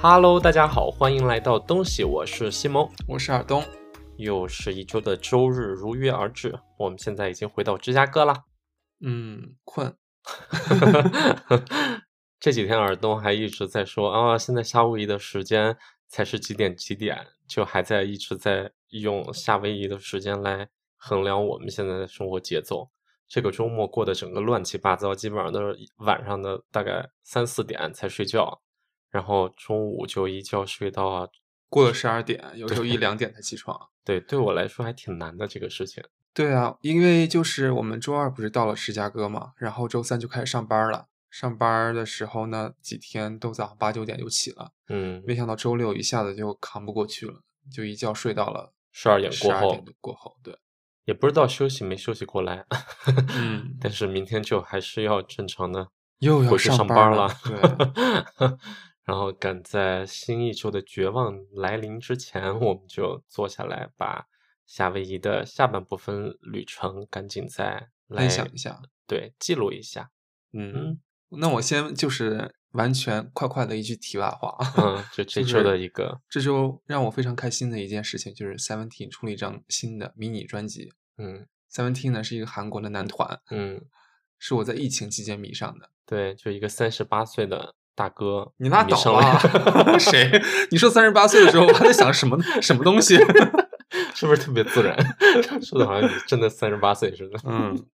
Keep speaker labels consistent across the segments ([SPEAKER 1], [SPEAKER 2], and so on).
[SPEAKER 1] Hello，大家好，欢迎来到东西，我是西蒙。
[SPEAKER 2] 我是尔东。
[SPEAKER 1] 又是一周的周日如约而至，我们现在已经回到芝加哥啦。
[SPEAKER 2] 嗯，困。
[SPEAKER 1] 这几天尔东还一直在说啊，现在夏威夷的时间才是几点几点，就还在一直在用夏威夷的时间来衡量我们现在的生活节奏。这个周末过得整个乱七八糟，基本上都是晚上的大概三四点才睡觉，然后中午就一觉睡到
[SPEAKER 2] 过了十二点，有时候一两点才起床。
[SPEAKER 1] 对，对我来说还挺难的这个事情。
[SPEAKER 2] 对啊，因为就是我们周二不是到了芝加哥嘛，然后周三就开始上班了。上班的时候呢，几天都早上八九点就起了，
[SPEAKER 1] 嗯，
[SPEAKER 2] 没想到周六一下子就扛不过去了，就一觉睡到了
[SPEAKER 1] 十二点
[SPEAKER 2] 十
[SPEAKER 1] 过
[SPEAKER 2] 二
[SPEAKER 1] 后
[SPEAKER 2] 点过后。对，
[SPEAKER 1] 也不知道休息没休息过来，
[SPEAKER 2] 嗯，
[SPEAKER 1] 但是明天就还是要正常的
[SPEAKER 2] 又要
[SPEAKER 1] 回去上
[SPEAKER 2] 班
[SPEAKER 1] 了。
[SPEAKER 2] 对，
[SPEAKER 1] 然后赶在新一周的绝望来临之前，我们就坐下来把夏威夷的下半部分旅程赶紧再来
[SPEAKER 2] 分享一下。
[SPEAKER 1] 对记录一下。
[SPEAKER 2] 嗯，那我先就是完全快快的一句题外话。
[SPEAKER 1] 嗯，就这
[SPEAKER 2] 就
[SPEAKER 1] 周的
[SPEAKER 2] 是
[SPEAKER 1] 一个，
[SPEAKER 2] 这周让我非常开心的一件事情就是 Seventeen 出了一张新的迷你专辑。
[SPEAKER 1] 嗯
[SPEAKER 2] Seventeen 呢是一个韩国的男团，
[SPEAKER 1] 嗯，
[SPEAKER 2] 是我在疫情期间迷上的。
[SPEAKER 1] 对，就一个三十八岁的大哥，
[SPEAKER 2] 你拉倒
[SPEAKER 1] 吧，
[SPEAKER 2] 吧！ 谁？你说三十八岁的时候，我还在想什么什么东西？
[SPEAKER 1] 是不是特别自然？ 说的好像你真的三十八岁似的。
[SPEAKER 2] 嗯，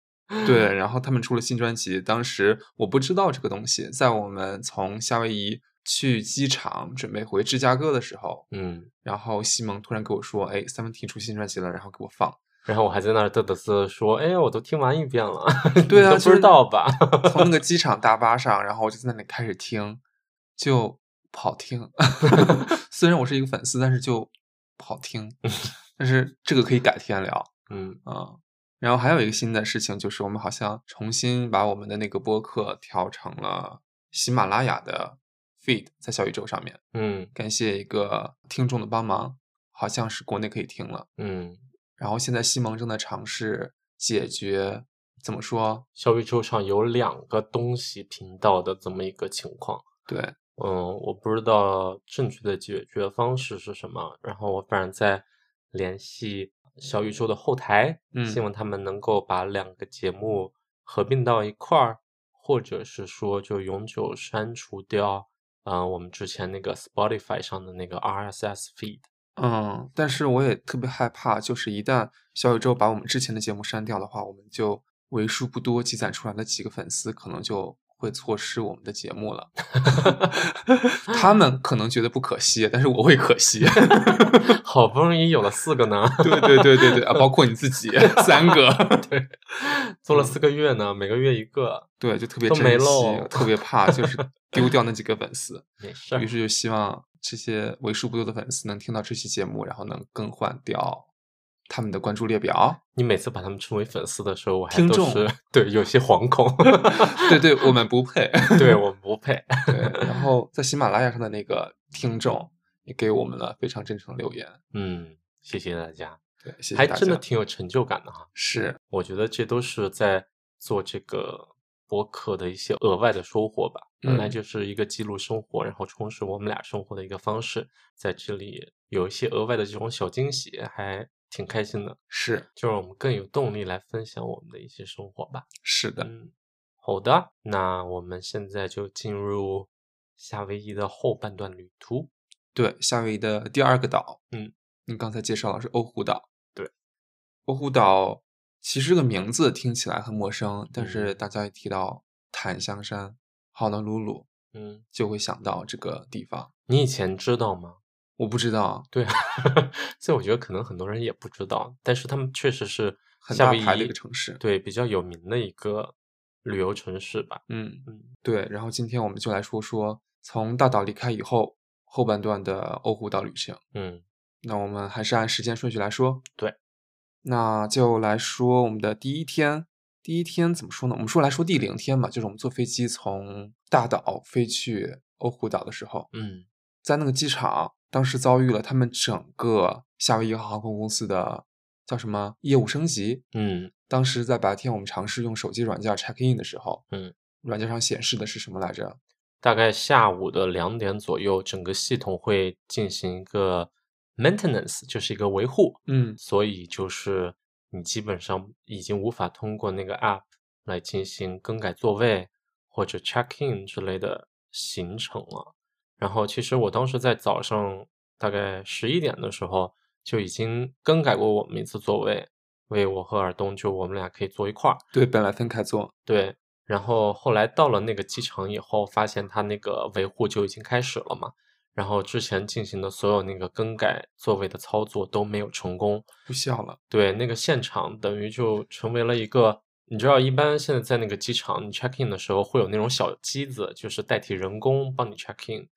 [SPEAKER 2] 对。然后他们出了新专辑，当时我不知道这个东西。在我们从夏威夷去机场准备回芝加哥的时候，
[SPEAKER 1] 嗯，
[SPEAKER 2] 然后西蒙突然给我说：“哎，Seventeen 出新专辑了，然后给我放。”
[SPEAKER 1] 然后我还在那儿嘚嘚瑟说：“哎呀，我都听完一遍了，
[SPEAKER 2] 对
[SPEAKER 1] 你
[SPEAKER 2] 啊，
[SPEAKER 1] 都
[SPEAKER 2] 就
[SPEAKER 1] 不知
[SPEAKER 2] 是
[SPEAKER 1] 道吧？
[SPEAKER 2] 从那个机场大巴上，然后我就在那里开始听，就不好听。 虽然我是一个粉丝，但是就不好 听。但是这个可以改天聊
[SPEAKER 1] 嗯
[SPEAKER 2] 啊、然后还有一个新的事情，就是我们好像重新把我们的那个播客调成了喜马拉雅的 feed，在小宇宙上面。
[SPEAKER 1] 嗯
[SPEAKER 2] 感谢一个听众的帮忙，好像是国内可以听了。
[SPEAKER 1] 嗯，
[SPEAKER 2] 然后现在西蒙正在尝试解决怎么说？
[SPEAKER 1] 小宇宙上有两个东西频道的这么一个情况。
[SPEAKER 2] 对，
[SPEAKER 1] 嗯，我不知道正确的解决方式是什么。然后我反正在联系小宇宙的后台，
[SPEAKER 2] 嗯
[SPEAKER 1] 希望他们能够把两个节目合并到一块儿，或者是说就永久删除掉。嗯、我们之前那个 Spotify 上的那个 RSS feed。
[SPEAKER 2] 嗯，但是我也特别害怕，就是一旦小宇宙把我们之前的节目删掉的话，我们就为数不多积攒出来的几个粉丝，可能就会错失我们的节目了。 他们可能觉得不可惜，但是我会可惜。
[SPEAKER 1] 好不容易有了四个呢，
[SPEAKER 2] 对对对对对啊，包括你自己三个，
[SPEAKER 1] 对，做了四
[SPEAKER 2] 嗯
[SPEAKER 1] 个月呢，每个月一个，
[SPEAKER 2] 对，就特别
[SPEAKER 1] 都没
[SPEAKER 2] 珍惜
[SPEAKER 1] 喽，
[SPEAKER 2] 特别怕就是丢掉那几个粉 丝。
[SPEAKER 1] 没事儿
[SPEAKER 2] 于。是就希望这些为数不多的粉丝能听到这期节目，然后能更换掉他们的关注列表。
[SPEAKER 1] 你每次把他们称为粉丝的时候，我还
[SPEAKER 2] 听
[SPEAKER 1] 都
[SPEAKER 2] 众
[SPEAKER 1] 是对有些惶恐。
[SPEAKER 2] 对对，我们不配。
[SPEAKER 1] 对，我不配。
[SPEAKER 2] 对，然后在喜马拉雅上的那个听众也给我们了非常真诚的留言，
[SPEAKER 1] 嗯，谢谢大家，
[SPEAKER 2] 对，谢谢
[SPEAKER 1] 还
[SPEAKER 2] 大
[SPEAKER 1] 真的
[SPEAKER 2] 家
[SPEAKER 1] 挺有成就感的哈。
[SPEAKER 2] 是，
[SPEAKER 1] 我觉得这都是在做这个播客的一些额外的收获吧。本来
[SPEAKER 2] 嗯
[SPEAKER 1] 就是一个记录生活，然后充实我们俩生活的一个方式，在这里有一些额外的这种小惊喜，还挺开心的。
[SPEAKER 2] 是
[SPEAKER 1] 就让我们更有动力来分享我们的一些生活吧。
[SPEAKER 2] 是的，
[SPEAKER 1] 嗯，好的，那我们现在就进入夏威夷的后半段旅途。
[SPEAKER 2] 对，夏威夷的第二个岛，
[SPEAKER 1] 嗯，
[SPEAKER 2] 你刚才介绍了是欧胡岛，
[SPEAKER 1] 对，
[SPEAKER 2] 欧胡岛其实这个名字听起来很陌生，但是
[SPEAKER 1] 嗯
[SPEAKER 2] 大家一提到檀香山、好纳鲁鲁，
[SPEAKER 1] 嗯，
[SPEAKER 2] 就会想到这个地方。
[SPEAKER 1] 你以前知道吗？
[SPEAKER 2] 我不知道，
[SPEAKER 1] 对啊， 所以我觉得可能很多人也不知道，但是他们确实是
[SPEAKER 2] 很
[SPEAKER 1] 夏
[SPEAKER 2] 大
[SPEAKER 1] 威夷
[SPEAKER 2] 牌的一个城市
[SPEAKER 1] 对比较有名的一个旅游城市吧。
[SPEAKER 2] 嗯
[SPEAKER 1] 嗯，
[SPEAKER 2] 对，然后今天我们就来说说从大岛离开以后后半段的欧胡岛旅行。
[SPEAKER 1] 嗯
[SPEAKER 2] 那我们还是按时间顺序来说。
[SPEAKER 1] 对，
[SPEAKER 2] 那就来说我们的第一天。第一天怎么说呢？我们说来说第零天吧，就是我们坐飞机从大岛飞去欧胡岛的时候，
[SPEAKER 1] 嗯
[SPEAKER 2] 在那个机场，当时遭遇了他们整个夏威夷航空公司的叫什么业务升级。
[SPEAKER 1] 嗯
[SPEAKER 2] 当时在白天，我们尝试用手机软件 check in 的时候，
[SPEAKER 1] 嗯，
[SPEAKER 2] 软件上显示的是什么来着？
[SPEAKER 1] 大概下午的两点左右，整个系统会进行一个 maintenance，就是一个维护。
[SPEAKER 2] 嗯
[SPEAKER 1] 所以就是你基本上已经无法通过那个 app 来进行更改座位或者 check in 之类的行程了。然后其实我当时在早上大概十一点的时候就已经更改过我们一次座位，为我和尔东就我们俩可以坐一块儿。
[SPEAKER 2] 对，本来分开坐，
[SPEAKER 1] 对，然后后来到了那个机场以后，发现他那个维护就已经开始了嘛。然后之前进行的所有那个更改座位的操作都没有成功，
[SPEAKER 2] 不笑了。
[SPEAKER 1] 对，那个现场等于就成为了一个，你知道，一般现在在那个机场，你 check in 的时候会有那种小机子，就是代替人工帮你 check in，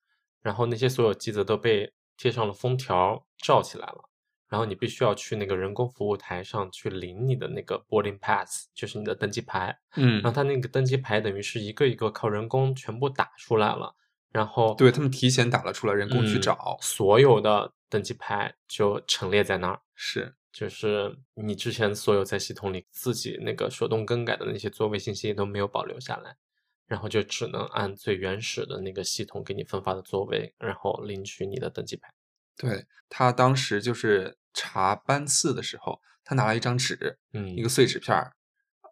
[SPEAKER 1] 然后那些所有机子都被贴上了封条罩起来了，然后你必须要去那个人工服务台上去领你的那个 boarding pass，就是你的登机牌，
[SPEAKER 2] 嗯
[SPEAKER 1] 然后，它那个登机牌等于是一个一个靠人工全部打出来了，然后
[SPEAKER 2] 对他们提前打了出来，人工去
[SPEAKER 1] 嗯
[SPEAKER 2] 找。
[SPEAKER 1] 所有的登机牌就陈列在那儿。
[SPEAKER 2] 是，
[SPEAKER 1] 就是你之前所有在系统里自己那个手动更改的那些座位信息都没有保留下来，然后就只能按最原始的那个系统给你分发的座位，然后领取你的登记牌。
[SPEAKER 2] 对他当时就是查班次的时候，他拿了一张纸，
[SPEAKER 1] 嗯
[SPEAKER 2] 一个碎纸片儿，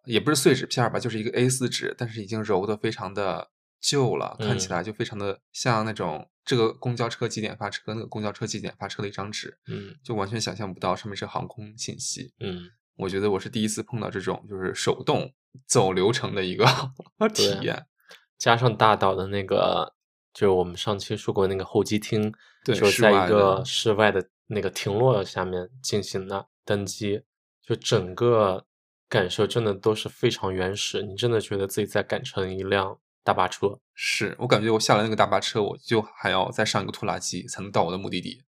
[SPEAKER 2] 也不是碎纸片儿吧，就是一个 A 4纸，但是已经揉的非常的旧了，看起
[SPEAKER 1] 嗯
[SPEAKER 2] 来就非常的像那种这个公交车几点发车，那个公交车几点发车的一张纸，
[SPEAKER 1] 嗯
[SPEAKER 2] 就完全想象不到上面是航空信息。
[SPEAKER 1] 嗯，
[SPEAKER 2] 我觉得我是第一次碰到这种就是手动走流程的一个 体
[SPEAKER 1] 对
[SPEAKER 2] 验。
[SPEAKER 1] 加上大岛的那个，就是我们上期说过那个候机厅，
[SPEAKER 2] 对
[SPEAKER 1] 就
[SPEAKER 2] 室
[SPEAKER 1] 在
[SPEAKER 2] 外
[SPEAKER 1] 一
[SPEAKER 2] 的
[SPEAKER 1] 个室外的那个停落下面进行的登机，就整个感受真的都是非常原始，你真的觉得自己在赶乘一辆大巴车。
[SPEAKER 2] 是我感觉我下了那个大巴车，我就还要再上一个拖拉机才能到我的目的地，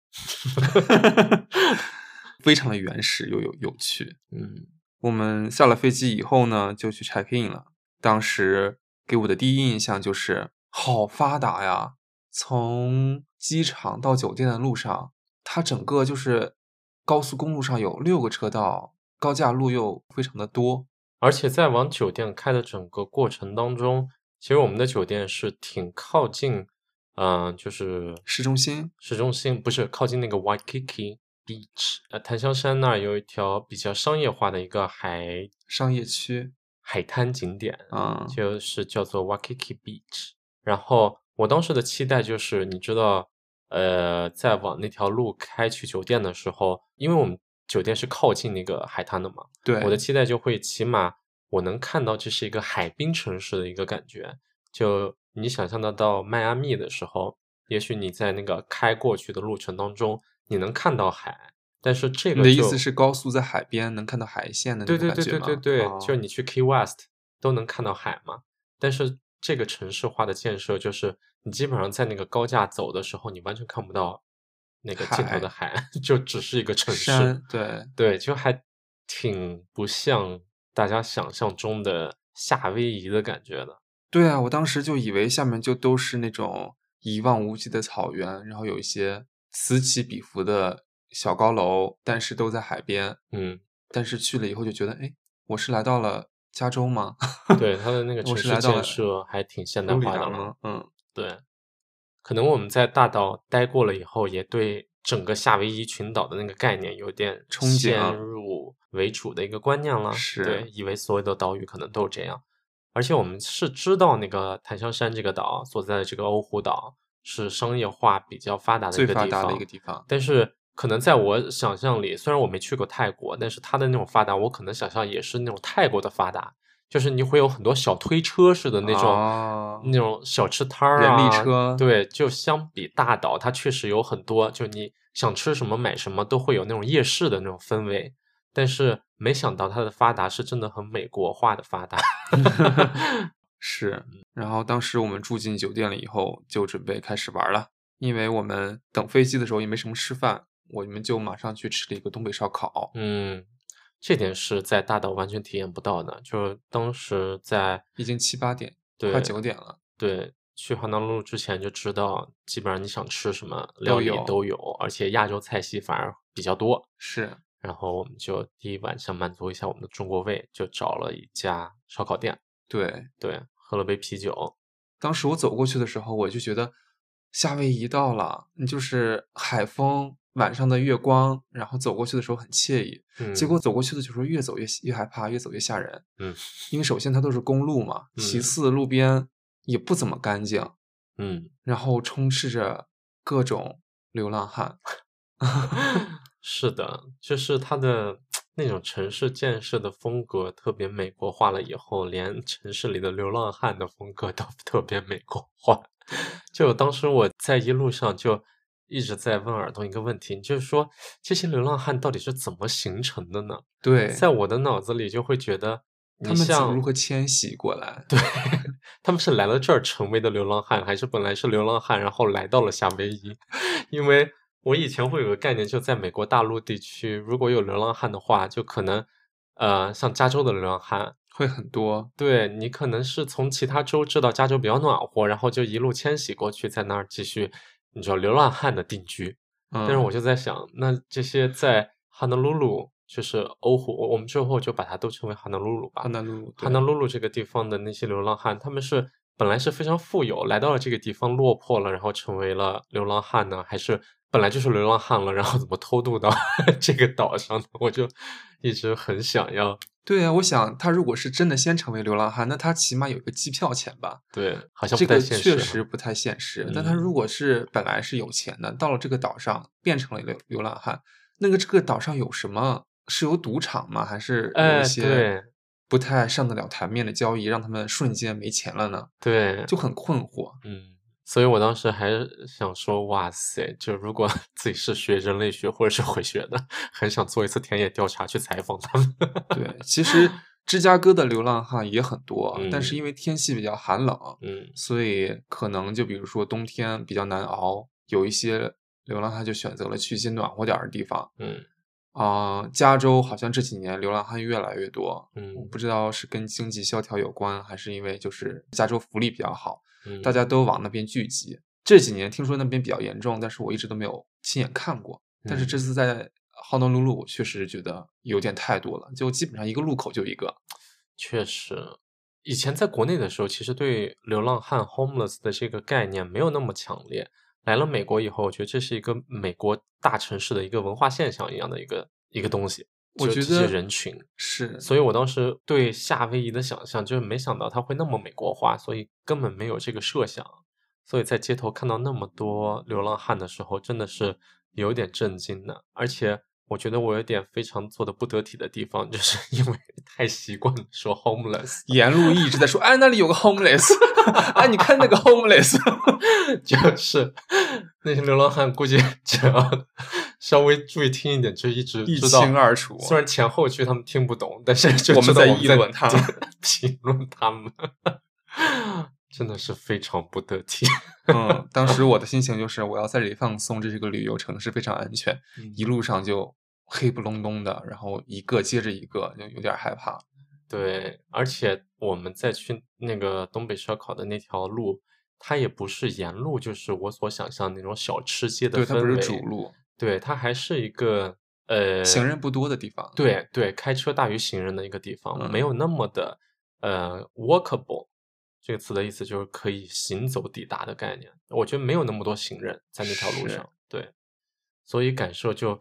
[SPEAKER 2] 非常的原始又有有趣。
[SPEAKER 1] 嗯
[SPEAKER 2] 我们下了飞机以后呢，就去 check in 了。当时给我的第一印象就是好发达呀！从机场到酒店的路上，它整个就是高速公路上有六个车道，高架路又非常的多。，
[SPEAKER 1] 而且在往酒店开的整个过程当中，其实我们的酒店是挺靠近，嗯、就是
[SPEAKER 2] 市中心
[SPEAKER 1] 市中心，不是靠近那个 Waikiki Beach，呃，檀香山那儿有一条比较商业化的一个海
[SPEAKER 2] 商业区，
[SPEAKER 1] 海滩景点，
[SPEAKER 2] 啊、
[SPEAKER 1] 嗯就是叫做 Waikiki Beach。然后我当时的期待就是，你知道，呃，在往那条路开去酒店的时候，因为我们酒店是靠近那个海滩的嘛。
[SPEAKER 2] 对，
[SPEAKER 1] 我的期待就会起码我能看到这是一个海滨城市的一个感觉。就你想象得到迈阿密的时候，也许你在那个开过去的路程当中，你能看到海，但是这个
[SPEAKER 2] 你的意
[SPEAKER 1] 就
[SPEAKER 2] 思是高速在海边能看到海线的那
[SPEAKER 1] 对
[SPEAKER 2] 种
[SPEAKER 1] 对对
[SPEAKER 2] 感觉
[SPEAKER 1] 对
[SPEAKER 2] 吗？
[SPEAKER 1] 对对，
[SPEAKER 2] 哦
[SPEAKER 1] 就你去 Key West 都能看到海嘛。但是这个城市化的建设，就是你基本上在那个高架走的时候，你完全看不到那个尽头的海， 就只是一个城市。
[SPEAKER 2] 山对，
[SPEAKER 1] 对，就还挺不像大家想象中的夏威夷的感觉的。
[SPEAKER 2] 对啊，我当时就以为下面就都是那种一望无际的草原，然后有一些此起彼伏的小高楼，但是都在海边。
[SPEAKER 1] 嗯，
[SPEAKER 2] 但是去了以后就觉得，哎，我是来到了加州吗？
[SPEAKER 1] 对，它的那个城
[SPEAKER 2] 我是
[SPEAKER 1] 市
[SPEAKER 2] 来到了
[SPEAKER 1] 建设还挺现代
[SPEAKER 2] 佛罗里
[SPEAKER 1] 化的
[SPEAKER 2] 达
[SPEAKER 1] 了。
[SPEAKER 2] 吗？嗯，
[SPEAKER 1] 对，可能我们在大岛待过了以后，也对整个夏威夷群岛的那个概念有点
[SPEAKER 2] 憧憬啊
[SPEAKER 1] 先入为主的一个观念了。
[SPEAKER 2] 是
[SPEAKER 1] 对，以为所有的岛屿可能都这样。而且我们是知道那个檀香山这个岛所在的这个欧胡岛是商业化比较发达的一
[SPEAKER 2] 最
[SPEAKER 1] 个
[SPEAKER 2] 发
[SPEAKER 1] 地
[SPEAKER 2] 达的一
[SPEAKER 1] 方
[SPEAKER 2] 个，地方。
[SPEAKER 1] 但是可能在我想象里，虽然我没去过泰国，但是它的那种发达，我可能想象也是那种泰国的发达，就是你会有很多小推车似的那种、
[SPEAKER 2] 哦
[SPEAKER 1] 那种小吃摊儿、
[SPEAKER 2] 人
[SPEAKER 1] 啊、
[SPEAKER 2] 力车
[SPEAKER 1] 对，就相比大岛，它确实有很多，就你想吃什么买什么都会有那种夜市的那种氛围。但是没想到它的发达是真的很美国化的发达，
[SPEAKER 2] 是，
[SPEAKER 1] 嗯
[SPEAKER 2] 然后当时我们住进酒店了以后，就准备开始玩了。因为我们等飞机的时候也没什么吃饭，我们就马上去吃了一个东北烧烤。
[SPEAKER 1] 嗯，这点是在大岛完全体验不到的。就是当时在
[SPEAKER 2] 已经七八点，
[SPEAKER 1] 对
[SPEAKER 2] 快九点了。
[SPEAKER 1] 对，去黄塘路之前就知道，基本上你想吃什么料理
[SPEAKER 2] 有
[SPEAKER 1] 都有，而且亚洲菜系反而比较多。
[SPEAKER 2] 是，
[SPEAKER 1] 然后我们就第一晚想满足一下我们的中国胃，就找了一家烧烤店，
[SPEAKER 2] 对。
[SPEAKER 1] 对，喝了杯啤酒，
[SPEAKER 2] 当时我走过去的时候，我就觉得夏威夷到了，嗯就是海风、晚上的月光，然后走过去的时候很惬意。
[SPEAKER 1] 嗯
[SPEAKER 2] 结果走过去的时候越走越越害怕，越走越吓人。
[SPEAKER 1] 嗯，
[SPEAKER 2] 因为首先它都是公路嘛，其
[SPEAKER 1] 嗯
[SPEAKER 2] 次路边也不怎么干净，
[SPEAKER 1] 嗯，
[SPEAKER 2] 然后充斥着各种流浪汉。
[SPEAKER 1] 是的，就是它的那种城市建设的风格特别美国化了以后，连城市里的流浪汉的风格都 特别美国化。就当时我在一路上就一直在问耳朵一个问题，就是说这些流浪汉到底是怎么形成的呢？
[SPEAKER 2] 对，
[SPEAKER 1] 在我的脑子里就会觉得，
[SPEAKER 2] 他
[SPEAKER 1] 你
[SPEAKER 2] 们怎
[SPEAKER 1] 像
[SPEAKER 2] 如何迁徙过来？
[SPEAKER 1] 对，他们是来了这儿成为的流浪汉，还是本来是流浪汉，然后来到了夏威夷？ 因为我以前会有个概念，就在美国大陆地区，如果有流浪汉的话，就可能，呃，像加州的流浪汉，
[SPEAKER 2] 会很多。
[SPEAKER 1] 对你可能是从其他州知道加州比较暖和，然后就一路迁徙过去，在那儿继续，你知道流浪汉的定居。
[SPEAKER 2] 嗯，
[SPEAKER 1] 但是我就在想，那这些在哈纳鲁鲁，就是欧湖，我我们最后就把它都称为哈纳鲁鲁吧。
[SPEAKER 2] 汉纳路，
[SPEAKER 1] 哈
[SPEAKER 2] 对
[SPEAKER 1] 纳鲁鲁这个地方的那些流浪汉，他们是本来是非常富有，来到了这个地方落魄了，然后成为了流浪汉呢，还是本来就是流浪汉了，然后怎么偷渡到 这个岛上呢？我就一直很想要
[SPEAKER 2] 对啊呀、我想他如果是真的先成为流浪汉，那他起码有个机票钱吧？
[SPEAKER 1] 对，好像
[SPEAKER 2] 这
[SPEAKER 1] 不太
[SPEAKER 2] 个
[SPEAKER 1] 现
[SPEAKER 2] 确
[SPEAKER 1] 哈
[SPEAKER 2] 实不太现实。但他
[SPEAKER 1] 嗯
[SPEAKER 2] 如果是本来是有钱的，到了这个岛上变成了流流浪汉，那个这个岛上有什么？是有赌场吗？还是有
[SPEAKER 1] 哎
[SPEAKER 2] 一些
[SPEAKER 1] 对
[SPEAKER 2] 不太上得了台面的交易，让他们瞬间没钱了呢？
[SPEAKER 1] 对，
[SPEAKER 2] 就很困惑。
[SPEAKER 1] 嗯，所以我当时还想说，哇塞，就如果 自己是学人类学或者是回学的，很想做一次田野调查去采访他们。
[SPEAKER 2] 对，其实芝加哥的流浪汉也很多，啊但是
[SPEAKER 1] 嗯
[SPEAKER 2] 因为天气比较寒冷，
[SPEAKER 1] 嗯
[SPEAKER 2] 所以可能就比如说冬天比较难熬，有一些流浪汉就选择了去一些暖和点儿的地方。
[SPEAKER 1] 嗯
[SPEAKER 2] 啊、加州好像这几年流浪汉越来越多，我
[SPEAKER 1] 嗯
[SPEAKER 2] 不知道是跟经济萧条有关，还是因为就是加州福利比较好，
[SPEAKER 1] 嗯，
[SPEAKER 2] 大家都往那边聚集。这几年听说那边比较严重，但是我一直都没有亲眼看过。但是这
[SPEAKER 1] 嗯
[SPEAKER 2] 次在浩南路路，我确实觉得有点太多了，就基本上一个路口就一个。
[SPEAKER 1] 确实，以前在国内的时候，其实对流浪汉 （homeless） 的这个概念没有那么强烈。来了美国以后，我觉得这是一个美国大城市的一个文化现象一样的一个一个东西，
[SPEAKER 2] 我
[SPEAKER 1] 就
[SPEAKER 2] 觉
[SPEAKER 1] 这些
[SPEAKER 2] 得
[SPEAKER 1] 人群。
[SPEAKER 2] 是，
[SPEAKER 1] 所以我当时对夏威夷的想象就是没想到它会那么美国化，所以根本没有这个设想。所以在街头看到那么多流浪汉的时候，真的是有点震惊的。而且我觉得我有点非常做的不得体的地方，就是 因为太习惯了说 homeless，
[SPEAKER 2] 沿路一直在说，哎，那里有个 homeless，哎， 你看那个 homeless，
[SPEAKER 1] 就是那些流浪汉估计只要 稍微注意听一点， 就一直
[SPEAKER 2] 一
[SPEAKER 1] 知道
[SPEAKER 2] 清二楚。
[SPEAKER 1] 虽然前后句他们听不懂，但是就
[SPEAKER 2] 我
[SPEAKER 1] 知
[SPEAKER 2] 们
[SPEAKER 1] 道
[SPEAKER 2] 在
[SPEAKER 1] 我们
[SPEAKER 2] 议论他们，
[SPEAKER 1] 评论他们， 真的是非常不得体。
[SPEAKER 2] 嗯，当时我的心情就是我要在这里放松，这是个旅游城市，非常安全。一路上就黑不隆咚的，然后一个接着一个，就有点害怕。
[SPEAKER 1] 对，而且我们在去那个东北烧烤的那条路，它也不是沿路，就是我所想象那种小吃街的
[SPEAKER 2] 对，它不
[SPEAKER 1] 氛
[SPEAKER 2] 是
[SPEAKER 1] 围，
[SPEAKER 2] 主路，
[SPEAKER 1] 对，它还是一个呃
[SPEAKER 2] 行人不多的地方。，
[SPEAKER 1] 对对，开车大于行人的一个地方，没
[SPEAKER 2] 嗯
[SPEAKER 1] 有那么的呃 walkable。这个词的意思就是可以行走抵达的概念。我觉得没有那么多行人在那条路
[SPEAKER 2] 是
[SPEAKER 1] 上，对，所以感受就，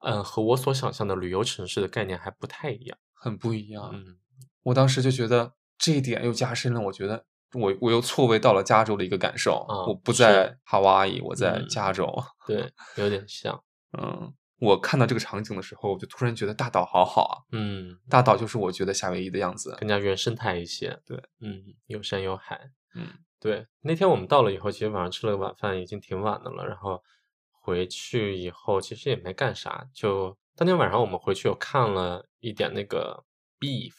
[SPEAKER 1] 嗯、和我所想象的旅游城市的概念还不太一样。
[SPEAKER 2] 很不一样。
[SPEAKER 1] 嗯
[SPEAKER 2] 我当时就觉得这一点又加深了，我觉得我我又错位到了加州的一个感受。
[SPEAKER 1] 啊
[SPEAKER 2] 我不
[SPEAKER 1] 是
[SPEAKER 2] 在夏威夷，我在
[SPEAKER 1] 嗯
[SPEAKER 2] 加州。
[SPEAKER 1] 对，有点像。
[SPEAKER 2] 嗯，我看到这个场景的时候，我就突然觉得大岛好好啊！
[SPEAKER 1] 嗯，
[SPEAKER 2] 大岛就是我觉得夏威夷的样子。
[SPEAKER 1] 更加原生态一些。
[SPEAKER 2] 对，
[SPEAKER 1] 嗯，有山有海。
[SPEAKER 2] 嗯，
[SPEAKER 1] 对。那天我们到了以后，其实晚上吃了个晚饭，已经挺晚的了。然后回去以后，其实也没干啥。就当天晚上我们回去，有看了一点那个 Beef，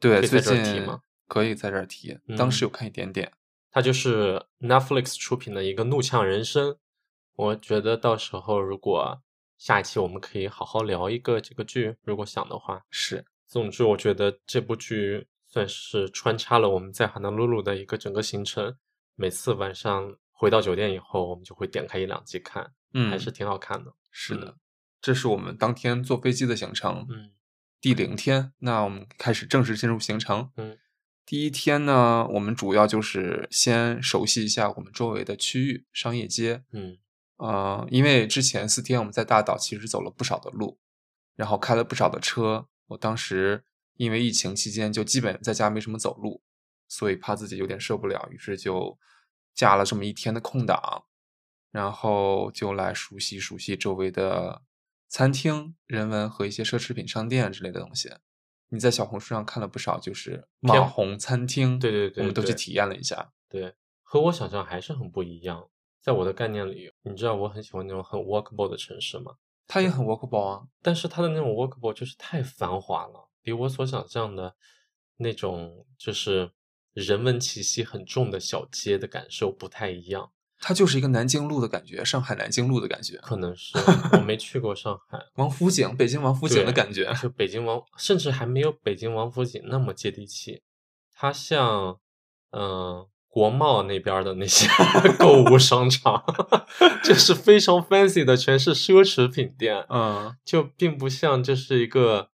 [SPEAKER 2] 对，
[SPEAKER 1] 可以
[SPEAKER 2] 最
[SPEAKER 1] 在这儿提
[SPEAKER 2] 近
[SPEAKER 1] 吗
[SPEAKER 2] 可以在这儿提，当
[SPEAKER 1] 嗯
[SPEAKER 2] 时有看一点点。
[SPEAKER 1] 它就是 Netflix 出品的一个《怒呛人生》。我觉得到时候如果下一期我们可以好好聊一个这个剧，如果想的话。
[SPEAKER 2] 是，
[SPEAKER 1] 总之，我觉得这部剧算是穿插了我们在哈纳露露的一个整个行程。每次晚上回到酒店以后，我们就会点开一两集看，
[SPEAKER 2] 嗯，
[SPEAKER 1] 还是挺好看的。
[SPEAKER 2] 是
[SPEAKER 1] 嗯
[SPEAKER 2] 的，这是我们当天坐飞机的行程，
[SPEAKER 1] 嗯
[SPEAKER 2] 第零天。那我们开始正式进入行程。
[SPEAKER 1] 嗯，
[SPEAKER 2] 第一天呢，我们主要就是先熟悉一下我们周围的区域、商业街，
[SPEAKER 1] 嗯
[SPEAKER 2] 呃，因为之前四天我们在大岛其实走了不少的路，然后开了不少的车。我当时因为疫情期间就基本在家没什么走路，所以怕自己有点受不了，于是就加了这么一天的空档，然后就来熟悉熟悉周围的餐厅、人文和一些奢侈品商店之类的东西。你在小红书上看了不少，就是
[SPEAKER 1] 偏
[SPEAKER 2] 网红餐厅，
[SPEAKER 1] 对对对
[SPEAKER 2] 我们都去
[SPEAKER 1] 对
[SPEAKER 2] 体验了一下。
[SPEAKER 1] 对，和我想象还是很不一样。在我的概念里，你知道我很喜欢那种很 walkable 的城市吗？
[SPEAKER 2] 它也很 walkable 啊，
[SPEAKER 1] 但是它的那种 walkable 就是太繁华了，比我所想象的那种就是人文气息很重的小街的感受不太一样。
[SPEAKER 2] 它就是一个南京路的感觉，上海南京路的感觉。
[SPEAKER 1] 可能是我没去过上海，
[SPEAKER 2] 王府井，北京王府井
[SPEAKER 1] 对
[SPEAKER 2] 的感觉。
[SPEAKER 1] 就北京王，甚至还没有北京王府井那么接地气。它像，嗯、国贸那边儿的那些 购物商场， 就是非常 fancy 的，全是奢侈品店，
[SPEAKER 2] 嗯，
[SPEAKER 1] 就并不像就是一个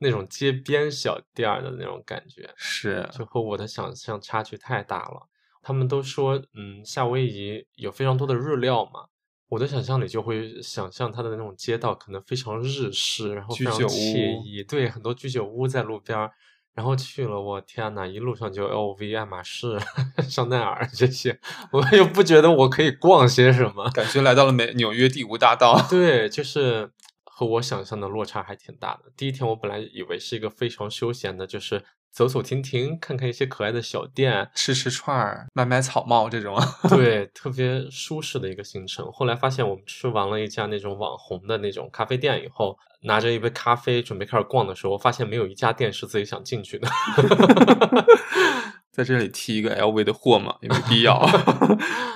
[SPEAKER 1] 那种街边小店儿的那种感觉，
[SPEAKER 2] 是，
[SPEAKER 1] 就和我的想象差距太大了。他们都说，嗯，夏威夷有非常多的日料嘛。我的想象里就会想象它的那种街道可能非常日式，然后非
[SPEAKER 2] 居
[SPEAKER 1] 常
[SPEAKER 2] 酒
[SPEAKER 1] 惬
[SPEAKER 2] 屋
[SPEAKER 1] 意，对，很多居酒屋在路边儿。然后去了，我天啊呐，一路上就 LV、爱马仕、 香奈儿这些，我又不觉得我可以逛些什么。
[SPEAKER 2] 感觉来到了美纽约第五大道。，
[SPEAKER 1] 对，就是和我想象的落差还挺大的。第一天我本来以为是一个非常休闲的，就是走走停停，看看一些可爱的小店
[SPEAKER 2] 吃吃串儿，买买草帽这种，
[SPEAKER 1] 对，特别舒适的一个行程。后来发现我们吃完了一家那种网红的那种咖啡店以后，拿着一杯咖啡准备开始逛的时候，发现没有一家店是自己想进去的。
[SPEAKER 2] 在这里踢一个 LV 的货嘛，也没必要，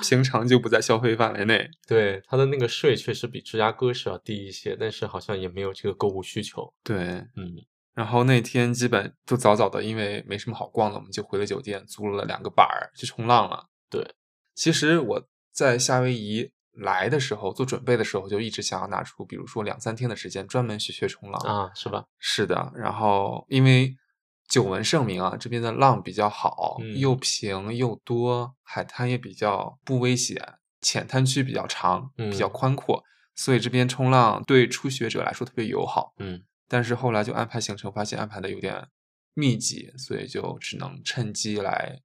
[SPEAKER 2] 平常就不在消费范围内。
[SPEAKER 1] 对，它的那个税确实比芝加哥是要低一些，但是好像也没有这个购物需求。
[SPEAKER 2] 对，
[SPEAKER 1] 嗯，
[SPEAKER 2] 然后那天基本就早早的，因为没什么好逛的，我们就回了酒店，租了两个板儿去冲浪了。
[SPEAKER 1] 对，
[SPEAKER 2] 其实我在夏威夷来的时候，做准备的时候，就一直想要拿出，比如说两三天的时间，专门去学冲浪。
[SPEAKER 1] 啊，是吧？
[SPEAKER 2] 是的，然后因为久闻盛名啊，这边的浪比较好，
[SPEAKER 1] 嗯
[SPEAKER 2] 又平又多，海滩也比较不危险，浅滩区比较长，比较
[SPEAKER 1] 嗯
[SPEAKER 2] 宽阔，所以这边冲浪对初学者来说特别友好。
[SPEAKER 1] 嗯，
[SPEAKER 2] 但是后来就安排行程，发现安排的有点密集，所以就只能趁机来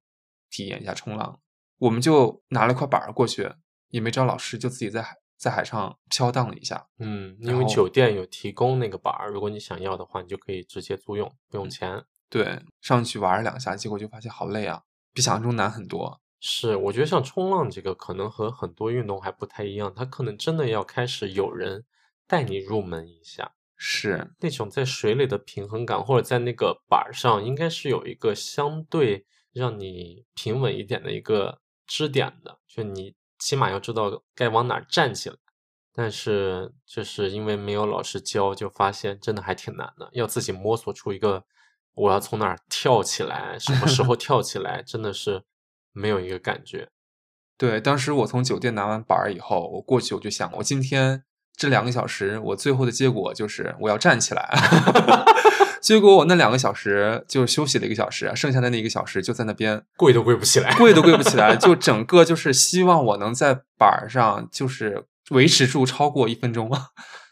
[SPEAKER 2] 体验一下冲浪。我们就拿了块板儿过去，也没找老师，就自己在海在海上飘荡了一下。
[SPEAKER 1] 嗯，
[SPEAKER 2] 然
[SPEAKER 1] 因为
[SPEAKER 2] 后
[SPEAKER 1] 酒店有提供那个板儿，如果你想要的话，你就可以直接租用，不
[SPEAKER 2] 嗯
[SPEAKER 1] 用钱。
[SPEAKER 2] 对，上去玩了两下，结果就发现好累啊，比想象中难很多。
[SPEAKER 1] 是，我觉得像冲浪这个可能和很多运动还不太一样，它可能真的要开始有人带你入门一下，
[SPEAKER 2] 是，
[SPEAKER 1] 那种在水里的平衡感，或者在那个板儿上，应该是有一个相对让你平稳一点的一个支点的，就你起码要知道该往哪儿站起来。但是就是因为没有老师教，就发现真的还挺难的，要自己摸索出一个我要从哪儿跳起来，什么 时候跳起来，真的是没有一个感觉。
[SPEAKER 2] 对，当时我从酒店拿完板儿以后，我过去我就想，我今天这两个小时，我最后的结果就是我要站起来。 结果我那两个小时就休息了一个小时，啊剩下的那一个小时就在那边
[SPEAKER 1] 跪都跪不起来。
[SPEAKER 2] 跪都跪不起来，就整个就是希望我能在板儿上就是维持住超过一分钟，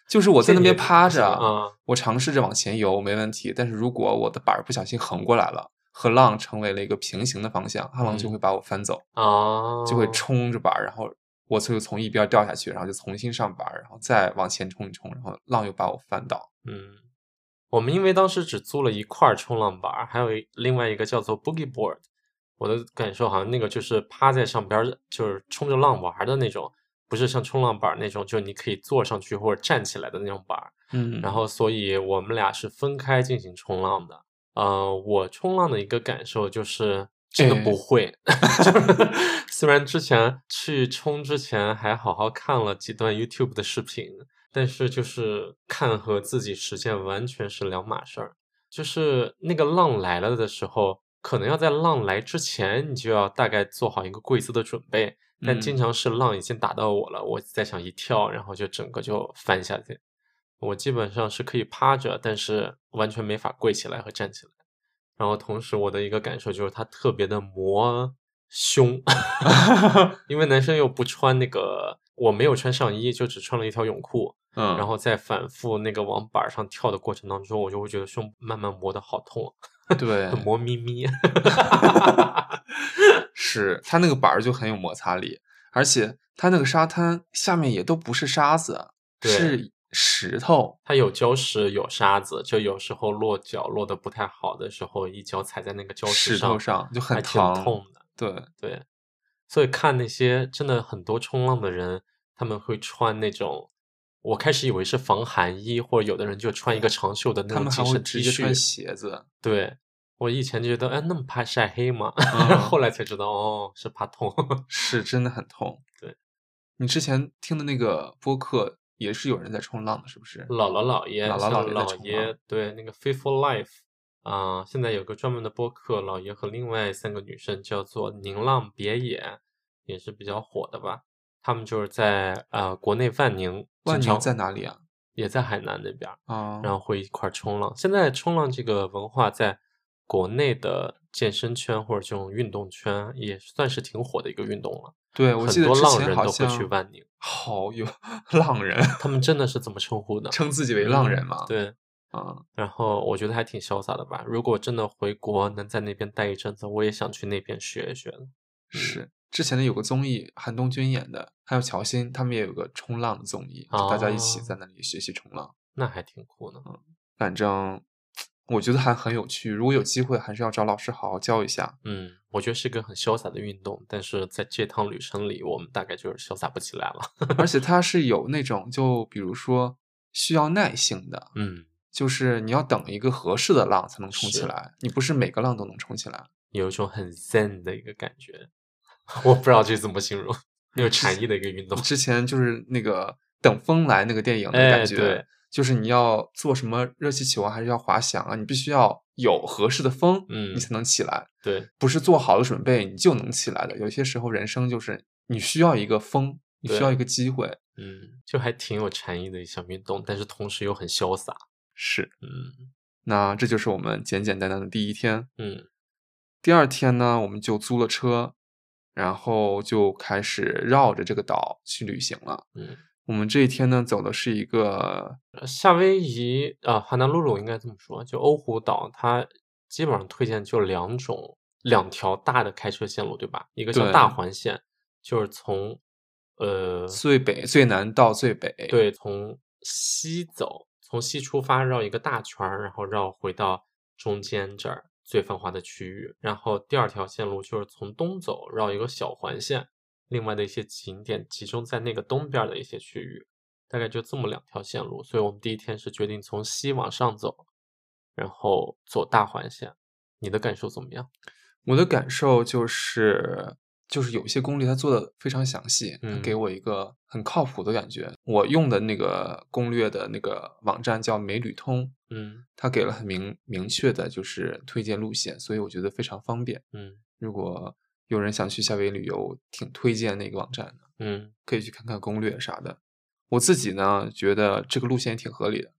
[SPEAKER 2] 就是我 在那边趴着，
[SPEAKER 1] 啊，
[SPEAKER 2] 我尝试着往前游没问题，但是如果我的板儿不小心横过来了，和浪成为了一个平行的方向，哈浪就
[SPEAKER 1] 嗯
[SPEAKER 2] 会把我翻走，
[SPEAKER 1] 啊，
[SPEAKER 2] 就会冲着板儿，然后我就从一边掉下去，然后就重新上板儿，然后再往前冲一冲，然后浪又把我翻倒。
[SPEAKER 1] 嗯，我们因为当时只租了一块儿冲浪板儿，还有一另外一个叫做 Boogie Board。我的感受好像那个就是趴在上边儿，就是冲着浪玩儿的那种，不是像冲浪板儿那种，就是你可以坐上去或者站起来的那种板儿。
[SPEAKER 2] 嗯
[SPEAKER 1] 然后，所以我们俩是分开进行冲浪的。呃，我冲浪的一个感受就是真的
[SPEAKER 2] 哎
[SPEAKER 1] 不 会，就是虽然之前去冲之前还好好看了几段 YouTube 的视频，但是就是看和自己实践完全是两码事儿。就是那个浪来了的时候，可能要在浪来之前，你就要大概做好一个跪姿的准备。但
[SPEAKER 2] 嗯
[SPEAKER 1] 经常是浪已经打到我了，我再想一跳，然后就整个就翻下去。我基本上是可以趴着，但是完全没法跪起来和站起来。然后同时我的一个感受就是它特别的磨胸， 因为男生又不穿那个，我没有穿上衣，就只穿了一条泳裤，
[SPEAKER 2] 嗯，
[SPEAKER 1] 然后在反复那个往板儿上跳的过程当中，我就会觉得胸慢慢磨的好痛，啊
[SPEAKER 2] 对，
[SPEAKER 1] 磨咪咪。
[SPEAKER 2] 是它那个板儿就很有摩擦力，而且它那个沙滩下面也都不是沙子，
[SPEAKER 1] 对
[SPEAKER 2] 是石头。
[SPEAKER 1] 它有礁石，有沙子，就有时候落脚落的不太好的时候，一脚踩在那个礁石
[SPEAKER 2] 石头上就很
[SPEAKER 1] 还挺
[SPEAKER 2] 疼，
[SPEAKER 1] 痛的。
[SPEAKER 2] 对，
[SPEAKER 1] 对，所以看那些真的很多冲浪的人，他们会穿那种，我开始以为是防寒衣，或者有的人就穿一个长袖的那
[SPEAKER 2] 他
[SPEAKER 1] 种
[SPEAKER 2] 们
[SPEAKER 1] 紧
[SPEAKER 2] 还会
[SPEAKER 1] 身
[SPEAKER 2] 直
[SPEAKER 1] T
[SPEAKER 2] 接穿
[SPEAKER 1] 恤。
[SPEAKER 2] 鞋子，
[SPEAKER 1] 对我以前就觉得，哎，那么怕晒黑吗？
[SPEAKER 2] 嗯
[SPEAKER 1] 后来才知道，哦，是怕痛。
[SPEAKER 2] 是真的很痛。
[SPEAKER 1] 对，
[SPEAKER 2] 你之前听的那个播客也是有人在冲浪的，是不是？
[SPEAKER 1] 姥姥姥爷，
[SPEAKER 2] 姥姥
[SPEAKER 1] 像
[SPEAKER 2] 姥爷在
[SPEAKER 1] 姥
[SPEAKER 2] 冲
[SPEAKER 1] 爷
[SPEAKER 2] 浪
[SPEAKER 1] 对那个 Faithful Life 啊、现在有个专门的播客，姥爷和另外三个女生叫做宁浪别野，也是比较火的吧。他们就是在呃国内万宁，
[SPEAKER 2] 万
[SPEAKER 1] 经
[SPEAKER 2] 宁
[SPEAKER 1] 常
[SPEAKER 2] 在哪里啊？
[SPEAKER 1] 也在海南那边儿，
[SPEAKER 2] 啊，
[SPEAKER 1] 然后会一块儿冲浪。现在冲浪这个文化在国内的健身圈或者这种运动圈也算是挺火的一个运动了，
[SPEAKER 2] 对我记
[SPEAKER 1] 很
[SPEAKER 2] 得
[SPEAKER 1] 多
[SPEAKER 2] 之
[SPEAKER 1] 浪
[SPEAKER 2] 前
[SPEAKER 1] 人
[SPEAKER 2] 好
[SPEAKER 1] 都会
[SPEAKER 2] 像
[SPEAKER 1] 去万宁，
[SPEAKER 2] 好有 浪人，
[SPEAKER 1] 他们真的是这么称呼的，
[SPEAKER 2] 称自己为浪人嘛？
[SPEAKER 1] 嗯对。
[SPEAKER 2] 啊，
[SPEAKER 1] 然后我觉得还挺潇洒的吧。如果真的回国能在那边待一阵子，我也想去那边学一学的。嗯
[SPEAKER 2] 是之前的有个综艺，韩东君演的，还有乔欣他们也有个冲浪的综艺，就大家一起
[SPEAKER 1] 哦
[SPEAKER 2] 在那里学习冲浪。
[SPEAKER 1] 那还挺酷呢。
[SPEAKER 2] 反正我觉得还很有趣，如果有机会还是要找老师好好教 一下。
[SPEAKER 1] 嗯，我觉得是一个很潇洒的运动，但是在这趟旅程里，我们大概就是潇洒不起来了。
[SPEAKER 2] 而且它是有那种，就比如说需要耐性的，
[SPEAKER 1] 嗯，
[SPEAKER 2] 就是你要等一个合适的浪才能冲起
[SPEAKER 1] 是
[SPEAKER 2] 来，你不是每个浪都能冲起来。
[SPEAKER 1] 有一种很 zen 的一个感觉， 我不知道这怎么形容，没有禅意的一个运动。
[SPEAKER 2] 之前就是那个等风来那个电影的
[SPEAKER 1] 哎
[SPEAKER 2] 感觉，
[SPEAKER 1] 对
[SPEAKER 2] 就是你要做什么热气球啊，还是要滑翔啊，你必须要有合适的风，
[SPEAKER 1] 嗯
[SPEAKER 2] 你才能起来，
[SPEAKER 1] 对，
[SPEAKER 2] 不是做好了准备你就能起来的。有些时候人生就是你需要一个风，你需
[SPEAKER 1] 对
[SPEAKER 2] 要一个机会，
[SPEAKER 1] 嗯，就还挺有禅意的一项运动，但是同时又很潇洒。
[SPEAKER 2] 是。
[SPEAKER 1] 嗯
[SPEAKER 2] 那这就是我们简简单单的第一天。
[SPEAKER 1] 嗯，
[SPEAKER 2] 第二天呢，我们就租了车，然后就开始绕着这个岛去旅行了。
[SPEAKER 1] 嗯，
[SPEAKER 2] 我们这一天呢，走的是一个
[SPEAKER 1] 呃夏威夷啊，呃哈纳鲁鲁应该这么说，就欧胡岛，它基本上推荐就两种两条大的开车线路，对吧？一个叫
[SPEAKER 2] 对
[SPEAKER 1] 大环线，就是从呃
[SPEAKER 2] 最北、最南到最北，
[SPEAKER 1] 对从西走，从西出发绕一个大圈儿，然后绕回到中间这儿最繁华的区域。然后第二条线路就是从东走绕一个小环线，另外的一些景点集中在那个东边儿的一些区域。大概就这么两条线路，所以我们第一天是决定从西往上走，然后走大环线。你的感受怎么样？
[SPEAKER 2] 我的感受就是，就是有些攻略它做的非常详细，它
[SPEAKER 1] 嗯
[SPEAKER 2] 给我一个很靠谱的感觉。我用的那个攻略的那个网站叫美旅通，
[SPEAKER 1] 嗯
[SPEAKER 2] 它给了很明明确的就是推荐路线，所以我觉得非常方便。
[SPEAKER 1] 嗯
[SPEAKER 2] 如果有人想去夏威夷旅游，我挺推荐那个网站的，
[SPEAKER 1] 嗯
[SPEAKER 2] 可以去看看攻略啥的。我自己呢，觉得这个路线也挺合理的。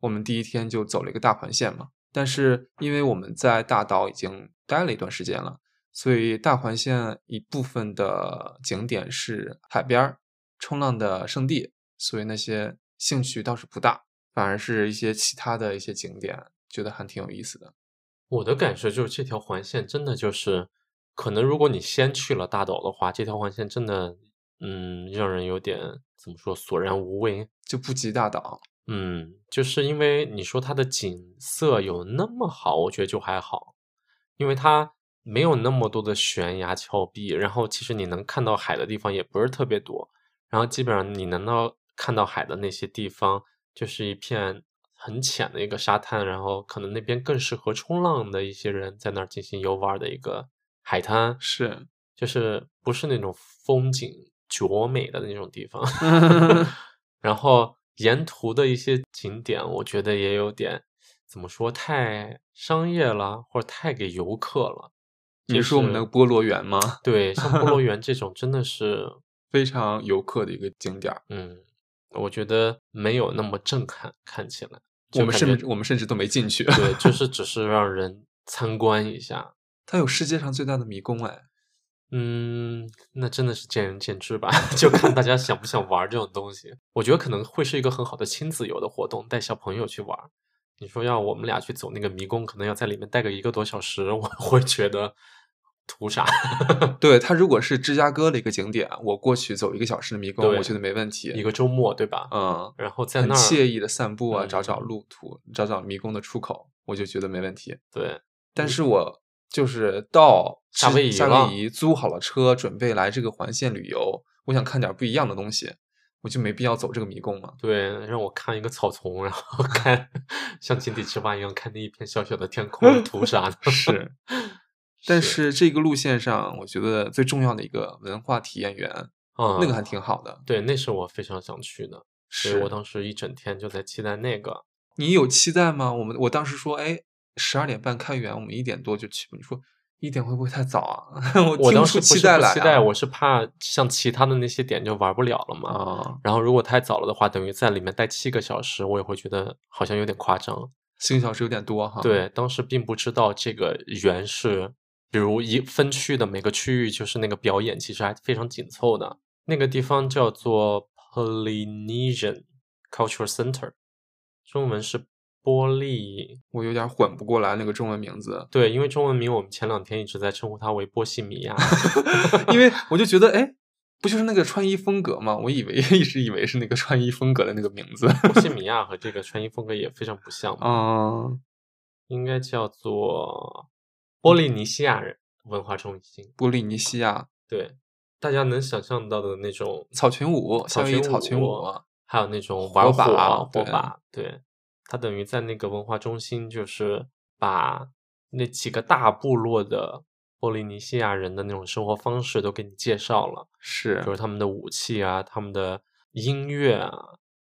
[SPEAKER 2] 我们第一天就走了一个大环线嘛，但是因为我们在大岛已经待了一段时间了，所以大环线一部分的景点是海边儿冲浪的圣地，所以那些兴趣倒是不大，反而是一些其他的一些景点，觉得还挺有意思的。
[SPEAKER 1] 我的感受就是这条环线真的就是，可能如果你先去了大岛的话，这条环线真的，嗯，让人有点怎么说索然无味。
[SPEAKER 2] 就不及大岛，
[SPEAKER 1] 嗯，就是因为你说它的景色有那么好，我觉得就还好，因为它没有那么多的悬崖峭壁，然后其实你能看到海的地方也不是特别多，然后基本上你能到看到海的那些地方，就是一片很浅的一个沙滩，然后可能那边更适合冲浪的一些人在那儿进行游玩的一个海滩，
[SPEAKER 2] 是
[SPEAKER 1] 就是不是那种风景绝美的那种地方。 然后沿途的一些景点，我觉得也有点怎么说，太商业了，或者太给游客了。
[SPEAKER 2] 你
[SPEAKER 1] 就
[SPEAKER 2] 说我们那
[SPEAKER 1] 是
[SPEAKER 2] 个菠萝园吗？
[SPEAKER 1] 对，像菠萝园这种真的是，
[SPEAKER 2] 非常游客的一个景点儿，
[SPEAKER 1] 嗯，我觉得没有那么震撼，看起来
[SPEAKER 2] 我们
[SPEAKER 1] 甚
[SPEAKER 2] 甚
[SPEAKER 1] 至
[SPEAKER 2] 至我们甚至都没进去。
[SPEAKER 1] 对，就是只是让人参观一下。
[SPEAKER 2] 它有世界上最大的迷宫哎，
[SPEAKER 1] 嗯，那真的是见仁见智吧， 就看大家想不想玩这种东西。我觉得可能会是一个很好的亲子游的活动，带小朋友去玩。你说要我们俩去走那个迷宫，可能要在里面待个一个多小时， 我会觉得图啥？
[SPEAKER 2] 对它如果是芝加哥的一个景点，我过去走一个小时的迷宫，
[SPEAKER 1] 对
[SPEAKER 2] 我觉得没问
[SPEAKER 1] 一
[SPEAKER 2] 题。
[SPEAKER 1] 个周末对吧？
[SPEAKER 2] 嗯，
[SPEAKER 1] 然后在
[SPEAKER 2] 很
[SPEAKER 1] 那
[SPEAKER 2] 惬
[SPEAKER 1] 儿
[SPEAKER 2] 意的散步啊，找
[SPEAKER 1] 嗯
[SPEAKER 2] 找路途，找找迷宫的出口，我就觉得没问题。
[SPEAKER 1] 对，
[SPEAKER 2] 但是我就是到
[SPEAKER 1] 嗯夏
[SPEAKER 2] 是
[SPEAKER 1] 威夷
[SPEAKER 2] 夏
[SPEAKER 1] 了
[SPEAKER 2] 威夷租好了车，准备来这个环线旅游，我想看点不一样的东西，我就没必要走这个迷宫 嘛。
[SPEAKER 1] 对，让我看一个草丛，然后看像井底之蛙一样看那一片小小的天 空，图啥呢？
[SPEAKER 2] 是， 但是这个路线上，我觉得最重要的一个文化体验园，
[SPEAKER 1] 啊，
[SPEAKER 2] 那个还挺好的。
[SPEAKER 1] 对，那是我非常想去的，所以
[SPEAKER 2] 是
[SPEAKER 1] 我，当时一整天就在期待那个。
[SPEAKER 2] 你有期待吗？我们我当时说，哎，十二点半开园，我们一点多就去吧。你说一点会不会太早啊？ 我
[SPEAKER 1] 我
[SPEAKER 2] 听
[SPEAKER 1] 当
[SPEAKER 2] 不
[SPEAKER 1] 时
[SPEAKER 2] 出
[SPEAKER 1] 不
[SPEAKER 2] 期
[SPEAKER 1] 是
[SPEAKER 2] 待
[SPEAKER 1] 不
[SPEAKER 2] 来、啊。
[SPEAKER 1] 期待，我是怕像其他的那些点就玩不了了嘛。
[SPEAKER 2] 啊，
[SPEAKER 1] 然后如果太早了的话，等于在里面待七个小时，我也会觉得好像有点夸张。
[SPEAKER 2] 四个小时有点多哈。，
[SPEAKER 1] 对，当时并不知道这个园是，比如一分区的每个区域就是那个表演，其实还非常紧凑的。那个地方叫做 Polynesian Cultural Center，中文是波利。
[SPEAKER 2] 我有点混不过来那个中文名字。
[SPEAKER 1] 对，因为中文名我们前两天一直在称呼它为波西米亚。
[SPEAKER 2] 因为我就觉得，哎，不就是那个穿衣风格吗？我以为 一直以为是那个穿衣风格的那个名字。
[SPEAKER 1] 波西米亚和这个穿衣风格也非常不像嘛，
[SPEAKER 2] 嗯，
[SPEAKER 1] 应该叫做波利尼西亚人文化中心。
[SPEAKER 2] 波利尼西亚
[SPEAKER 1] 对，大家能想象到的那种
[SPEAKER 2] 草裙舞，夏威夷草裙舞啊，
[SPEAKER 1] 还有那种玩火
[SPEAKER 2] 把
[SPEAKER 1] 火
[SPEAKER 2] 对
[SPEAKER 1] 把，对，它等于在那个文化中心，就是把那几个大部落的波利尼西亚人的那种生活方式都给你介绍了，
[SPEAKER 2] 是
[SPEAKER 1] 比如他们的武器啊，他们的音乐啊，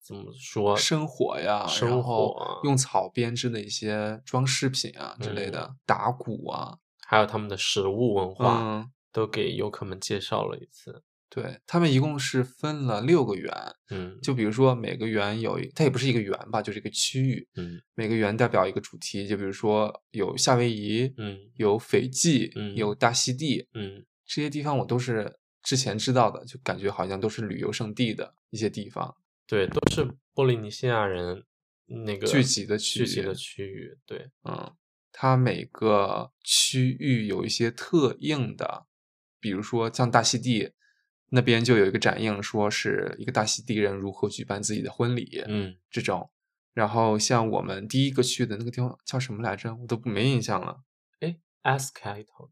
[SPEAKER 1] 怎么说？
[SPEAKER 2] 生火呀，
[SPEAKER 1] 生
[SPEAKER 2] 然后
[SPEAKER 1] 火
[SPEAKER 2] 用草编织的一些装饰品啊之
[SPEAKER 1] 嗯
[SPEAKER 2] 类的，打鼓啊，
[SPEAKER 1] 还有他们的食物文化，
[SPEAKER 2] 嗯，
[SPEAKER 1] 都给游客们介绍了一次。
[SPEAKER 2] 对他们一共是分了六个园，
[SPEAKER 1] 嗯，
[SPEAKER 2] 就比如说每个园有一，它也不是一个园吧，就是一个区域，
[SPEAKER 1] 嗯
[SPEAKER 2] 每个园代表一个主题，就比如说有夏威夷，
[SPEAKER 1] 嗯
[SPEAKER 2] 有斐济，
[SPEAKER 1] 嗯
[SPEAKER 2] 有大溪地，
[SPEAKER 1] 嗯，
[SPEAKER 2] 这些地方我都是之前知道的，就感觉好像都是旅游胜地的一些地方，
[SPEAKER 1] 对，都是波利尼西亚人那个
[SPEAKER 2] 聚集的区
[SPEAKER 1] 聚集的
[SPEAKER 2] 域。
[SPEAKER 1] 区域，对，
[SPEAKER 2] 嗯，它每个区域有一些特映的，比如说像大溪地那边就有一个展映，说是一个大溪地人如何举办自己的婚礼
[SPEAKER 1] 嗯
[SPEAKER 2] 这种。然后像我们第一个去的那个地方叫什么来着，我都没印象了。
[SPEAKER 1] ，S 开头，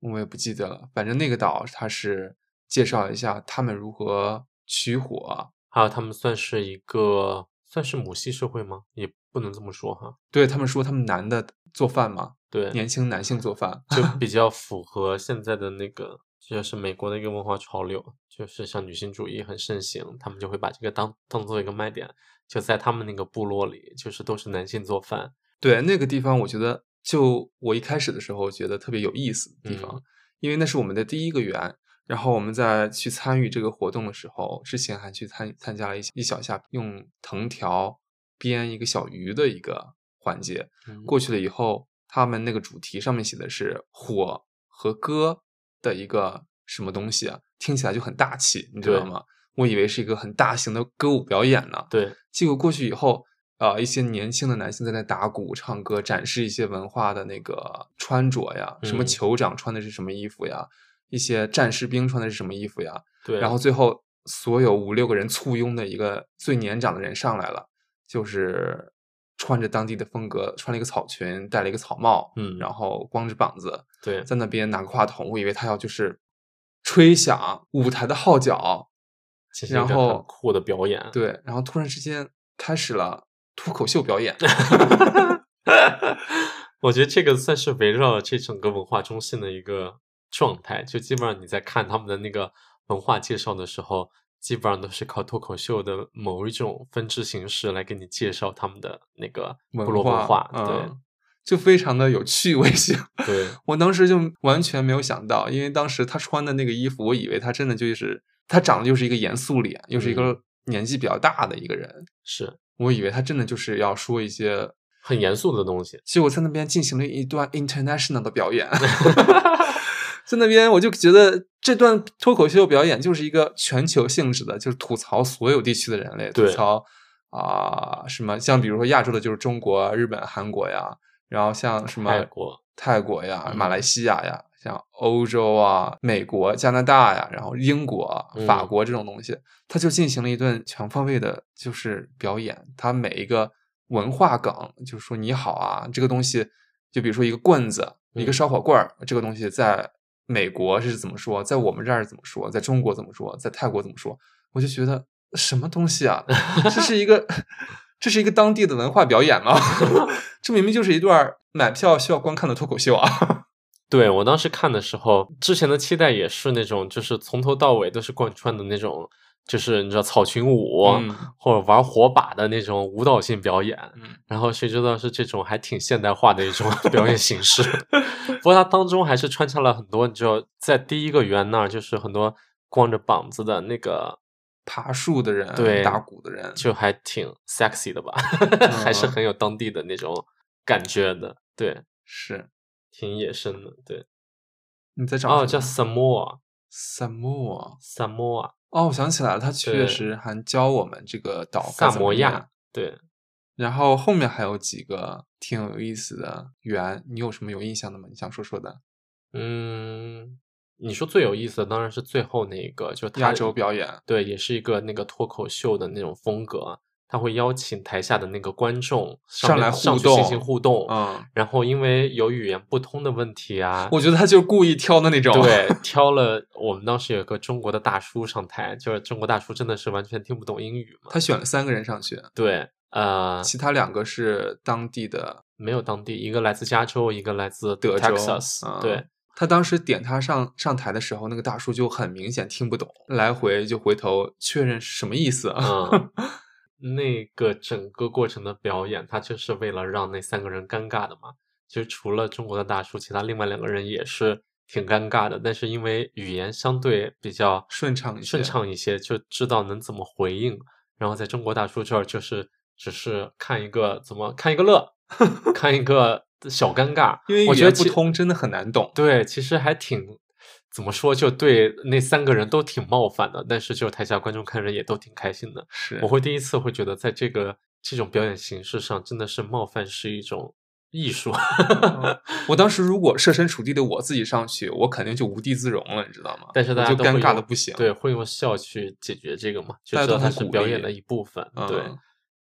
[SPEAKER 2] 我也不记得了，反正那个岛它是介绍一下他们如何取火，
[SPEAKER 1] 还有他们算是一个算是母系社会吗？也不能这么说哈，
[SPEAKER 2] 对他们说他们男的做饭嘛，
[SPEAKER 1] 对，
[SPEAKER 2] 年轻男性做饭，
[SPEAKER 1] 就 比较符合现在的那个。就是美国的一个文化潮流，就是像女性主义很盛行，他们就会把这个当当做一个卖点，就在他们那个部落里，就是都是男性做饭，
[SPEAKER 2] 对那个地方，我觉得就我一开始的时候觉得特别有意思的地方，
[SPEAKER 1] 嗯
[SPEAKER 2] 因为那是我们的第一个园。然后我们在去参与这个活动的时候，之前还去参参加了一一小下用藤条编一个小鱼的一个环节。
[SPEAKER 1] 嗯
[SPEAKER 2] 过去了以后，他们那个主题上面写的是火和歌的一个什么东西啊，听起来就很大气，你知道
[SPEAKER 1] 对
[SPEAKER 2] 吗？我以为是一个很大型的歌舞表演呢。
[SPEAKER 1] 对，
[SPEAKER 2] 结果过去以后，呃，一些年轻的男性在那打鼓、唱歌，展示一些文化的那个穿着呀，什么
[SPEAKER 1] 嗯
[SPEAKER 2] 酋长穿的是什么衣服呀，一些战士兵穿的是什么衣服呀。
[SPEAKER 1] 对，
[SPEAKER 2] 然后最后，所有五六个人簇拥的一个最年长的人上来了，就是穿着当地的风格，穿了一个草裙，戴了一个草帽，
[SPEAKER 1] 嗯
[SPEAKER 2] 然后光着膀子
[SPEAKER 1] 对，
[SPEAKER 2] 在那边拿个话筒，我以为他要就是吹响舞台的号角，
[SPEAKER 1] 进行一个
[SPEAKER 2] 然后
[SPEAKER 1] 很酷的表演，
[SPEAKER 2] 对，然后突然之间开始了脱口秀表 演，
[SPEAKER 1] 我觉得这个算是围绕这整个文化中心的一个状态，就基本上你在看他们的那个文化介绍的时候，基本上都是靠脱口秀的某一种分支形式来给你介绍他们的那个部落文化。
[SPEAKER 2] 嗯，就非常的有趣味性。
[SPEAKER 1] 对对，
[SPEAKER 2] 我当时就完全没有想到，因为当时他穿的那个衣服，我以为他真的就是他长得就是一个严肃脸，又是一
[SPEAKER 1] 嗯
[SPEAKER 2] 个年纪比较大的一个人，
[SPEAKER 1] 是
[SPEAKER 2] 我以为他真的就是要说一些
[SPEAKER 1] 很严肃的东西。
[SPEAKER 2] 其实我在那边进行了一段 international 的表演， 在那边我就觉得这段脱口秀表演就是一个全球性质的，就是吐槽所有地区的人类，吐
[SPEAKER 1] 对
[SPEAKER 2] 槽啊、什么，像比如说亚洲的就是中国啊、日本、韩国呀，然后像什么
[SPEAKER 1] 泰国，
[SPEAKER 2] 泰国呀、
[SPEAKER 1] 嗯
[SPEAKER 2] 马来西亚呀，像欧洲啊、美国、加拿大呀，然后英国啊、
[SPEAKER 1] 嗯
[SPEAKER 2] 法国这种东西，他就进行了一顿全方位的，就是表演。他每一个文化梗，就是说你好啊，这个东西，就比如说一个棍子、一个
[SPEAKER 1] 嗯
[SPEAKER 2] 烧火棍儿，这个东西在美国是怎么说，在我们这儿怎么说，在中国怎么说，在泰国怎么说，我就觉得什么东西啊，这是一个。这是一个当地的文化表演吗？ 这明明就是一段买票需要观看的脱口秀啊！
[SPEAKER 1] 对我当时看的时候，之前的期待也是那种，就是从头到尾都是贯穿的那种，就是你知道草裙舞、
[SPEAKER 2] 嗯
[SPEAKER 1] 或者玩火把的那种舞蹈性表演。
[SPEAKER 2] 嗯
[SPEAKER 1] 然后谁知道是这种还挺现代化的一种 表演形式，不过它当中还是穿插了很多，你知道，在第一个圆那儿就是很多光着膀子的那个，
[SPEAKER 2] 爬树的人，
[SPEAKER 1] 对
[SPEAKER 2] 打鼓的人，
[SPEAKER 1] 就还挺 sexy 的吧，
[SPEAKER 2] 嗯
[SPEAKER 1] 还是很有当地的那种感觉的，对，
[SPEAKER 2] 是
[SPEAKER 1] 挺野生的，对。
[SPEAKER 2] 你在找
[SPEAKER 1] 哦，
[SPEAKER 2] 什
[SPEAKER 1] 叫
[SPEAKER 2] 么
[SPEAKER 1] Samoa，Samoa。
[SPEAKER 2] Samoa 哦，我想起来了，他确
[SPEAKER 1] 对
[SPEAKER 2] 实还教我们这个岛该
[SPEAKER 1] 萨
[SPEAKER 2] 怎么
[SPEAKER 1] 摩
[SPEAKER 2] 念
[SPEAKER 1] 亚，。对，
[SPEAKER 2] 然后后面还有几个挺有意思的圆，你有什么有印象的吗？你想说说的
[SPEAKER 1] 嗯，你说最有意思的当然是最后那一个，就他
[SPEAKER 2] 亚洲表演，
[SPEAKER 1] 对，也是一个那个脱口秀的那种风格，啊他会邀请台下的那个观众
[SPEAKER 2] 上
[SPEAKER 1] 面
[SPEAKER 2] 来
[SPEAKER 1] 上
[SPEAKER 2] 互
[SPEAKER 1] 去进行
[SPEAKER 2] 动
[SPEAKER 1] 互动，
[SPEAKER 2] 嗯，
[SPEAKER 1] 然后因为有语言不通的问题啊，
[SPEAKER 2] 我觉得他就是故意挑的那种，
[SPEAKER 1] 对，挑了我们当时有个中国的大叔上台，就是中国大叔真的是完全听不懂英语嘛，
[SPEAKER 2] 他选了三个人上去，
[SPEAKER 1] 对，呃，
[SPEAKER 2] 其他两个是当地的
[SPEAKER 1] 没有当地，一个来自加州，一个来自
[SPEAKER 2] 德州
[SPEAKER 1] Texas，、
[SPEAKER 2] 嗯
[SPEAKER 1] 对，
[SPEAKER 2] 他当时点他上上台的时候，那个大叔就很明显听不懂，来回就回头确认是什么意思。啊
[SPEAKER 1] 嗯 那个整个过程的表演，他就是为了让那三个人尴尬的嘛。就除了中国的大叔，其他另外两个人也是挺尴尬的，但是因为语言相对比较
[SPEAKER 2] 顺畅一些
[SPEAKER 1] 顺畅一些，就知道能怎么回应。然后在中国大叔这儿，就是只是看一个怎么看一个乐，看一个小尴尬，
[SPEAKER 2] 因为
[SPEAKER 1] 我
[SPEAKER 2] 语
[SPEAKER 1] 觉得
[SPEAKER 2] 言不
[SPEAKER 1] 其
[SPEAKER 2] 通，真的很难懂。
[SPEAKER 1] 对，其实还挺怎么说，就对那三个人都挺冒犯的，但是就台下观众看着也都挺开心的。
[SPEAKER 2] 是
[SPEAKER 1] 我 会第一次会觉得，在这个这种表演形式上，真的是冒犯是一种艺术。
[SPEAKER 2] 嗯我当时如果设身处地的我自己上去，我肯定就无地自容了，你知道吗？
[SPEAKER 1] 但是大
[SPEAKER 2] 我
[SPEAKER 1] 家
[SPEAKER 2] 就
[SPEAKER 1] 都会
[SPEAKER 2] 尴尬
[SPEAKER 1] 用
[SPEAKER 2] 的不行。
[SPEAKER 1] 对，会用笑去解决这个嘛，就
[SPEAKER 2] 大
[SPEAKER 1] 知
[SPEAKER 2] 家
[SPEAKER 1] 道
[SPEAKER 2] 都
[SPEAKER 1] 它
[SPEAKER 2] 很
[SPEAKER 1] 是
[SPEAKER 2] 鼓
[SPEAKER 1] 表演
[SPEAKER 2] 励
[SPEAKER 1] 的一部分。
[SPEAKER 2] 嗯，
[SPEAKER 1] 对，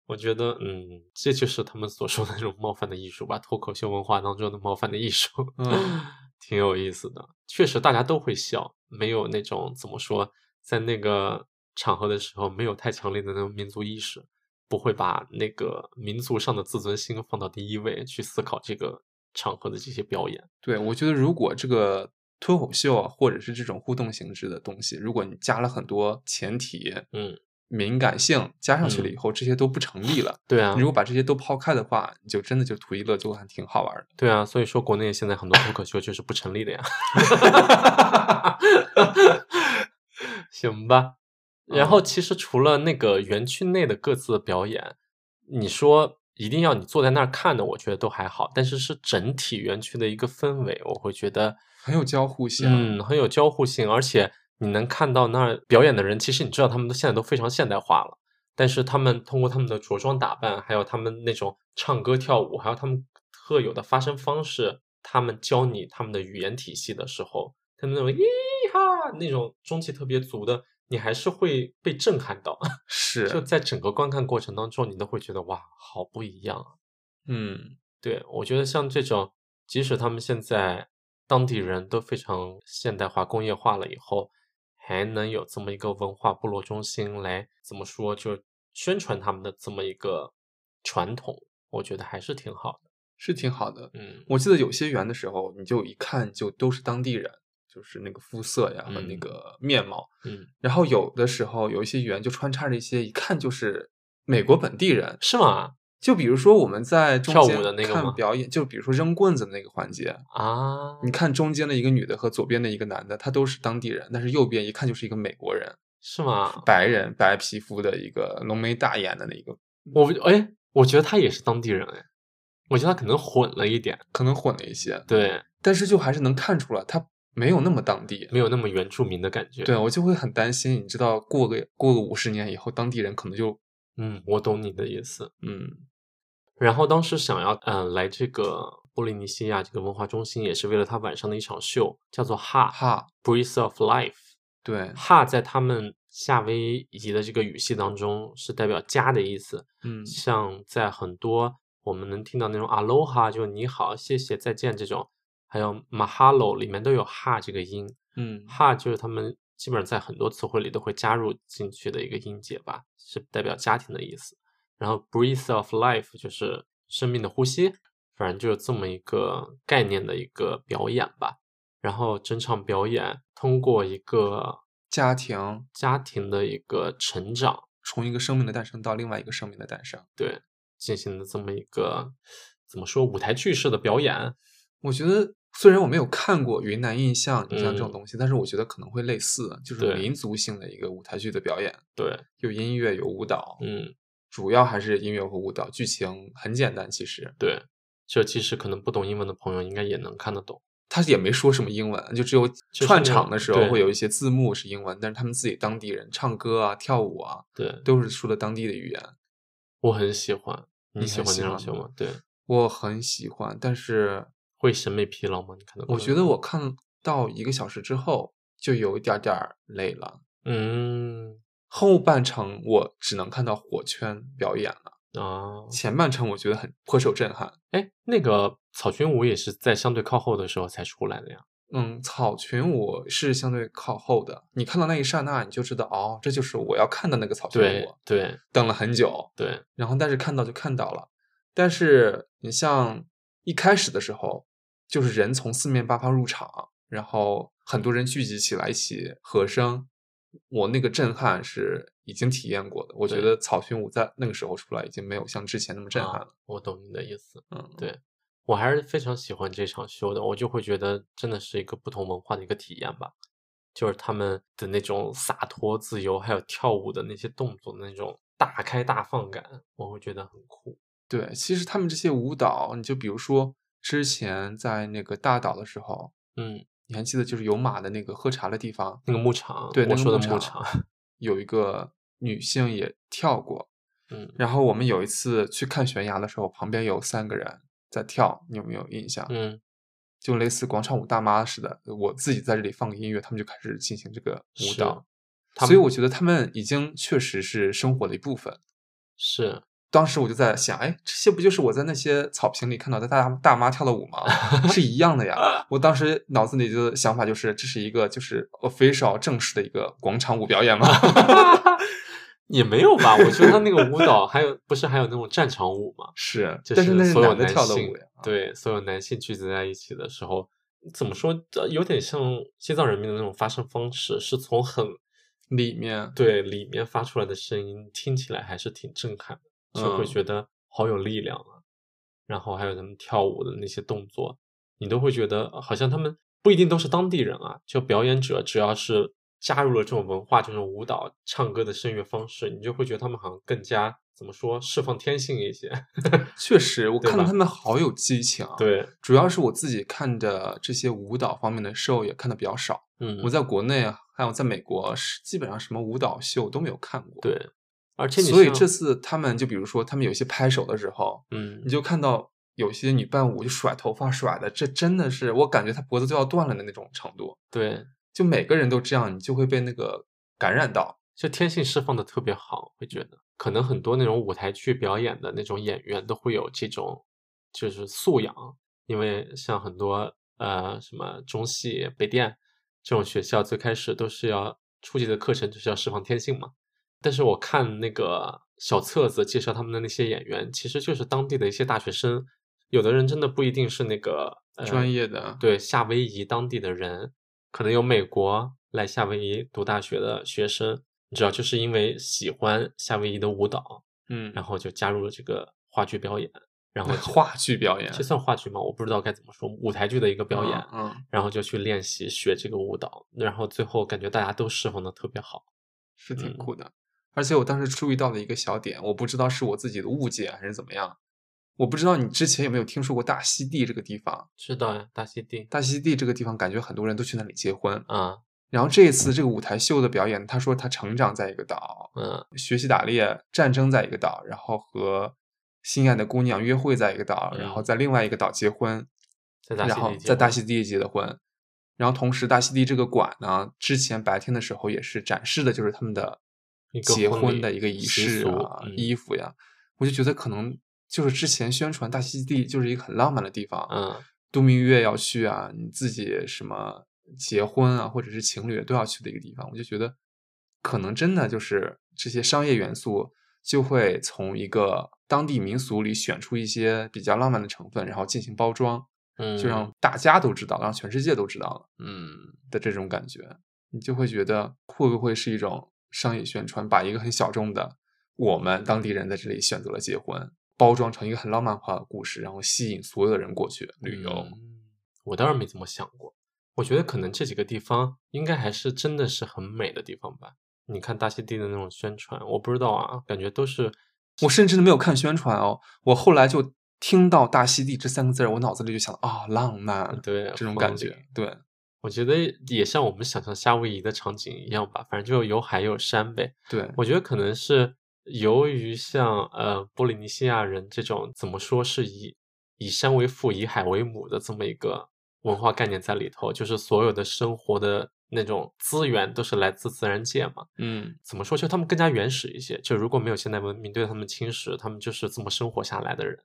[SPEAKER 1] 我觉得，嗯，这就是他们所说的那种冒犯的艺术吧，脱口秀文化当中的冒犯的艺术，
[SPEAKER 2] 嗯
[SPEAKER 1] 挺有意思的。确实，大家都会笑，没有那种怎么说，在那个场合的时候，没有太强烈的那种民族意识，不会把那个民族上的自尊心放到第一位去思考这个场合的这些表演。
[SPEAKER 2] 对，我觉得如果这个脱口秀啊，或者是这种互动形式的东西，如果你加了很多前提、
[SPEAKER 1] 嗯，
[SPEAKER 2] 敏感性加上去了
[SPEAKER 1] 嗯
[SPEAKER 2] 以后，这些都不成立了。
[SPEAKER 1] 对啊
[SPEAKER 2] 你，如果把这些都抛开的话，你就真的就图一乐，就还挺好玩的。
[SPEAKER 1] 对啊，所以说国内现在很多脱口秀就是不成立的呀。 行吧。然后其实除了那个园区内的各自的表演，你说一定要你坐在那儿看的，我觉得都还好。但是是整体园区的一个氛围，我会觉得
[SPEAKER 2] 很有交互性。，
[SPEAKER 1] 嗯很有交互性，而且你能看到那儿表演的人，其实你知道他们都现在都非常现代化了，但是他们通过他们的着装打扮，还有他们那种唱歌跳舞，还有他们特有的发声方式，他们教你他们的语言体系的时候，他们那种耶哈那种中气特别足的，你还是会被震撼到。 就是在整个观看过程当中，你都会觉得哇，好不一样啊！
[SPEAKER 2] 嗯，
[SPEAKER 1] 对我觉得像这种，即使他们现在当地人都非常现代化、工业化了以后，还能有这么一个文化部落中心来怎么说，就宣传他们的这么一个传统，我觉得还是挺好的。
[SPEAKER 2] 是挺好的。
[SPEAKER 1] 嗯
[SPEAKER 2] 我记得有些园的时候，你就一看就都是当地人，就是那个肤色呀和那
[SPEAKER 1] 嗯
[SPEAKER 2] 个面貌。
[SPEAKER 1] 嗯，
[SPEAKER 2] 然后有的时候有一些园就穿插着一些一看就是美国本地人，
[SPEAKER 1] 是吗？
[SPEAKER 2] 就比如说我们在中
[SPEAKER 1] 跳舞
[SPEAKER 2] 间
[SPEAKER 1] 的那个吗
[SPEAKER 2] 看表演，就比如说扔棍子的那个环节，
[SPEAKER 1] 啊，
[SPEAKER 2] 你看中间的一个女的和左边的一个男的，他都是当地人，但是右边一看就是一个美国人，
[SPEAKER 1] 是吗？
[SPEAKER 2] 白人白皮肤的一个浓眉大眼的那一个
[SPEAKER 1] 我哎，我觉得他也是当地人哎，我觉得他可能混了一点，
[SPEAKER 2] 可能混了一些，
[SPEAKER 1] 对，
[SPEAKER 2] 但是就还是能看出来他没有那么当地。
[SPEAKER 1] 没有那么原住民的感觉。
[SPEAKER 2] 对，我就会很担心，你知道，过个过个五十年以后，当地人可能就
[SPEAKER 1] 嗯，我懂你的意思。
[SPEAKER 2] 嗯，
[SPEAKER 1] 然后当时想要嗯、呃来这个波利尼西亚这个文化中心，也是为了他晚上的一场秀，叫做《哈
[SPEAKER 2] 哈，
[SPEAKER 1] Breeze of Life》。
[SPEAKER 2] 对，
[SPEAKER 1] 哈在他们夏威夷的这个语系当中是代表家的意思，
[SPEAKER 2] 嗯
[SPEAKER 1] 像在很多我们能听到那种 aloha 就是你好、谢谢、再见这种，还有 mahalo 里面都有哈这个音，
[SPEAKER 2] 嗯，
[SPEAKER 1] 哈就是他们基本上在很多词汇里都会加入进去的一个音节吧，是代表家庭的意思。然后 breath of life 就是生命的呼吸，反正就是这么一个概念的一个表演吧。然后整场表演通过一个
[SPEAKER 2] 家庭
[SPEAKER 1] 家庭的一个成长，
[SPEAKER 2] 从一个生命的诞生到另外一个生命的诞生，
[SPEAKER 1] 对，进行了这么一个怎么说舞台剧式的表演，
[SPEAKER 2] 我觉得虽然我没有看过云南印象，你像这种
[SPEAKER 1] 嗯
[SPEAKER 2] 东西，但是我觉得可能会类似，就是
[SPEAKER 1] 对
[SPEAKER 2] 民族性的一个舞台剧的表演，
[SPEAKER 1] 对，
[SPEAKER 2] 有音乐有舞蹈，
[SPEAKER 1] 嗯，
[SPEAKER 2] 主要还是音乐和舞蹈，剧情很简单，其实
[SPEAKER 1] 对，这其实可能不懂英文的朋友应该也能看得懂。
[SPEAKER 2] 他也没说什么英文，就只有
[SPEAKER 1] 是
[SPEAKER 2] 串
[SPEAKER 1] 那
[SPEAKER 2] 场
[SPEAKER 1] 种
[SPEAKER 2] 的时候
[SPEAKER 1] 对
[SPEAKER 2] 会有一些字幕是英文，但是他们自己当地人唱歌啊、跳舞啊，
[SPEAKER 1] 对，
[SPEAKER 2] 都是说的当地的语言。
[SPEAKER 1] 我很喜欢。
[SPEAKER 2] 你
[SPEAKER 1] 你喜
[SPEAKER 2] 很
[SPEAKER 1] 欢
[SPEAKER 2] 喜
[SPEAKER 1] 那种
[SPEAKER 2] 欢
[SPEAKER 1] 秀
[SPEAKER 2] 吗
[SPEAKER 1] 吗？对，
[SPEAKER 2] 我很喜欢，但是
[SPEAKER 1] 会审美疲劳吗？你看到
[SPEAKER 2] 我觉得我看到一个小时之后就有一点点儿累了。
[SPEAKER 1] 嗯
[SPEAKER 2] 后半程我只能看到火圈表演了，
[SPEAKER 1] 啊，
[SPEAKER 2] 前半程我觉得很颇受震撼。
[SPEAKER 1] 哎，那个草裙舞也是在相对靠后的时候才出来的呀。
[SPEAKER 2] 嗯，草裙舞是相对靠后的，你看到那一刹那，你就知道哦，这就是我要看的那个草裙
[SPEAKER 1] 对
[SPEAKER 2] 舞。
[SPEAKER 1] 对
[SPEAKER 2] 等了很久，
[SPEAKER 1] 对，
[SPEAKER 2] 然后但是看到就看到了，但是你像一开始的时候，就是人从四面八方入场，然后很多人聚集起来一起和声，我那个震撼是已经体验过的。我觉
[SPEAKER 1] 对
[SPEAKER 2] 得草裙舞在那个时候出来已经没有像之前那么震撼了。
[SPEAKER 1] 啊我懂你的意思。
[SPEAKER 2] 嗯，
[SPEAKER 1] 对我还是非常喜欢这场秀的，我就会觉得真的是一个不同文化的一个体验吧，就是他们的那种洒脱、自由，还有跳舞的那些动作那种大开大放感，我会觉得很酷。
[SPEAKER 2] 对，其实他们这些舞蹈，你就比如说之前在那个大岛的时候，
[SPEAKER 1] 嗯，
[SPEAKER 2] 你还记得就是有马的那个喝茶的地方，
[SPEAKER 1] 那个牧场，
[SPEAKER 2] 对，
[SPEAKER 1] 嗯
[SPEAKER 2] 那
[SPEAKER 1] 我
[SPEAKER 2] 个
[SPEAKER 1] 说的
[SPEAKER 2] 牧
[SPEAKER 1] 牧
[SPEAKER 2] 场啊
[SPEAKER 1] 场，
[SPEAKER 2] 有一个女性也跳过，
[SPEAKER 1] 嗯
[SPEAKER 2] 然后我们有一次去看悬崖的时候，旁边有三个人在跳，你有没有印象？
[SPEAKER 1] 嗯。
[SPEAKER 2] 就类似广场舞大妈似的，我自己在这里放个音乐，他们就开始进行这个舞
[SPEAKER 1] 是
[SPEAKER 2] 蹈。
[SPEAKER 1] 他
[SPEAKER 2] 所以
[SPEAKER 1] 们
[SPEAKER 2] 我觉得他们已经确实是生活的一部分。
[SPEAKER 1] 是，
[SPEAKER 2] 当时我就在想，哎，这些不就是我在那些草坪里看到的大大妈跳的舞吗？是一样 的呀。我当时脑子里的想法就是，这是一个就是 official 正式的一个广场舞表演吗？
[SPEAKER 1] 也没有吧？我觉得他那个舞蹈还有不是还有那种战场舞嘛，
[SPEAKER 2] 是，
[SPEAKER 1] 就
[SPEAKER 2] 但是那是
[SPEAKER 1] 所有
[SPEAKER 2] 男的
[SPEAKER 1] 男
[SPEAKER 2] 跳的
[SPEAKER 1] 性
[SPEAKER 2] 舞呀。
[SPEAKER 1] 对所有男性聚集在一起的时候，怎么说？这有点像西藏人民的那种发声方式，是从很
[SPEAKER 2] 里面
[SPEAKER 1] 对里面发出来的声音，听起来还是挺震撼的，就
[SPEAKER 2] 嗯
[SPEAKER 1] 会觉得好有力量啊。然后还有他们跳舞的那些动作，你都会觉得呃好像他们不一定都是当地人啊，就表演者只要是加入了这种文化、这种舞蹈、唱歌的声乐方式，你就会觉得他们好像更加怎么说，释放天性一些。
[SPEAKER 2] 确实，我
[SPEAKER 1] 对
[SPEAKER 2] 看到
[SPEAKER 1] 吧
[SPEAKER 2] 他们好有激情啊。，
[SPEAKER 1] 对，
[SPEAKER 2] 主要是我自己看的这些舞蹈方面的 show 也看的比较少。
[SPEAKER 1] 嗯，
[SPEAKER 2] 我在国内啊还有在美国是基本上什么舞蹈秀都没有看过。，
[SPEAKER 1] 对，而且你
[SPEAKER 2] 所以
[SPEAKER 1] 像
[SPEAKER 2] 这次他们就比如说他们有些拍手的时候，
[SPEAKER 1] 嗯
[SPEAKER 2] 你就看到有些女伴舞就甩头发甩的，这真的是我感觉她脖子都要断了的那种程度。
[SPEAKER 1] 对，
[SPEAKER 2] 就每个人都这样，你就会被那个感染到。
[SPEAKER 1] 就天性释放的特别好，会觉得可能很多那种舞台剧表演的那种演员都会有这种就是素养，因为像很多呃什么中戏、北电这种学校，最开始都是要初级的课程就是要释放天性嘛。但是我看那个小册子介绍他们的那些演员，其实就是当地的一些大学生，有的人真的不一定是那个、呃、
[SPEAKER 2] 专业的，
[SPEAKER 1] 对夏威夷当地的人，可能有美国来夏威夷读大学的学生，你知道，就是因为喜欢夏威夷的舞蹈，
[SPEAKER 2] 嗯，
[SPEAKER 1] 然后就加入了这个话剧表演，然后就
[SPEAKER 2] 话剧表演
[SPEAKER 1] 这算话剧吗？我不知道该怎么说，舞台剧的一个表演，
[SPEAKER 2] 嗯，嗯
[SPEAKER 1] 然后就去练习学这个舞蹈，然后最后感觉大家都释放的特别好，
[SPEAKER 2] 是
[SPEAKER 1] 嗯
[SPEAKER 2] 挺啊酷的。而且我当时注意到了一个小点，我不知道是我自己的误解还是怎么样。我不知道你之前有没有听说过大溪地这个地方？
[SPEAKER 1] 知道呀，大溪地
[SPEAKER 2] 大溪地这个地方，感觉很多人都去那里结婚。
[SPEAKER 1] 啊，
[SPEAKER 2] 然后这一次这个舞台秀的表演，他说他成长在一个岛，
[SPEAKER 1] 嗯
[SPEAKER 2] 学习打猎、战争在一个岛，然后和心爱的姑娘约会在一个岛，然后
[SPEAKER 1] 嗯
[SPEAKER 2] 在另外一个岛结婚，
[SPEAKER 1] 在大溪
[SPEAKER 2] 然后
[SPEAKER 1] 地结
[SPEAKER 2] 在大
[SPEAKER 1] 婚
[SPEAKER 2] 溪地结的婚。然后同时，大溪地这个馆呢，之前白天的时候也是展示的就是他们的
[SPEAKER 1] 一个
[SPEAKER 2] 结
[SPEAKER 1] 婚
[SPEAKER 2] 婚
[SPEAKER 1] 礼
[SPEAKER 2] 的一个仪
[SPEAKER 1] 习
[SPEAKER 2] 式
[SPEAKER 1] 俗
[SPEAKER 2] 啊、
[SPEAKER 1] 嗯
[SPEAKER 2] 衣服呀，我就觉得可能就是之前宣传大溪地就是一个很浪漫的地方，
[SPEAKER 1] 嗯
[SPEAKER 2] 度蜜月要去啊，你自己什么结婚啊，或者是情侣都要去的一个地方。我就觉得，可能真的就是这些商业元素就会从一个当地民俗里选出一些比较浪漫的成分，然后进行包装，
[SPEAKER 1] 嗯，
[SPEAKER 2] 就让大家都知道，让全世界都知道了
[SPEAKER 1] 嗯
[SPEAKER 2] 的这种感觉，你就会觉得会不会是一种商业宣传，把一个很小众的我们当地人在这里选择了结婚。包装成一个很浪漫化的故事，然后吸引所有的人过去旅游。
[SPEAKER 1] 嗯我倒是没怎么想过，我觉得可能这几个地方应该还是真的是很美的地方吧。你看大溪地的那种宣传，我不知道啊，感觉都是
[SPEAKER 2] 我甚至都没有看宣传哦，我后来就听到“大溪地”这三个字儿，我脑子里就想啊、浪漫
[SPEAKER 1] 对
[SPEAKER 2] 这种
[SPEAKER 1] 婚
[SPEAKER 2] 感
[SPEAKER 1] 礼
[SPEAKER 2] 觉。对，
[SPEAKER 1] 我觉得也像我们想象夏威夷的场景一样吧，反正就有海有山呗。
[SPEAKER 2] 对，
[SPEAKER 1] 我觉得可能是由于像呃波利尼西亚人这种怎么说是以以山为父以海为母的这么一个文化概念在里头，就是所有的生活的那种资源都是来自自然界嘛。
[SPEAKER 2] 嗯
[SPEAKER 1] 怎么说？就他们更加原始一些。就如果没有现代文明对他们侵蚀，他们就是这么生活下来的人，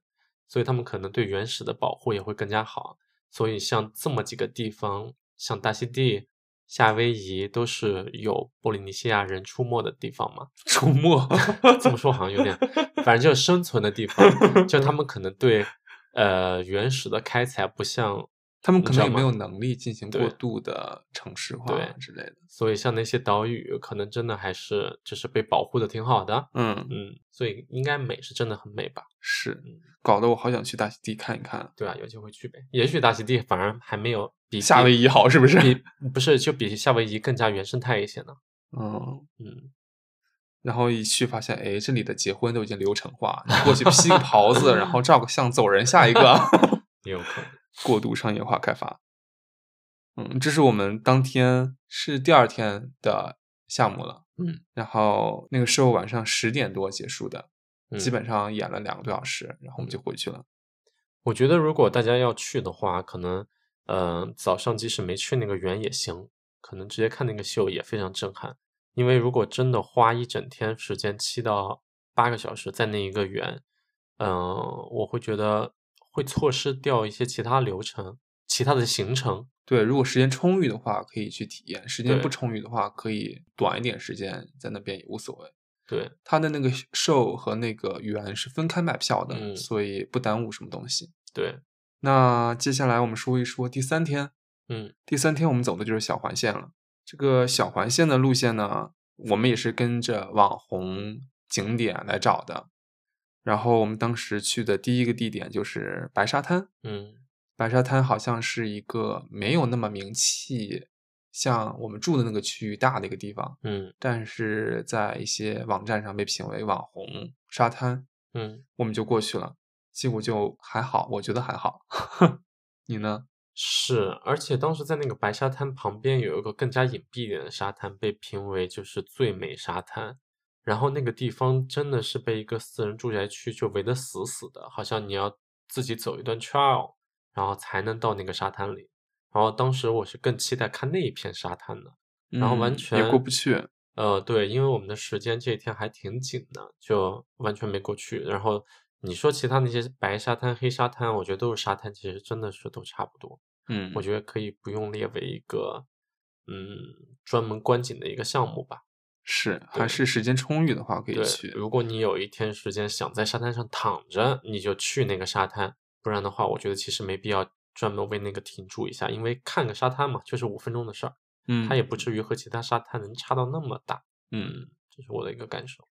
[SPEAKER 1] 所以他们可能对原始的保护也会更加好。所以像这么几个地方，像大溪地、夏威夷，都是有波利尼西亚人出没的地方嘛。
[SPEAKER 2] 出没，
[SPEAKER 1] 这么说好像有点，反正就是生存的地方，就他们可能对呃原始的开采不像
[SPEAKER 2] 他们可
[SPEAKER 1] 你知
[SPEAKER 2] 能
[SPEAKER 1] 道吗
[SPEAKER 2] 也没有能力进行过
[SPEAKER 1] 对
[SPEAKER 2] 度的城市化
[SPEAKER 1] 对
[SPEAKER 2] 之类的。
[SPEAKER 1] 所以像那些岛屿，可能真的还是就是被保护的挺好的。
[SPEAKER 2] 嗯，
[SPEAKER 1] 嗯，所以应该美是真的很美吧？
[SPEAKER 2] 是
[SPEAKER 1] 嗯，
[SPEAKER 2] 搞得我好想去大溪地看一看。
[SPEAKER 1] 对啊，有机会去呗。也许大溪地反而还没有比
[SPEAKER 2] 夏威夷好是不是？
[SPEAKER 1] 比不是就比夏威夷更加原生态一些呢。
[SPEAKER 2] 嗯，
[SPEAKER 1] 嗯，
[SPEAKER 2] 然后一去发现，哎，这里的结婚都已经流程化，你过去披个袍子，然后照个相，走人，下一个。
[SPEAKER 1] 也有可能。
[SPEAKER 2] 过度商业化开发。嗯，这是我们当天是第二天的项目了。
[SPEAKER 1] 嗯，
[SPEAKER 2] 然后那个时候晚上十点多结束的，
[SPEAKER 1] 嗯
[SPEAKER 2] 基本上演了两个多小时，然后我们就回去了。
[SPEAKER 1] 我觉得如果大家要去的话，可能呃早上即使没去那个园也行，可能直接看那个秀也非常震撼。因为如果真的花一整天时间，七到八个小时在那一个园，嗯、我会觉得会错失掉一些其他流程、其他的行程。
[SPEAKER 2] 对，如果时间充裕的话，可以去体验；时间
[SPEAKER 1] 对
[SPEAKER 2] 不充裕的话，可以短一点时间在那边也无所谓。
[SPEAKER 1] 对，
[SPEAKER 2] 它的那个 show 和那个园是分开买票的，
[SPEAKER 1] 嗯
[SPEAKER 2] 所以不耽误什么东西。
[SPEAKER 1] 对，
[SPEAKER 2] 那接下来我们说一说第三天，
[SPEAKER 1] 嗯
[SPEAKER 2] 第三天我们走的就是小环线了。这个小环线的路线呢，我们也是跟着网红景点来找的。然后我们当时去的第一个地点就是白沙滩，
[SPEAKER 1] 嗯
[SPEAKER 2] 白沙滩好像是一个没有那么名气，像我们住的那个区域大的一个地方，
[SPEAKER 1] 嗯
[SPEAKER 2] 但是在一些网站上被评为网红沙滩，
[SPEAKER 1] 嗯，
[SPEAKER 2] 我们就过去了。结果就还好，我觉得还好。 你呢？
[SPEAKER 1] 是。而且当时在那个白沙滩旁边有一个更加隐蔽一点的沙滩，被评为就是最美沙滩。然后那个地方真的是被一个私人住宅区就围得死死的，好像你要自己走一段圈儿哦，然后才能到那个沙滩里。然后当时我是更期待看那一片沙滩的，然后完
[SPEAKER 2] 嗯
[SPEAKER 1] 全
[SPEAKER 2] 也过不去。
[SPEAKER 1] 呃，对，因为我们的时间这一天还挺紧的，就完全没过去。然后你说其他那些白沙滩、黑沙滩，我觉得都是沙滩，其实真的是都差不多。
[SPEAKER 2] 嗯，
[SPEAKER 1] 我觉得可以不用列为一个嗯专门观景的一个项目吧。
[SPEAKER 2] 是，还
[SPEAKER 1] 对
[SPEAKER 2] 是时间充裕的话可以
[SPEAKER 1] 对，
[SPEAKER 2] 去。
[SPEAKER 1] 如果你有一天时间想在沙滩上躺着，你就去那个沙滩；不然的话，我觉得其实没必要专门为那个停住一下，因为看个沙滩嘛，就是五分钟的事儿，
[SPEAKER 2] 嗯，
[SPEAKER 1] 它也不至于和其他沙滩能差到那么大。
[SPEAKER 2] 嗯。，
[SPEAKER 1] 这是我的一个感受。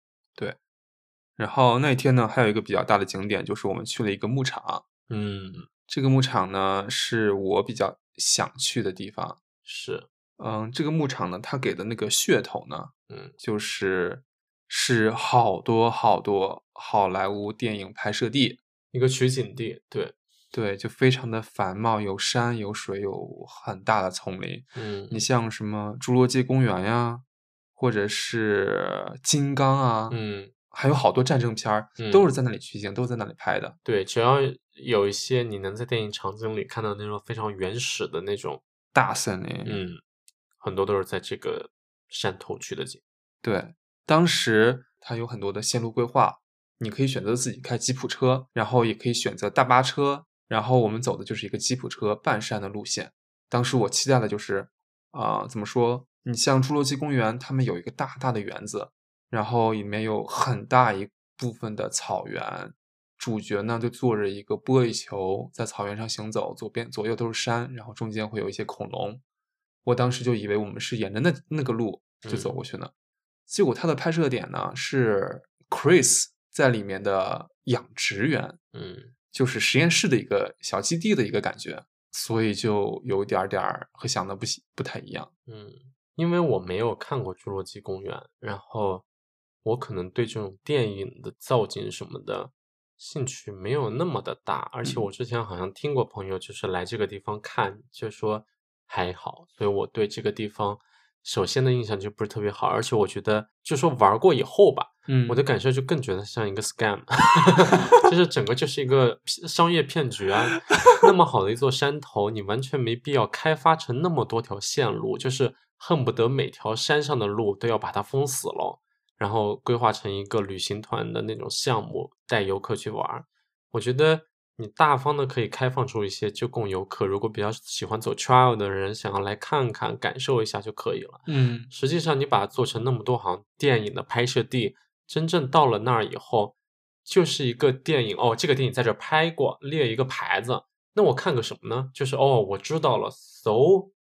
[SPEAKER 2] 然后那天呢，还有一个比较大的景点，就是我们去了一个牧场。
[SPEAKER 1] 嗯，
[SPEAKER 2] 这个牧场呢，是我比较想去的地方。
[SPEAKER 1] 是，
[SPEAKER 2] 嗯，这个牧场呢，它给的那个噱头呢，
[SPEAKER 1] 嗯
[SPEAKER 2] 就是是好多好多好莱坞电影拍摄地。
[SPEAKER 1] 一个取景地，对，
[SPEAKER 2] 对，就非常的繁茂，有山有水，有很大的丛林。
[SPEAKER 1] 嗯
[SPEAKER 2] 你像什么侏罗纪公园呀，或者是金刚啊，
[SPEAKER 1] 嗯，
[SPEAKER 2] 还有好多战争片儿、
[SPEAKER 1] 嗯
[SPEAKER 2] 都是在那里取景，都是在那里拍的。
[SPEAKER 1] 对，只要有一些你能在电影场景里看到那种非常原始的那种，
[SPEAKER 2] 大森林，
[SPEAKER 1] 嗯，很多都是在这个山头取的景。
[SPEAKER 2] 对，当时它有很多的线路规划，你可以选择自己开吉普车，然后也可以选择大巴车，然后我们走的就是一个吉普车半山的路线。当时我期待的就是，啊、怎么说？你像侏罗纪公园，他们有一个大大的园子，然后里面有很大一部分的草原。主角呢就坐着一个玻璃球在草原上行走，左边左右都是山，然后中间会有一些恐龙。我当时就以为我们是沿着那那个路就走
[SPEAKER 1] 嗯
[SPEAKER 2] 过去呢，结果它的拍摄点呢是 Chris 在里面的养殖园，
[SPEAKER 1] 嗯
[SPEAKER 2] 就是实验室的一个小基地的一个感觉，所以就有一点儿点儿和想的不喜不太一样。
[SPEAKER 1] 嗯，因为我没有看过《侏罗纪公园》，然后我可能对这种电影的造景什么的兴趣没有那么的大，而且
[SPEAKER 2] 嗯
[SPEAKER 1] 我之前好像听过朋友就是来这个地方看，就说还好，所以我对这个地方首先的印象就不是特别好，而且我觉得就说玩过以后吧，
[SPEAKER 2] 嗯
[SPEAKER 1] 我的感受就更觉得像一个 scam，就是整个就是一个骗商业骗局啊。那么好的一座山头，你完全没必要开发成那么多条线路，就是恨不得每条山上的路都要把它封死了，然后规划成一个旅行团的那种项目，带游客去玩儿。我觉得你大方的可以开放出一些，就供游客如果比较喜欢走 trail 的人，想要来看看、感受一下就可以了。
[SPEAKER 2] 嗯
[SPEAKER 1] 实际上，你把它做成那么多行电影的拍摄地，真正到了那儿以后，就是一个电影哦，这个电影在这儿拍过，列一个牌子。那我看个什么呢？就是哦，我知道了，so，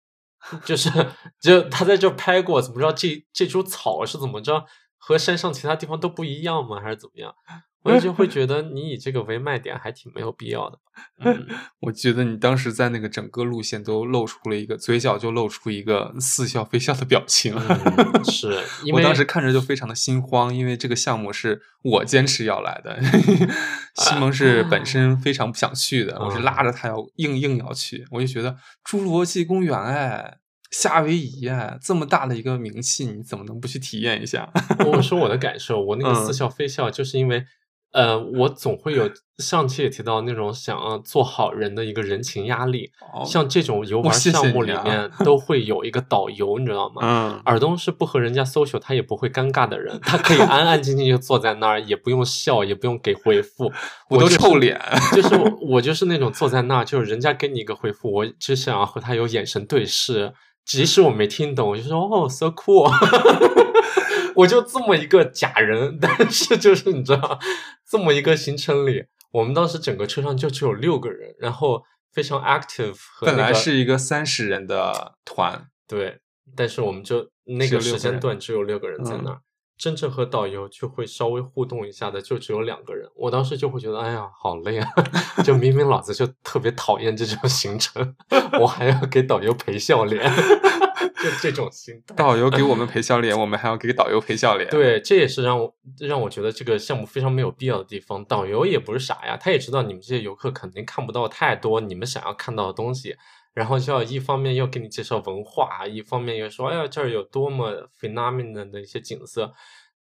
[SPEAKER 1] 就是 就他在这儿拍过，怎么着？这这株草是怎么着？和山上其他地方都不一样吗？还是怎么样？我就就会觉得你以这个为卖点还挺没有必要的。 嗯，
[SPEAKER 2] 我觉得你当时在那个整个路线都露出了一个嘴角就露出一个似笑非笑的表情。
[SPEAKER 1] 嗯是因为
[SPEAKER 2] 我当时看着就非常的心慌，因为这个项目是我坚持要来的，
[SPEAKER 1] 嗯
[SPEAKER 2] 西蒙是
[SPEAKER 1] 啊
[SPEAKER 2] 本身非常不想去的，我是拉着他要硬硬要去，我就觉得侏罗纪公园哎，夏威夷哎，这么大的一个名气，你怎么能不去体验一下？
[SPEAKER 1] 我说我的感受，我那个
[SPEAKER 2] 嗯
[SPEAKER 1] 似笑非笑，就是因为，呃，我总会有上期也提到那种想要做好人的一个人情压力，像这种游
[SPEAKER 2] 哦我
[SPEAKER 1] 玩
[SPEAKER 2] 谢谢
[SPEAKER 1] 项目
[SPEAKER 2] 你
[SPEAKER 1] 里
[SPEAKER 2] 啊
[SPEAKER 1] 面都会有一个导游，你知道吗？
[SPEAKER 2] 嗯
[SPEAKER 1] 尔东是不和人家 social，他也不会尴尬的人，他可以安安静静就坐在那儿，也不用笑，也不用给回复，
[SPEAKER 2] 我都
[SPEAKER 1] 就是
[SPEAKER 2] 臭脸，
[SPEAKER 1] 就是我我就是那种坐在那儿，就是人家给你一个回复，我只想要和他有眼神对视，即使我没听懂，我就说哦，so cool，我就这么一个假人，但是就是你知道，这么一个 行程里，我们当时整个车上就只有六个人，然后非常 active 和
[SPEAKER 2] 本
[SPEAKER 1] 那
[SPEAKER 2] 来
[SPEAKER 1] 个
[SPEAKER 2] 是一个三十人的团，
[SPEAKER 1] 对，但是我们就那
[SPEAKER 2] 嗯只
[SPEAKER 1] 个
[SPEAKER 2] 有六
[SPEAKER 1] 时
[SPEAKER 2] 个
[SPEAKER 1] 间
[SPEAKER 2] 人嗯
[SPEAKER 1] 段只有六个人在那儿，真正和导游就会稍微互动一下的就只有两个人。我当时就会觉得，哎呀，好累啊！ 就明明老子就特别讨厌这种行程， 我还要给导游赔笑脸， 就这种心态。
[SPEAKER 2] 导游给我们陪笑脸，我们还要给导游陪笑脸，，
[SPEAKER 1] 对，这也是让我让我觉得这个项目非常没有必要的地方。导游也不是傻呀，他也知道你们这些游客肯定看不到太多你们想要看到的东西，然后就要一方面要给你介绍文化，啊一方面又说哎呀这儿有多么 phenomenal 的一些景色。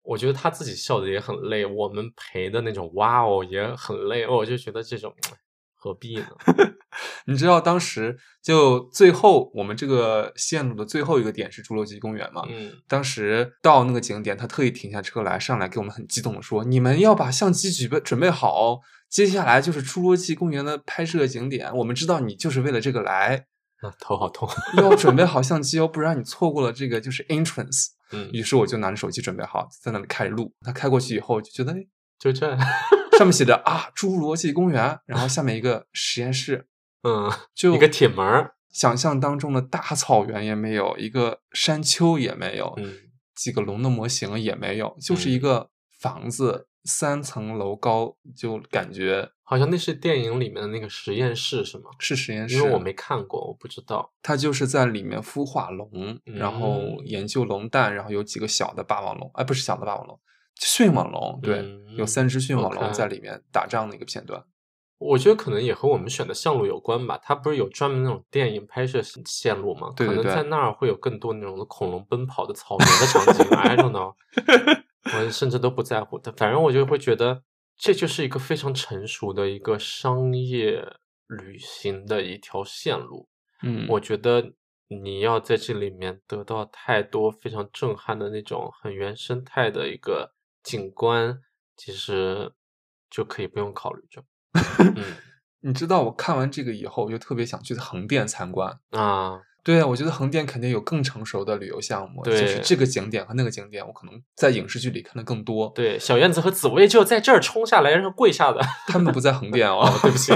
[SPEAKER 1] 我觉得他自己笑的也很累，我们陪的那种哇哦也很累，我就觉得这种哎何必呢？
[SPEAKER 2] 你知道当时就最后我们这个线路的最后一个点是侏罗纪公园吗？
[SPEAKER 1] 嗯，
[SPEAKER 2] 当时到那个景点，他特意停下车来，上来给我们很激动的说：“你们要把相机举备准备好哦，接下来就是侏罗纪公园的拍摄景点。我们知道你就是为了这个来，
[SPEAKER 1] 那头好痛。
[SPEAKER 2] 要准备好相机哦，不然你错过了这个就是 entrance。”
[SPEAKER 1] 嗯，
[SPEAKER 2] 于是我就拿着手机准备好，在那里开始录。他开过去以后，就觉得哎，
[SPEAKER 1] 就这样，
[SPEAKER 2] 上面写着啊侏罗纪公园，然后下面一个实验室，
[SPEAKER 1] 嗯，
[SPEAKER 2] 就
[SPEAKER 1] 一个铁门儿，
[SPEAKER 2] 想象当中的大草原也没有，一个山丘也没有，
[SPEAKER 1] 嗯
[SPEAKER 2] 几个龙的模型也没有，就是
[SPEAKER 1] 嗯
[SPEAKER 2] 一个房子三层楼高，就感觉
[SPEAKER 1] 好像那是电影里面的那个实验室是吗？
[SPEAKER 2] 是实验室。
[SPEAKER 1] 因为我没看过，我不知道。
[SPEAKER 2] 它就是在里面孵化龙，然后
[SPEAKER 1] 嗯
[SPEAKER 2] 研究龙蛋，然后有几个小的霸王龙，哎，不是小的霸王龙，迅猛龙，对，有
[SPEAKER 1] 嗯
[SPEAKER 2] 三只迅猛龙
[SPEAKER 1] ，OK
[SPEAKER 2] 在里面打仗的一个片段。
[SPEAKER 1] 我觉得可能也和我们选的项目有关吧。它不是有专门那种电影拍摄线路吗？
[SPEAKER 2] 对对
[SPEAKER 1] 可
[SPEAKER 2] 对
[SPEAKER 1] 能在那儿会有更多那种恐龙奔跑的草原的场景。I don't know，我甚至都不在乎。但反正我就会觉得，这就是一个非常成熟的一个商业旅行的一条线路。
[SPEAKER 2] 嗯，
[SPEAKER 1] 我觉得你要在这里面得到太多非常震撼的那种很原生态的一个景观，其实就可以不用考虑 这。嗯
[SPEAKER 2] 你知道我看完这个以后，我就特别想去横店参观。
[SPEAKER 1] 啊，
[SPEAKER 2] 对啊，我觉得横店肯定有更成熟的旅游项目，就
[SPEAKER 1] 对
[SPEAKER 2] 是这个景点和那个景点，我可能在影视剧里看的更多。
[SPEAKER 1] 对，小燕子和紫薇就在这儿冲下来，然后跪下的。
[SPEAKER 2] 他们不在横店哦，
[SPEAKER 1] 对不起，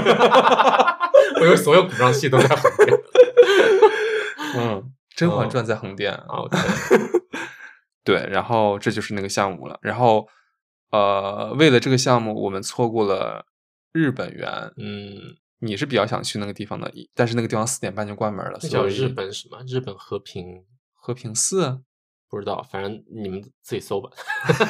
[SPEAKER 1] 我以为所有古装戏都在横店。
[SPEAKER 2] 嗯，《甄嬛传》在横店啊。
[SPEAKER 1] OK，
[SPEAKER 2] 对，然后这就是那个项目了。然后，呃，为了这个项目，我们错过了日本园。
[SPEAKER 1] 嗯，
[SPEAKER 2] 你是比较想去那个地方的，但是那个地方四点半就关门了，
[SPEAKER 1] 那叫
[SPEAKER 2] 所以
[SPEAKER 1] 日本什么？日本和平？
[SPEAKER 2] 和平寺，
[SPEAKER 1] 不知道，反正你们自己搜吧。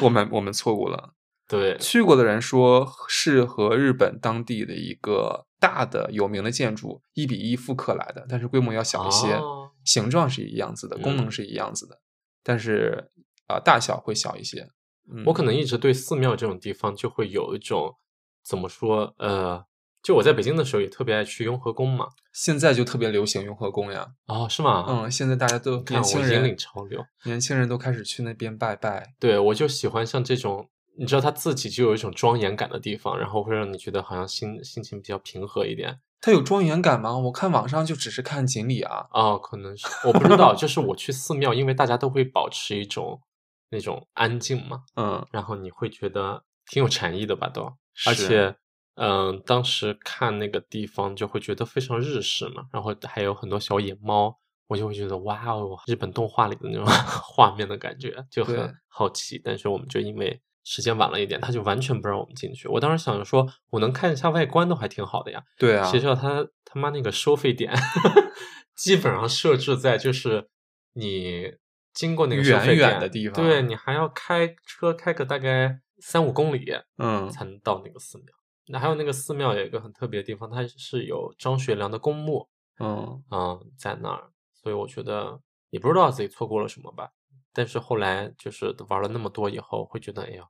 [SPEAKER 2] 我们我们错过了。
[SPEAKER 1] 对，
[SPEAKER 2] 去过的人说是和日本当地的一个大的有名的建筑一比一复刻来的，但是规模要小一些，
[SPEAKER 1] 哦嗯
[SPEAKER 2] 形状是一样子的，功能是一样子的，但是啊、呃大小会小一些。嗯
[SPEAKER 1] 我可能一直对寺庙这种地方就会有一种怎么说呃，就我在北京的时候也特别爱去雍和宫嘛。
[SPEAKER 2] 现在就特别流行雍和宫呀，
[SPEAKER 1] 哦，是吗？，
[SPEAKER 2] 嗯，现在大家都
[SPEAKER 1] 看
[SPEAKER 2] 年轻
[SPEAKER 1] 我引领
[SPEAKER 2] 人，
[SPEAKER 1] 潮流。
[SPEAKER 2] 年轻人都开始去那边拜拜。
[SPEAKER 1] 对，我就喜欢像这种，你知道，它自己就有一种庄严感的地方，然后会让你觉得好像心心情比较平和一点。
[SPEAKER 2] 它有庄严感吗？我看网上就只是看锦鲤啊，
[SPEAKER 1] 哦，可能是我不知道，就是我去寺庙，因为大家都会保持一种那种安静嘛，
[SPEAKER 2] 嗯，
[SPEAKER 1] 然后你会觉得挺有禅意的吧都。而
[SPEAKER 2] 是啊
[SPEAKER 1] 且，嗯、当时看那个地方就会觉得非常日式嘛，然后还有很多小野猫，我就会觉得哇哦，日本动画里的那种 画面的感觉就
[SPEAKER 2] 对
[SPEAKER 1] 很好奇。但是我们就因为时间晚了一点，他就完全不让我们进去。我当时想着说，我能看一下外观都还挺好的呀，
[SPEAKER 2] 对啊
[SPEAKER 1] 谁，知道他他妈那个收费点 基本上设置在就是你经过那个收
[SPEAKER 2] 远
[SPEAKER 1] 费
[SPEAKER 2] 远
[SPEAKER 1] 点
[SPEAKER 2] 的地
[SPEAKER 1] 对
[SPEAKER 2] 方
[SPEAKER 1] 你还要开车开个大概三五公里
[SPEAKER 2] 嗯
[SPEAKER 1] 才能到那个寺庙。那还有那个寺庙有一个很特别的地方，它是有张学良的公墓，
[SPEAKER 2] 嗯，
[SPEAKER 1] 嗯，在那儿，所以我觉得也不知道自己错过了什么吧。但是后来就是玩了那么多以后，会觉得哎呀，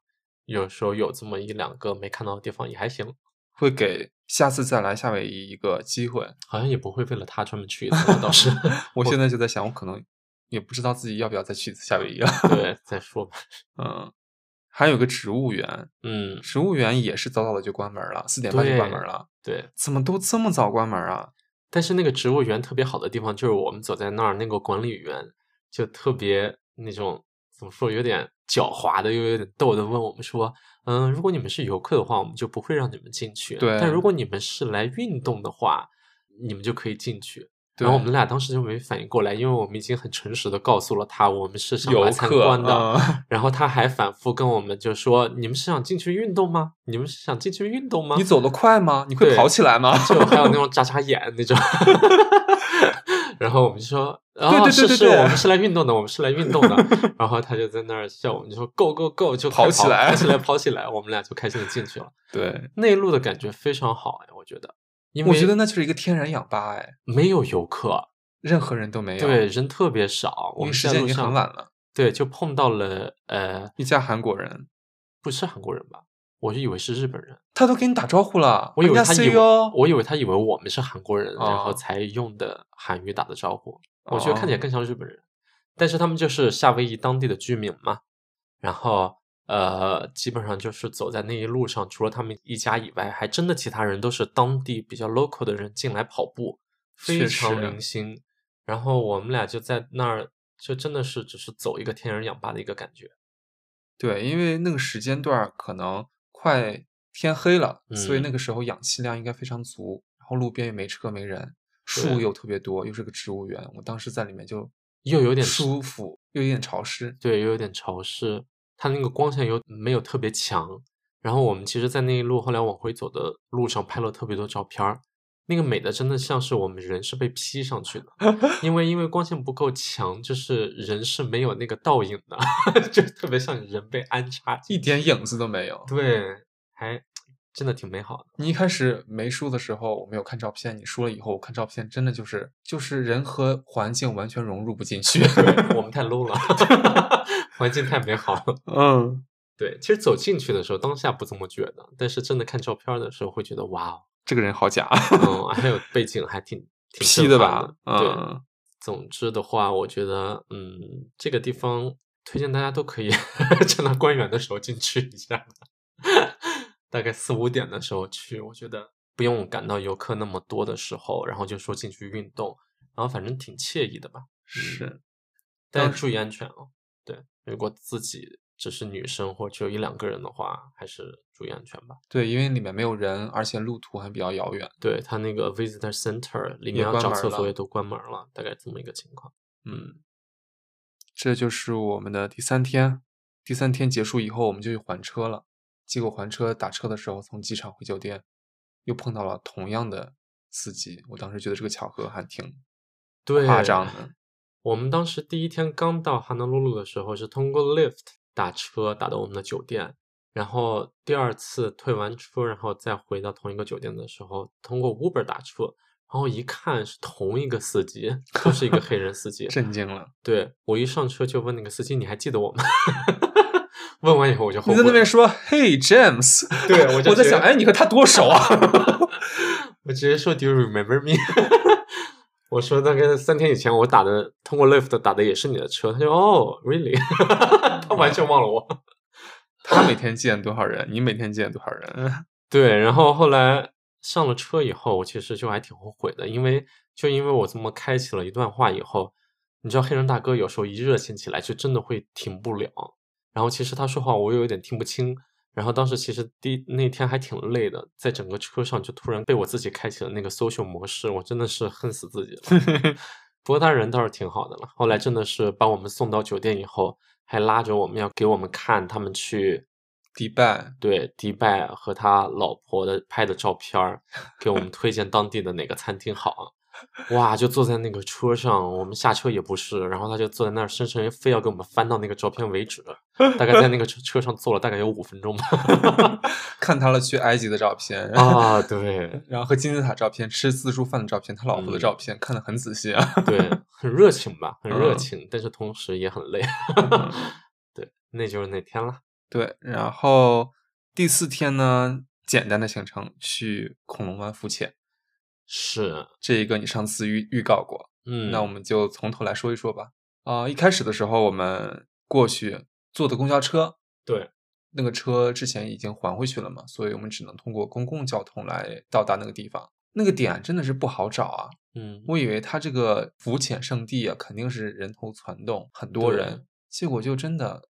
[SPEAKER 1] 有时候有这么一两个没看到的地方也还行，
[SPEAKER 2] 会给下次再来夏威夷一个机会。
[SPEAKER 1] 好像也不会为了他专门去一次吧，倒是。
[SPEAKER 2] 我现在就在想，我可能也不知道自己要不要再去一次夏威夷了。
[SPEAKER 1] 对，再说吧。
[SPEAKER 2] 嗯，还有个植物园，
[SPEAKER 1] 嗯，
[SPEAKER 2] 植物园也是早早的就关门了，四点半就关门
[SPEAKER 1] 对
[SPEAKER 2] 了，
[SPEAKER 1] 对。
[SPEAKER 2] 怎么都这么早关门啊？
[SPEAKER 1] 但是那个植物园特别好的地方，就是我们走在那儿，那个管理员就特别那种怎么说，有点狡猾的，又有点逗的问我们说：“嗯，如果你们是游客的话，我们就不会让你们进去；
[SPEAKER 2] 对
[SPEAKER 1] 但如果你们是来运动的话，你们就可以进去。”
[SPEAKER 2] 对
[SPEAKER 1] 然后我们俩当时就没反应过来，因为我们已经很诚实的告诉了他我们是想
[SPEAKER 2] 游
[SPEAKER 1] 来参
[SPEAKER 2] 客
[SPEAKER 1] 观的，
[SPEAKER 2] 嗯
[SPEAKER 1] 然后他还反复跟我们就说：“你们是想进去运动吗？你们是想进去运动吗？”
[SPEAKER 2] 你走得快吗？你会
[SPEAKER 1] 对
[SPEAKER 2] 跑起来吗？
[SPEAKER 1] 就还有那种眨眨眼那种。 然后我们就说，啊、
[SPEAKER 2] 对对对
[SPEAKER 1] 是
[SPEAKER 2] 对
[SPEAKER 1] 是，
[SPEAKER 2] 对
[SPEAKER 1] 我们是来运动的，我们是来运动 的。然后他就在那儿笑我们，就说 “go go go”，就快
[SPEAKER 2] 跑起来
[SPEAKER 1] 跑 起来，跑起来。我们俩就开心的进去了。
[SPEAKER 2] 对，
[SPEAKER 1] 内陆的感觉非常好哎，我觉得，因为
[SPEAKER 2] 我觉得那就是一个天然氧吧，哎，
[SPEAKER 1] 没有游客，
[SPEAKER 2] 任何人都没有。
[SPEAKER 1] 对，，人特别少。我
[SPEAKER 2] 我
[SPEAKER 1] 们
[SPEAKER 2] 们时
[SPEAKER 1] 在
[SPEAKER 2] 间
[SPEAKER 1] 路
[SPEAKER 2] 已经很
[SPEAKER 1] 上，
[SPEAKER 2] 晚了，
[SPEAKER 1] 对，就碰到了呃，
[SPEAKER 2] 一家韩国人，
[SPEAKER 1] 不是韩国人吧？我就以为是日本人，
[SPEAKER 2] 他都给你打招呼了，
[SPEAKER 1] 我以为
[SPEAKER 2] 人
[SPEAKER 1] 他
[SPEAKER 2] 家 E
[SPEAKER 1] 以
[SPEAKER 2] see
[SPEAKER 1] 为
[SPEAKER 2] you，
[SPEAKER 1] 我以为他以为我们是韩国人，然后
[SPEAKER 2] 哦
[SPEAKER 1] 才用的韩语打的招呼。我觉得看起来
[SPEAKER 2] 哦
[SPEAKER 1] 更像日本人，但是他们就是夏威夷当地的居民嘛，然后呃，基本上就是走在那一路上，除了他们一家以外，还真的其他人都是当地比较 local 的人进来跑步，
[SPEAKER 2] 确
[SPEAKER 1] 非
[SPEAKER 2] 实
[SPEAKER 1] 常零星。然后我们俩就在那儿，就真的是只是走一个天然氧吧的一个感觉。
[SPEAKER 2] 对，因为那个时间段儿可能快天黑了，所以那
[SPEAKER 1] 嗯
[SPEAKER 2] 个时候氧气量应该非常足，然后路边也没车没人，树
[SPEAKER 1] 对
[SPEAKER 2] 又特别多，又是个植物园，我当时在里面就
[SPEAKER 1] 又有点
[SPEAKER 2] 舒服，又有点潮湿。
[SPEAKER 1] 对，又有点潮湿，它那个光线又没有特别强。然后我们其实，在那一路后来往回走的路上拍了特别多照片儿，那个美的真的像是我们人是被 P 上去的，因为因为光线不够强，就是人是没有那个倒影 的，就特别像人被安插进
[SPEAKER 2] 一
[SPEAKER 1] 去
[SPEAKER 2] 点影子都没有，
[SPEAKER 1] 对，还真的挺美好的。
[SPEAKER 2] 你一开始没输的时候，我没有看照片，你输了以后，我看照片，真的就是就是人和环境完全融入不进去。
[SPEAKER 1] 我们太 low 了， 环境太美好了。
[SPEAKER 2] 嗯，
[SPEAKER 1] 对，其实走进去的时候，当下不这么觉得，但是真的看照片的时候，会觉得哇哦，
[SPEAKER 2] 这个人好假，
[SPEAKER 1] 嗯，还有背景还挺挺
[SPEAKER 2] 批
[SPEAKER 1] 震
[SPEAKER 2] 的
[SPEAKER 1] 撼
[SPEAKER 2] 吧？
[SPEAKER 1] 的对，
[SPEAKER 2] 嗯，
[SPEAKER 1] 总之的话，我觉得，嗯，这个地方推荐大家都可以 趁到官员的时候进去一下，大概四五点的时候去，我觉得不用赶到游客那么多的时候，然后就说进去运动，然后反正挺惬意的吧。
[SPEAKER 2] 是。
[SPEAKER 1] 但
[SPEAKER 2] 当
[SPEAKER 1] 是注意安全哦。对，如果自己只是女生或者只有一两个人的话，还是注意安全吧。
[SPEAKER 2] 对，因为里面没有人，而且路途还比较遥远。
[SPEAKER 1] 对他那个 visitor center 里
[SPEAKER 2] 也
[SPEAKER 1] 面要
[SPEAKER 2] 关
[SPEAKER 1] 找
[SPEAKER 2] 门
[SPEAKER 1] 厕所
[SPEAKER 2] 了
[SPEAKER 1] 也都关门了，大概这么一个情况。嗯，
[SPEAKER 2] 这就是我们的第三天。第三天结束以后，我们就去还车了。结果还车打车的时候，从机场回酒店，又碰到了同样的司机。我当时觉得这个巧合还挺
[SPEAKER 1] 对，
[SPEAKER 2] 夸张的。
[SPEAKER 1] 我们当时第一天刚到哈纳露露的时候，是通过 lift 打车打到我们的酒店，然后第二次退完车，然后再回到同一个酒店的时候，通过 Uber 打车，然后一看是同一个司机，都是一个黑人司 机。
[SPEAKER 2] 震惊了！
[SPEAKER 1] 对我一上车就问那个司机：“你还记得我吗？” 问完以后我就后
[SPEAKER 2] 你
[SPEAKER 1] 悔
[SPEAKER 2] 在
[SPEAKER 1] 了。
[SPEAKER 2] 那边说：“Hey James。”
[SPEAKER 1] 对我就
[SPEAKER 2] 我在
[SPEAKER 1] 觉
[SPEAKER 2] 想，
[SPEAKER 1] 得
[SPEAKER 2] 哎，你和他多熟啊？
[SPEAKER 1] 我直接说 Do you remember me？我说大概三天以前我打的，通过 Lyft 打的也是你的车。他就哦，really？他完全忘了我。
[SPEAKER 2] 他每天见多少人？你每天见多少人？
[SPEAKER 1] 对，然后后来上了车以后，我其实就还挺后悔的，因为就因为我这么开启了一段话以后，你知道黑人大哥有时候一热情起来就真的会停不了。然后其实他说话我又有点听不清。然后当时其实第那天还挺累的，在整个车上就突然被我自己开启了那个 social 模式，我真的是恨死自己了。不过他人倒是挺好的了。后来真的是把我们送到酒店以后，还拉着我们要给我们看他们去
[SPEAKER 2] 迪拜
[SPEAKER 1] 对迪拜和他老婆的拍的照片儿，给我们推荐当地的哪个餐厅好。哇，就坐在那个车上，我们下车也不是，然后他就坐在那儿，深深非要给我们翻到那个照片为止。大概在那个车车上坐了大概有五分钟吧。
[SPEAKER 2] 看他了去埃及的照片，然后
[SPEAKER 1] 啊，对
[SPEAKER 2] 然后和金字塔照片、吃自助饭的照片、他老婆
[SPEAKER 1] 嗯
[SPEAKER 2] 的照片，看得很仔细啊。
[SPEAKER 1] 对，很热情吧，很热
[SPEAKER 2] 嗯
[SPEAKER 1] 情，但是同时也很累。 对，那就是那天了。
[SPEAKER 2] 对，然后第四天呢，简单的行程去恐龙湾浮潜，
[SPEAKER 1] 是，
[SPEAKER 2] 这一个你上次预预告过，
[SPEAKER 1] 嗯，
[SPEAKER 2] 那我们就从头来说一说吧。啊、一开始的时候我们过去坐的公交车，
[SPEAKER 1] 对，
[SPEAKER 2] 那个车之前已经还回去了嘛，所以我们只能通过公共交通来到达那个地方。那个点真的是不好找啊！
[SPEAKER 1] 嗯，
[SPEAKER 2] 我以为它这个浮潜圣地啊，肯定是人头攒动，很多
[SPEAKER 1] 对
[SPEAKER 2] 人，结果就真的，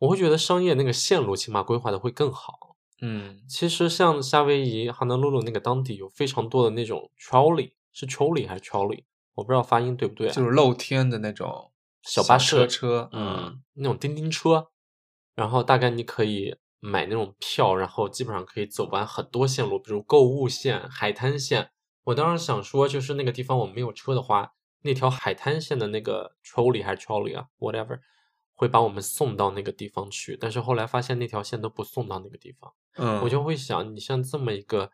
[SPEAKER 1] 我会觉得商业那个线路起码规划的会更好。
[SPEAKER 2] 嗯，
[SPEAKER 1] 其实像夏威夷哈纳露露那个当地有非常多的那种 trolley，是 trolley 还是 trolley？我不知道发音对不对啊、
[SPEAKER 2] 就是露天的那种
[SPEAKER 1] 小巴
[SPEAKER 2] 车
[SPEAKER 1] 士，
[SPEAKER 2] 车，
[SPEAKER 1] 嗯，那种叮叮车，然后大概你可以买那种票，然后基本上可以走完很多线路，比如购物线、海滩线。我当时想说，就是那个地方我没有车的话，那条海滩线的那个 trolley 还是 trolley 啊，whatever，会把我们送到那个地方去。但是后来发现那条线都不送到那个地方，
[SPEAKER 2] 嗯，
[SPEAKER 1] 我就会想，你像这么一个，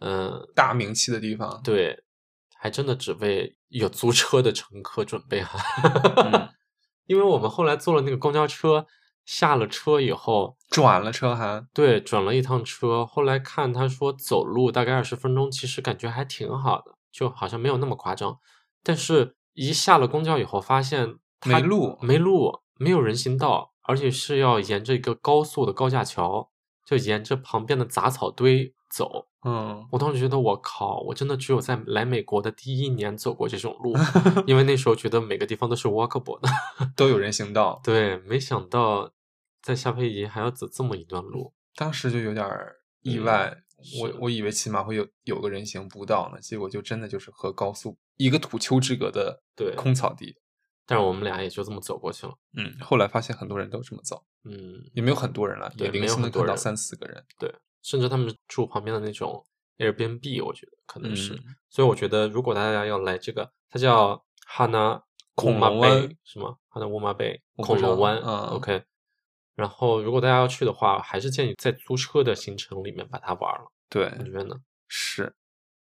[SPEAKER 1] 嗯、
[SPEAKER 2] 大名气的地方，
[SPEAKER 1] 对，还真的只为有租车的乘客准备哈、
[SPEAKER 2] 嗯
[SPEAKER 1] 因为我们后来坐了那个公交车，下了车以后，
[SPEAKER 2] 转了车还，
[SPEAKER 1] 对，转了一趟车，后来看他说走路大概二十分钟，其实感觉还挺好的，就好像没有那么夸张。但是，一下了公交以后，发现它
[SPEAKER 2] 没路嗯
[SPEAKER 1] 没路，没有人行道，而且是要沿着一个高速的高架桥，就沿着旁边的杂草堆走。
[SPEAKER 2] 嗯，
[SPEAKER 1] 我当时觉得，我靠，我真的只有在来美国的第一年走过这种 路，因为那时候觉得每个地方都是 walkable 的。
[SPEAKER 2] 都有人行道，
[SPEAKER 1] 对，没想到在夏威夷还要走这么一段路。
[SPEAKER 2] 当时就有点儿意
[SPEAKER 1] 嗯
[SPEAKER 2] 外，
[SPEAKER 1] 是
[SPEAKER 2] 我我以为起码会有有个人行步道呢，结果就真的就是和高速一个土丘之隔的
[SPEAKER 1] 对
[SPEAKER 2] 空草地，
[SPEAKER 1] 但是我们俩也就这么走过去了。
[SPEAKER 2] 嗯，后来发现很多人都这么走，
[SPEAKER 1] 嗯，
[SPEAKER 2] 也没有很多人了，
[SPEAKER 1] 对
[SPEAKER 2] 也零
[SPEAKER 1] 没有
[SPEAKER 2] 星的
[SPEAKER 1] 很多
[SPEAKER 2] 看到
[SPEAKER 1] 人
[SPEAKER 2] 三四个人，
[SPEAKER 1] 甚至他们住旁边的那种 Airbnb，我觉得可能是。
[SPEAKER 2] 嗯，
[SPEAKER 1] 所以我觉得，如果大家要来这个，它叫哈纳
[SPEAKER 2] 恐龙湾
[SPEAKER 1] 是吗？哈纳乌马贝
[SPEAKER 2] 我不
[SPEAKER 1] 恐
[SPEAKER 2] 知道
[SPEAKER 1] 龙湾。
[SPEAKER 2] 嗯
[SPEAKER 1] OK，然后，如果大家要去的话，还是建议在租车的行程里面把它玩了。
[SPEAKER 2] 对
[SPEAKER 1] 你，觉得呢？
[SPEAKER 2] 是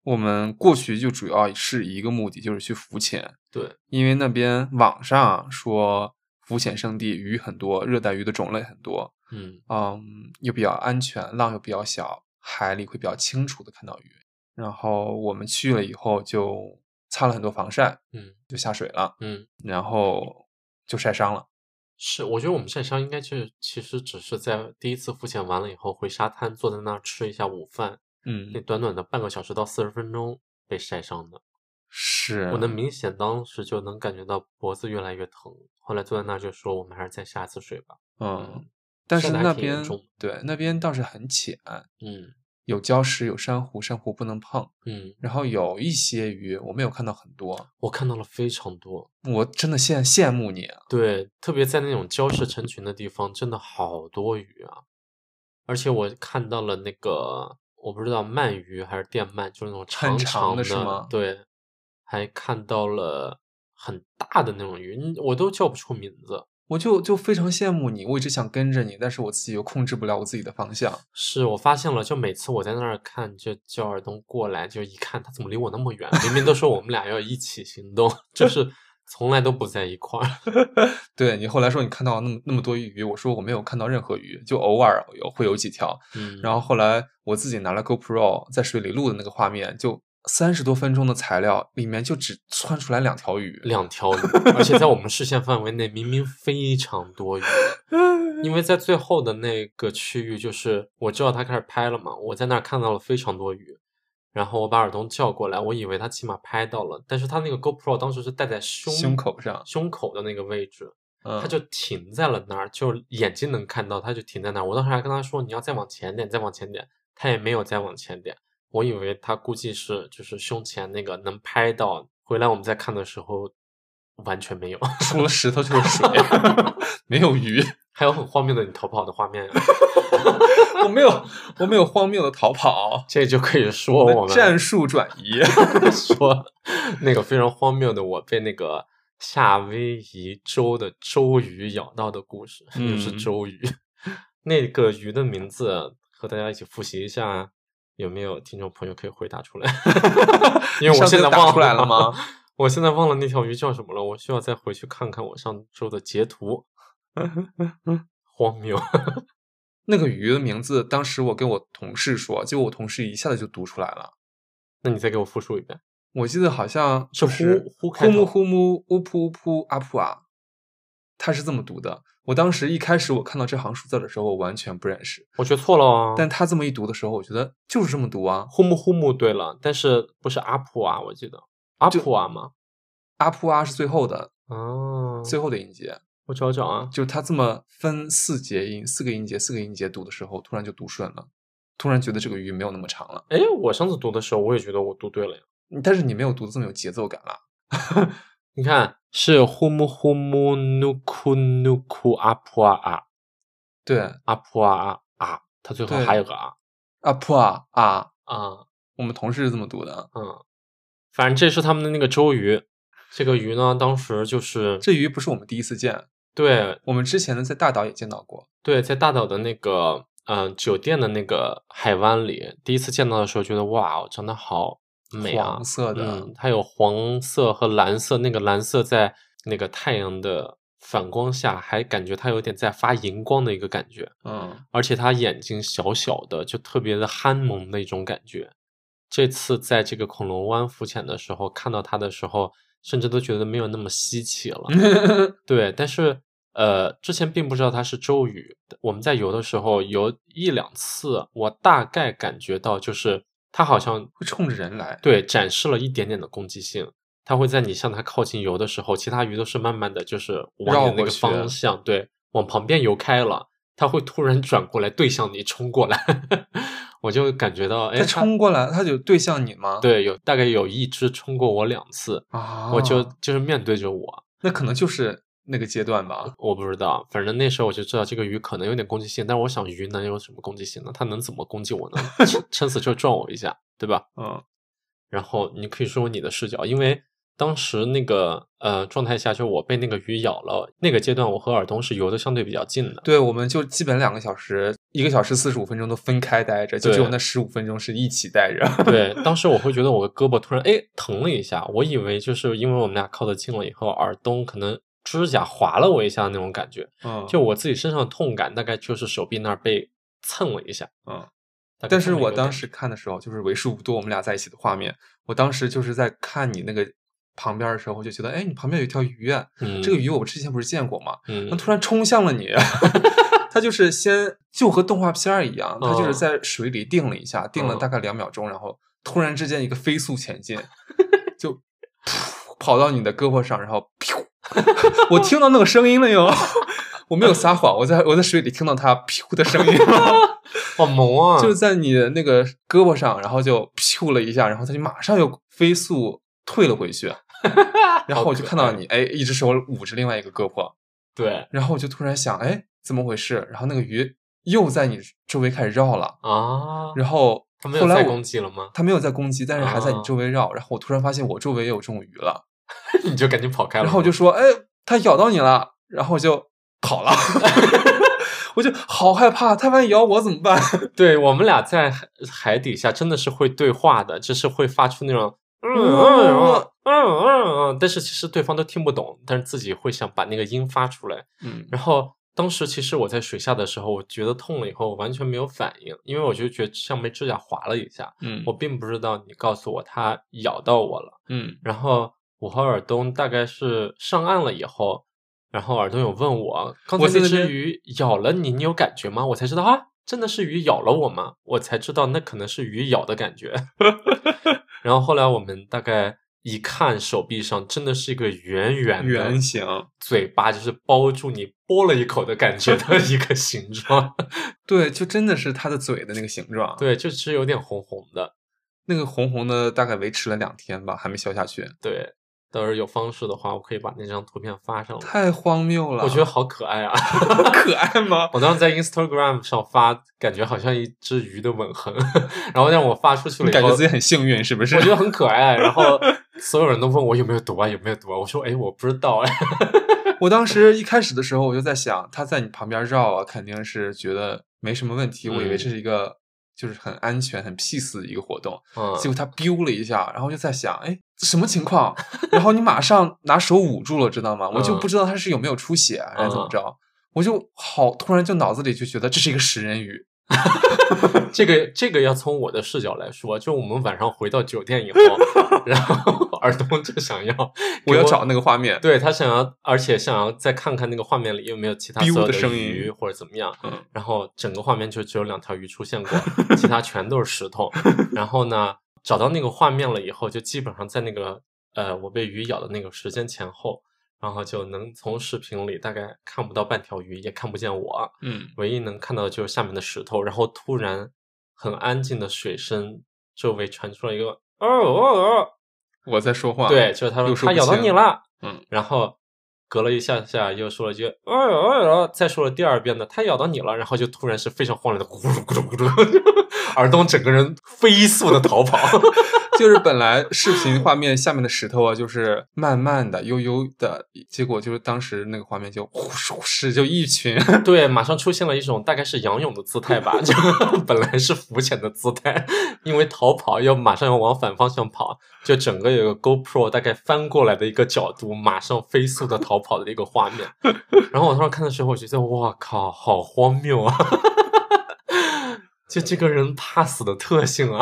[SPEAKER 2] 我们过去就主要是一个目的，就是去浮潜，
[SPEAKER 1] 对，
[SPEAKER 2] 因为那边网上说浮潜圣地鱼很多，热带鱼的种类很多，
[SPEAKER 1] 嗯
[SPEAKER 2] 嗯，又比较安全，浪又比较小，海里会比较清楚的看到鱼。然后我们去了以后就擦了很多防晒，
[SPEAKER 1] 嗯
[SPEAKER 2] 就下水了，
[SPEAKER 1] 嗯，
[SPEAKER 2] 然后就晒伤了。
[SPEAKER 1] 是，我觉得我们晒伤应该就是其实只是在第一次浮潜完了以后，回沙滩坐在那儿吃一下午饭，那
[SPEAKER 2] 嗯，
[SPEAKER 1] 短短的半个小时到四十分钟被晒伤的，
[SPEAKER 2] 是，
[SPEAKER 1] 我能明显当时就能感觉到脖子越来越疼。后来坐在那儿就说，我们还是再下一次水吧。
[SPEAKER 2] 嗯，但是
[SPEAKER 1] 晒得还
[SPEAKER 2] 那
[SPEAKER 1] 挺严
[SPEAKER 2] 边
[SPEAKER 1] 重的
[SPEAKER 2] 对那边倒是很浅，
[SPEAKER 1] 嗯
[SPEAKER 2] 有礁石，有珊瑚，珊瑚不能碰。
[SPEAKER 1] 嗯，
[SPEAKER 2] 然后有一些鱼，我没有看到很多，
[SPEAKER 1] 我看到了非常多，
[SPEAKER 2] 我真的羡羡慕你啊。
[SPEAKER 1] 对，特别在那种礁石成群的地方，真的好多鱼啊！而且我看到了那个，我不知道鳗鱼还是电鳗，就是那种长
[SPEAKER 2] 长
[SPEAKER 1] 的，
[SPEAKER 2] 的是吗
[SPEAKER 1] 对，还看到了很大的那种鱼，嗯我都叫不出名字。
[SPEAKER 2] 我就就非常羡慕你，我一直想跟着你，但是我自己又控制不了我自己的方向。
[SPEAKER 1] 是我发现了，就每次我在那儿看，就叫尔东过来，就一看他怎么离我那么远，明明都说我们俩要一起行动， 就是从来都不在一块儿。
[SPEAKER 2] 对你后来说你看到那么那么多鱼，我说我没有看到任何鱼，就偶尔有会有几条。
[SPEAKER 1] 嗯，
[SPEAKER 2] 然后后来我自己拿了 GoPro 在水里录的那个画面，就三十多分钟的材料里面就只窜出来两条鱼，
[SPEAKER 1] 两条鱼，而且在我们视线范围内，明明非常多鱼。因为在最后的那个区域，就是我知道他开始拍了嘛，我在那儿看到了非常多鱼，然后我把尔东叫过来，我以为他起码拍到了，但是他那个 GoPro 当时是戴在胸
[SPEAKER 2] 胸口上，
[SPEAKER 1] 胸口的那个位置，
[SPEAKER 2] 嗯，
[SPEAKER 1] 他就停在了那儿，就眼睛能看到，他就停在那儿。我当时还跟他说：“你要再往前点，再往前点。”他也没有再往前点。我以为他估计是就是胸前那个能拍到，回来我们再看的时候完全没有，
[SPEAKER 2] 除了石头就是水， 没有鱼。
[SPEAKER 1] 还有很荒谬的你逃跑的画面啊，
[SPEAKER 2] 我没有，我没有荒谬的逃跑，
[SPEAKER 1] 这就可以说哦我们
[SPEAKER 2] 战术转移。
[SPEAKER 1] 说那个非常荒谬的我被那个夏威夷州的周鱼咬到的故事，就是
[SPEAKER 2] 嗯
[SPEAKER 1] 周鱼。那个鱼的名字和大家一起复习一下，有没有听众朋友可以回答出来？ 因为我
[SPEAKER 2] 上次
[SPEAKER 1] 现在
[SPEAKER 2] 打
[SPEAKER 1] 忘
[SPEAKER 2] 出来了吗？
[SPEAKER 1] 我现在忘了那条鱼叫什么了，我需要再回去看看我上周的截 图。荒谬，
[SPEAKER 2] 那个鱼的名字，当时我跟我同事说，结果我同事一下子就读出来了。
[SPEAKER 1] 那你再给我复述一遍。
[SPEAKER 2] 我记得好像
[SPEAKER 1] 是
[SPEAKER 2] 就是
[SPEAKER 1] 呼呼开
[SPEAKER 2] 呼
[SPEAKER 1] 头
[SPEAKER 2] 木呼木乌扑乌扑阿扑啊，他是这么读的。我当时一开始我看到这行数字的时候，我完全不认识，
[SPEAKER 1] 我觉得错了哦，
[SPEAKER 2] 但他这么一读的时候，我觉得就是这么读啊，
[SPEAKER 1] 呼木呼木对了，但是不是阿普啊？我记得阿普啊吗？
[SPEAKER 2] 阿扑啊是最后的
[SPEAKER 1] 哦，
[SPEAKER 2] 最后的音节，
[SPEAKER 1] 我找找啊，
[SPEAKER 2] 就是他这么分四节音，四个音节，四个音节读的时候，突然就读顺了，突然觉得这个鱼没有那么长了。
[SPEAKER 1] 哎，我上次读的时候，我也觉得我读对了呀。
[SPEAKER 2] 但是你没有读的这么有节奏感了。
[SPEAKER 1] 你看，是呼木呼木努库努库阿普啊啊
[SPEAKER 2] 对，
[SPEAKER 1] 阿普啊啊啊，它最后
[SPEAKER 2] 对
[SPEAKER 1] 还有个啊
[SPEAKER 2] 阿扑啊啊，
[SPEAKER 1] 啊
[SPEAKER 2] 我们同事是这么读的。
[SPEAKER 1] 嗯，反正这是他们的那个周瑜。这个鱼呢，当时就是
[SPEAKER 2] 这鱼不是我们第一次见，
[SPEAKER 1] 对
[SPEAKER 2] 我们之前呢在大岛也见到过。
[SPEAKER 1] 对，在大岛的那个嗯、呃酒店的那个海湾里，第一次见到的时候，觉得哇，哦长得好美啊
[SPEAKER 2] 黄，色的，
[SPEAKER 1] 嗯，它有黄色和蓝色，那个蓝色在那个太阳的反光下，还感觉它有点在发荧光的一个感觉，
[SPEAKER 2] 嗯，
[SPEAKER 1] 而且它眼睛小小的，就特别的憨萌的一种感觉。这次在这个恐龙湾浮潜的时候，看到它的时候，甚至都觉得没有那么稀奇了。
[SPEAKER 2] 嗯
[SPEAKER 1] 对，但是呃，之前并不知道它是周瑜。我们在游的时候，游一两次，我大概感觉到就是它好像
[SPEAKER 2] 会冲着人来。
[SPEAKER 1] 对，展示了一点点的攻击性。它会在你向它靠近游的时候，其他鱼都是慢慢的就是往
[SPEAKER 2] 绕
[SPEAKER 1] 你的那
[SPEAKER 2] 过
[SPEAKER 1] 个
[SPEAKER 2] 去
[SPEAKER 1] 方向，对，往旁边游开了，它会突然转过来对向你冲过来， 我就感觉到，哎，
[SPEAKER 2] 它
[SPEAKER 1] 它
[SPEAKER 2] 冲过来，它就对向你吗？
[SPEAKER 1] 对，有大概有一只冲过我两次，
[SPEAKER 2] 啊，
[SPEAKER 1] 我就就是面对着我，
[SPEAKER 2] 那可能就是那个阶段吧。
[SPEAKER 1] 我不知道，反正那时候我就知道这个鱼可能有点攻击性，但是我想鱼能有什么攻击性呢？它能怎么攻击我呢？撑撑死就撞我一下，对吧？
[SPEAKER 2] 嗯
[SPEAKER 1] 然后你可以说说你的视角，因为当时那个呃状态下，就是我被那个鱼咬了，那个阶段我和尔东是游的相对比较近的。
[SPEAKER 2] 对，我们就基本两个小时，一个小时四十五分钟都分开待着，就只有
[SPEAKER 1] 对
[SPEAKER 2] 那十五分钟是一起待着。
[SPEAKER 1] 对，当时我会觉得我的胳膊突然哎疼了一下，我以为就是因为我们俩靠得近了以后，尔东可能指甲划了我一下那种感觉，
[SPEAKER 2] 嗯，
[SPEAKER 1] 就我自己身上的痛感大概就是手臂那儿被蹭了一下。
[SPEAKER 2] 嗯，
[SPEAKER 1] 大概
[SPEAKER 2] 但
[SPEAKER 1] 这
[SPEAKER 2] 是
[SPEAKER 1] 么一
[SPEAKER 2] 我
[SPEAKER 1] 个
[SPEAKER 2] 当
[SPEAKER 1] 感觉
[SPEAKER 2] 时看的时候，就是为数不多我们俩在一起的画面。我当时就是在看你那个旁边的时候，我就觉得，哎，你旁边有一条鱼啊，
[SPEAKER 1] 嗯
[SPEAKER 2] 这个鱼我之前不是见过吗？
[SPEAKER 1] 嗯
[SPEAKER 2] 它突然冲向了你， 它就是先就和动画片儿一样，它就是
[SPEAKER 1] 嗯
[SPEAKER 2] 在水里定了一下，定了
[SPEAKER 1] 嗯
[SPEAKER 2] 大概两秒钟，然后突然之间一个飞速前 进，就噗跑到你的胳膊上，然后噗， 我听到那个声音了哟。 我没有撒谎，我在我在水里听到它“噗”的声音了
[SPEAKER 1] 好萌啊！
[SPEAKER 2] 就是在你的那个胳膊上，然后就咻了一下，然后它就马上又飞速退了 回去，然后我就看到你，哎，一只手捂着另外一个胳膊，
[SPEAKER 1] 对
[SPEAKER 2] 然后我就突然想，哎，怎么回事？然后那个鱼又在你周围开始绕了，
[SPEAKER 1] 啊，
[SPEAKER 2] 然后
[SPEAKER 1] 他没有
[SPEAKER 2] 后来
[SPEAKER 1] 再
[SPEAKER 2] 我
[SPEAKER 1] 攻击了吗？
[SPEAKER 2] 它没有在攻击，但是还在你
[SPEAKER 1] 啊
[SPEAKER 2] 周围绕，然后我突然发现我周围也有这种鱼了，
[SPEAKER 1] 你就赶紧跑开了吗。
[SPEAKER 2] 然后我就说，哎，它咬到你了，然后我就跑 了。我就好害怕，它万一咬我怎么 办？
[SPEAKER 1] 对我们俩在海海底下真的是会对话的，就是会发出那种嗯
[SPEAKER 2] 嗯
[SPEAKER 1] 嗯嗯嗯嗯，但是其实对方都听不懂，但是自己会想把那个音发出来。
[SPEAKER 2] 嗯
[SPEAKER 1] 然后当时其实我在水下的时候，我觉得痛了以后，我完全没有反应，因为我就觉得像被指甲划了一下，
[SPEAKER 2] 嗯
[SPEAKER 1] 我并不知道你告诉我它咬到我了。
[SPEAKER 2] 嗯
[SPEAKER 1] 然后我和尔东大概是上岸了以后，然后尔东有问我，刚才
[SPEAKER 2] 我在
[SPEAKER 1] 那
[SPEAKER 2] 那
[SPEAKER 1] 只
[SPEAKER 2] 边
[SPEAKER 1] 鱼咬了你，你有感觉吗？我才知道啊，真的是鱼咬了我吗？我才知道那可能是鱼咬的感觉。 然后后来我们大概一看，手臂上真的是一个圆圆的
[SPEAKER 2] 圆形，
[SPEAKER 1] 嘴巴，就是包住你剥了一口的感觉的一个形状。
[SPEAKER 2] 对，就真的是它的嘴的那个形状，，
[SPEAKER 1] 对，就是有点红红的。
[SPEAKER 2] 那个红红的，大概维持了两天吧，还没消下去，
[SPEAKER 1] 对，到时候有方式的话，我可以把那张图片发上来。
[SPEAKER 2] 太荒谬了，
[SPEAKER 1] 我觉得好可爱啊！
[SPEAKER 2] 好 可爱吗？
[SPEAKER 1] 我当时在 Instagram 上发，感觉好像一只鱼的吻痕， 然后让我发出去了
[SPEAKER 2] 你
[SPEAKER 1] 以后，
[SPEAKER 2] 感觉自己很幸运是不是
[SPEAKER 1] 我？觉得很可爱。然后所有人都问我有没有毒啊，有没有毒啊？我说哎，我不知道哎。
[SPEAKER 2] 我当时一开始的时候，我就在想，它在你旁边绕啊，肯定是觉得没什么问题，我以为
[SPEAKER 1] 嗯
[SPEAKER 2] 这是一个就是很安全、很 peace 的一个活动，
[SPEAKER 1] 嗯，
[SPEAKER 2] 结果它 biu 了一下，然后就在想，哎，什么情况？然后你马上拿手捂住了，知道吗？我就
[SPEAKER 1] 嗯
[SPEAKER 2] 不知道它是有没有出血啊还是怎么
[SPEAKER 1] 嗯
[SPEAKER 2] 着，我就好突然就脑子里就觉得这是一个食人鱼。
[SPEAKER 1] 这个这个要从我的视角来说，就我们晚上回到酒店以后， 然后尔东就想要给
[SPEAKER 2] 我要找那个画 面。
[SPEAKER 1] 对他想要，而且想要再看看那个画面里有没有其他
[SPEAKER 2] 哔呜
[SPEAKER 1] 所有
[SPEAKER 2] 的声音
[SPEAKER 1] 鱼或者怎么样。
[SPEAKER 2] 嗯
[SPEAKER 1] 然后整个画面就只有两条鱼出 现过，其他全都是石头。然后呢，找到那个画面了以后，就基本上在那个呃我被鱼咬的那个时间前后，然后就能从视频里大概看不到半条鱼，也看不见我，
[SPEAKER 2] 嗯，
[SPEAKER 1] 唯一能看到的就是下面的石头。然后突然很安静的水声，周围传出了一个哦哦哦，
[SPEAKER 2] 我在说话。
[SPEAKER 1] 对，，就是他
[SPEAKER 2] 又
[SPEAKER 1] 说
[SPEAKER 2] 说
[SPEAKER 1] 他
[SPEAKER 2] 不
[SPEAKER 1] 咬到
[SPEAKER 2] 清
[SPEAKER 1] 你了，
[SPEAKER 2] 嗯，
[SPEAKER 1] 然后隔了一下下又说了一句，哎呦哎呦，再说了第二遍的，他咬到你了，然后就突然是非常慌乱的咕噜咕噜咕噜， 尔东整个人飞速的逃跑，
[SPEAKER 2] 就是本来视频画面下面的石头啊，就是慢慢的、悠悠的，结果就是当时那个画面就呼哧呼哧就一群，
[SPEAKER 1] 对，马上出现了一种大概是仰泳的姿态吧，就本来是浮潜的姿态，因为逃跑要马上要往反方向跑，就整个有个 GoPro 大概翻过来的一个角度，马上飞速的逃跑的一个画面。然后我当时看的时候，我觉得哇靠，好荒谬啊！ 就这个人怕死的特性啊，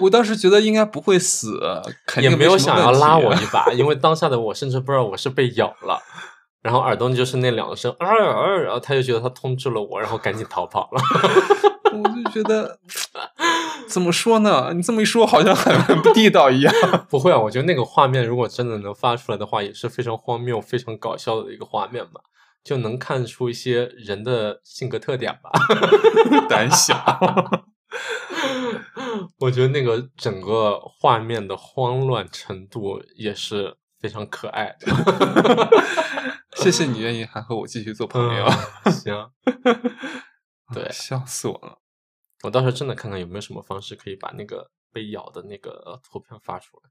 [SPEAKER 2] 我当时觉得应该不会死，肯
[SPEAKER 1] 也
[SPEAKER 2] 定
[SPEAKER 1] 没
[SPEAKER 2] 什
[SPEAKER 1] 有
[SPEAKER 2] 么
[SPEAKER 1] 想
[SPEAKER 2] 问
[SPEAKER 1] 要拉
[SPEAKER 2] 题啊
[SPEAKER 1] 我。一把，因为当下的我甚至不知道我是被咬了。然后耳东就是那两声啊啊，啊然后他就觉得他通知了我，然后赶紧逃跑了。
[SPEAKER 2] 我就觉得怎么说呢？你这么一说，好像很很不地道一样。
[SPEAKER 1] 不会啊，我觉得那个画面如果真的能发出来的话，也是非常荒谬、非常搞笑的一个画面吧，就能看出一些人的性格特点吧。
[SPEAKER 2] 胆小，
[SPEAKER 1] 我觉得那个整个画面的慌乱程度也是非常可爱的。
[SPEAKER 2] 谢谢你愿意还和我继续做朋友，
[SPEAKER 1] 嗯， 行，对
[SPEAKER 2] 笑死我了。
[SPEAKER 1] 我到时候真的看看有没有什么方式可以把那个被咬的那个呃图片发出来。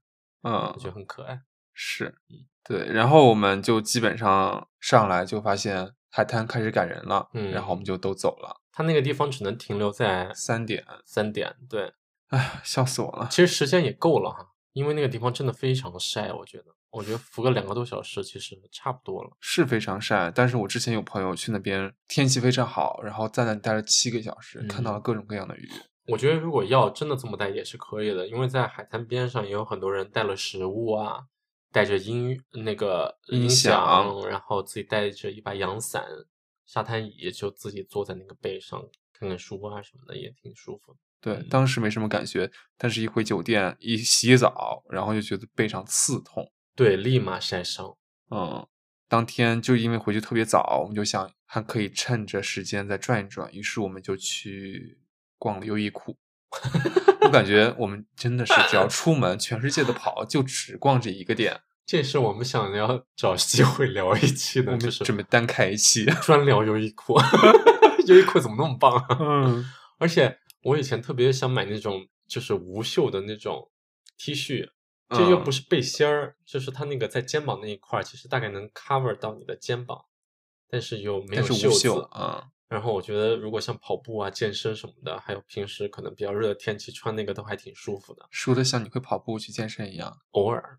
[SPEAKER 2] 嗯
[SPEAKER 1] 我，觉得很可爱。
[SPEAKER 2] 是，对。然后我们就基本上上来就发现海滩开始赶人了，
[SPEAKER 1] 嗯
[SPEAKER 2] 然后我们就都走了。
[SPEAKER 1] 它那个地方只能停留在
[SPEAKER 2] 三点，
[SPEAKER 1] 三点，对，
[SPEAKER 2] 哎，笑死我了。
[SPEAKER 1] 其实时间也够了哈，因为那个地方真的非常晒，我觉得，我觉得浮个两个多小时其实差不多了。
[SPEAKER 2] 是非常晒，但是我之前有朋友去那边，天气非常好，然后在那里待了七个小时，看到
[SPEAKER 1] 嗯
[SPEAKER 2] 了各种各样的鱼。
[SPEAKER 1] 我觉得如果要真的这么带也是可以的，因为在海滩边上也有很多人带了食物啊，带着音那个
[SPEAKER 2] 音
[SPEAKER 1] 音
[SPEAKER 2] 响
[SPEAKER 1] 然后自己带着一把阳伞、沙滩椅，就自己坐在那个背上看看书啊什么的，也挺舒服的。
[SPEAKER 2] 对，
[SPEAKER 1] 嗯
[SPEAKER 2] 当时没什么感觉，但是一回酒店一洗澡，然后就觉得背上刺痛。
[SPEAKER 1] 对，立马晒伤。
[SPEAKER 2] 嗯，当天就因为回去特别早，我们就想还可以趁着时间再转一转，于是我们就去逛了优 衣库。我感觉我们真的是只要出门，全世界的跑，就只逛这一个店。
[SPEAKER 1] 这是我们想要找机会聊一期
[SPEAKER 2] 我
[SPEAKER 1] 的，
[SPEAKER 2] 们
[SPEAKER 1] 就是
[SPEAKER 2] 准备单开一期。
[SPEAKER 1] 专聊优衣库。 优衣库怎么那么棒啊？
[SPEAKER 2] 嗯，
[SPEAKER 1] 而且我以前特别想买那种就是无袖的那种 T 恤，这
[SPEAKER 2] 嗯
[SPEAKER 1] 又不是背心儿，就是它那个在肩膀那一块儿，其实大概能 cover 到你的肩膀，但是又没有
[SPEAKER 2] 但是
[SPEAKER 1] 袖
[SPEAKER 2] 无
[SPEAKER 1] 子。
[SPEAKER 2] 袖啊，
[SPEAKER 1] 然后我觉得，如果像跑步啊、健身什么的，还有平时可能比较热的天气穿那个都还挺舒服的。
[SPEAKER 2] 说的像你会跑步去健身一样。
[SPEAKER 1] 偶 尔，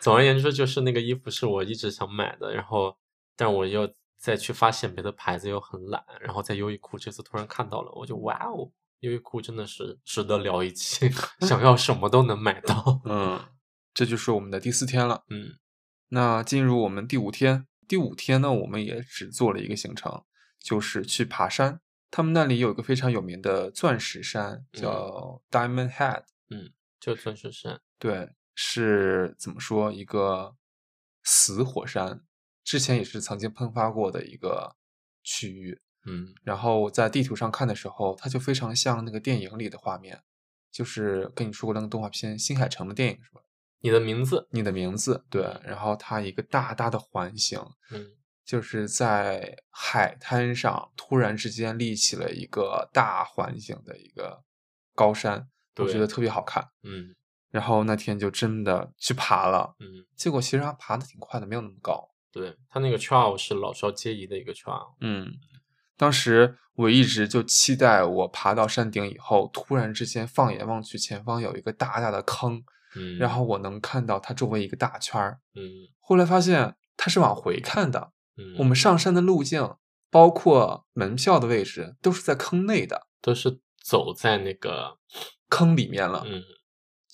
[SPEAKER 1] 总而言之，就是那个衣服是我一直想买的，然后但我又再去发现别的牌子又很懒，然后在优衣库这次突然看到了，我就哇哦，优衣库真的是值得聊一期， 想要什么都能买到。
[SPEAKER 2] 嗯，这就是我们的第四天了。
[SPEAKER 1] 嗯，
[SPEAKER 2] 那进入我们第五天，第五天呢，我们也只做了一个行程，就是去爬山。他们那里有一个非常有名的钻石山，
[SPEAKER 1] 嗯
[SPEAKER 2] 叫 Diamond Head。
[SPEAKER 1] 就钻石山，
[SPEAKER 2] 对，是怎么说一个死火山，之前也是曾经喷发过的一个区域。
[SPEAKER 1] 嗯
[SPEAKER 2] 然后我在地图上看的时候，它就非常像那个电影里的画面，就是跟你说过那个动画片《新海诚》的电影是吧？
[SPEAKER 1] 你的名字，
[SPEAKER 2] 你的名字对，然后它一个大大的环形，
[SPEAKER 1] 嗯
[SPEAKER 2] 就是在海滩上突然之间立起了一个大环形的一个高山，我觉
[SPEAKER 1] 对
[SPEAKER 2] 得特别好看。
[SPEAKER 1] 嗯
[SPEAKER 2] 然后那天就真的去爬了，
[SPEAKER 1] 嗯，
[SPEAKER 2] 结果其实还爬的挺快的，没有那么高。
[SPEAKER 1] 对，它那个 trial 是老少皆宜的一个 trial，
[SPEAKER 2] 嗯，当时我一直就期待我爬到山顶以后，突然之间放眼望去，前方有一个大大的坑，
[SPEAKER 1] 嗯，
[SPEAKER 2] 然后我能看到它周围一个大圈儿。
[SPEAKER 1] 嗯
[SPEAKER 2] 后来发现它是往回看的，
[SPEAKER 1] 嗯，
[SPEAKER 2] 我们上山的路径，包括门票的位置，都是在坑内的，
[SPEAKER 1] 都是走在那个，
[SPEAKER 2] 坑里面了。
[SPEAKER 1] 嗯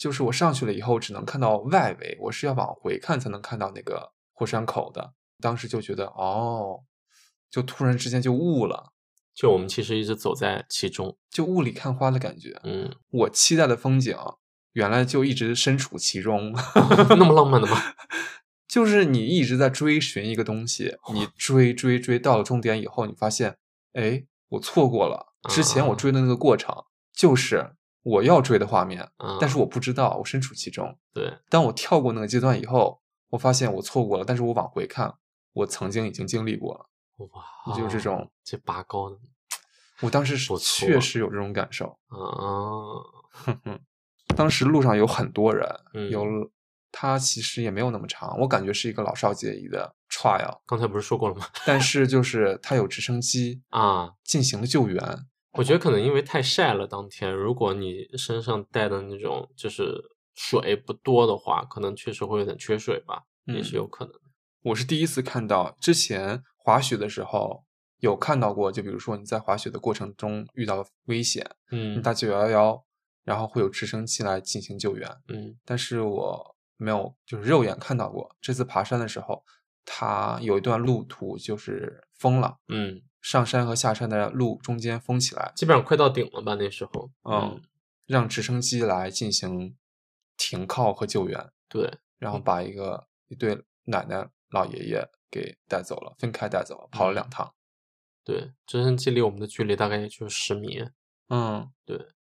[SPEAKER 2] 就是我上去了以后，只能看到外围，我是要往回看才能看到那个火山口的。当时就觉得，哦，就突然之间就悟了，
[SPEAKER 1] 就我们其实一直走在其中，
[SPEAKER 2] 就雾里看花的感觉。
[SPEAKER 1] 嗯，
[SPEAKER 2] 我期待的风景，原来就一直身处其中。
[SPEAKER 1] 那么浪漫的吗？
[SPEAKER 2] 就是你一直在追寻一个东西，你追追追到了终点以后，你发现，哎，我错过了之前我
[SPEAKER 1] 啊
[SPEAKER 2] 追的那个过程，就是我要追的画面，
[SPEAKER 1] 啊，
[SPEAKER 2] 但是我不知道，我身处其中。
[SPEAKER 1] 对，
[SPEAKER 2] 当我跳过那个阶段以后，我发现我错过了，但是我往回看，我曾经已经经历过了，
[SPEAKER 1] 哇，哦
[SPEAKER 2] 就是这种。
[SPEAKER 1] 这拔高的
[SPEAKER 2] 我当时是
[SPEAKER 1] 不啊错
[SPEAKER 2] 确实有这种感受。
[SPEAKER 1] 啊，
[SPEAKER 2] 当时路上有很多人，
[SPEAKER 1] 嗯
[SPEAKER 2] 有它其实也没有那么长，我感觉是一个老少皆宜的 trial，
[SPEAKER 1] 刚才不是说过了吗？
[SPEAKER 2] 但是就是它有直升机
[SPEAKER 1] 啊，
[SPEAKER 2] 进行了救援，
[SPEAKER 1] 我觉得可能因为太晒了，当天如果你身上带的那种就是水不多的话，可能确实会有点缺水吧，也是
[SPEAKER 2] 嗯
[SPEAKER 1] 有可能的。
[SPEAKER 2] 我是第一次看到，之前滑雪的时候有看到过，就比如说你在滑雪的过程中遇到了危险，你
[SPEAKER 1] 嗯
[SPEAKER 2] 打九幺幺，然后会有直升机来进行救援。
[SPEAKER 1] 嗯
[SPEAKER 2] 但是我没有就是肉眼看到过。这次爬山的时候，它有一段路途就是封了，
[SPEAKER 1] 嗯，
[SPEAKER 2] 上山和下山的路中间封起来，
[SPEAKER 1] 基本上快到顶了吧那时候。
[SPEAKER 2] 嗯，，让直升机来进行停靠和救援，
[SPEAKER 1] 对，
[SPEAKER 2] 然后把一个一对奶奶老爷爷给带走了，分开带走了，跑了两
[SPEAKER 1] 嗯
[SPEAKER 2] 趟。
[SPEAKER 1] 对，直升机离我们的距离大概也就十米，
[SPEAKER 2] 嗯，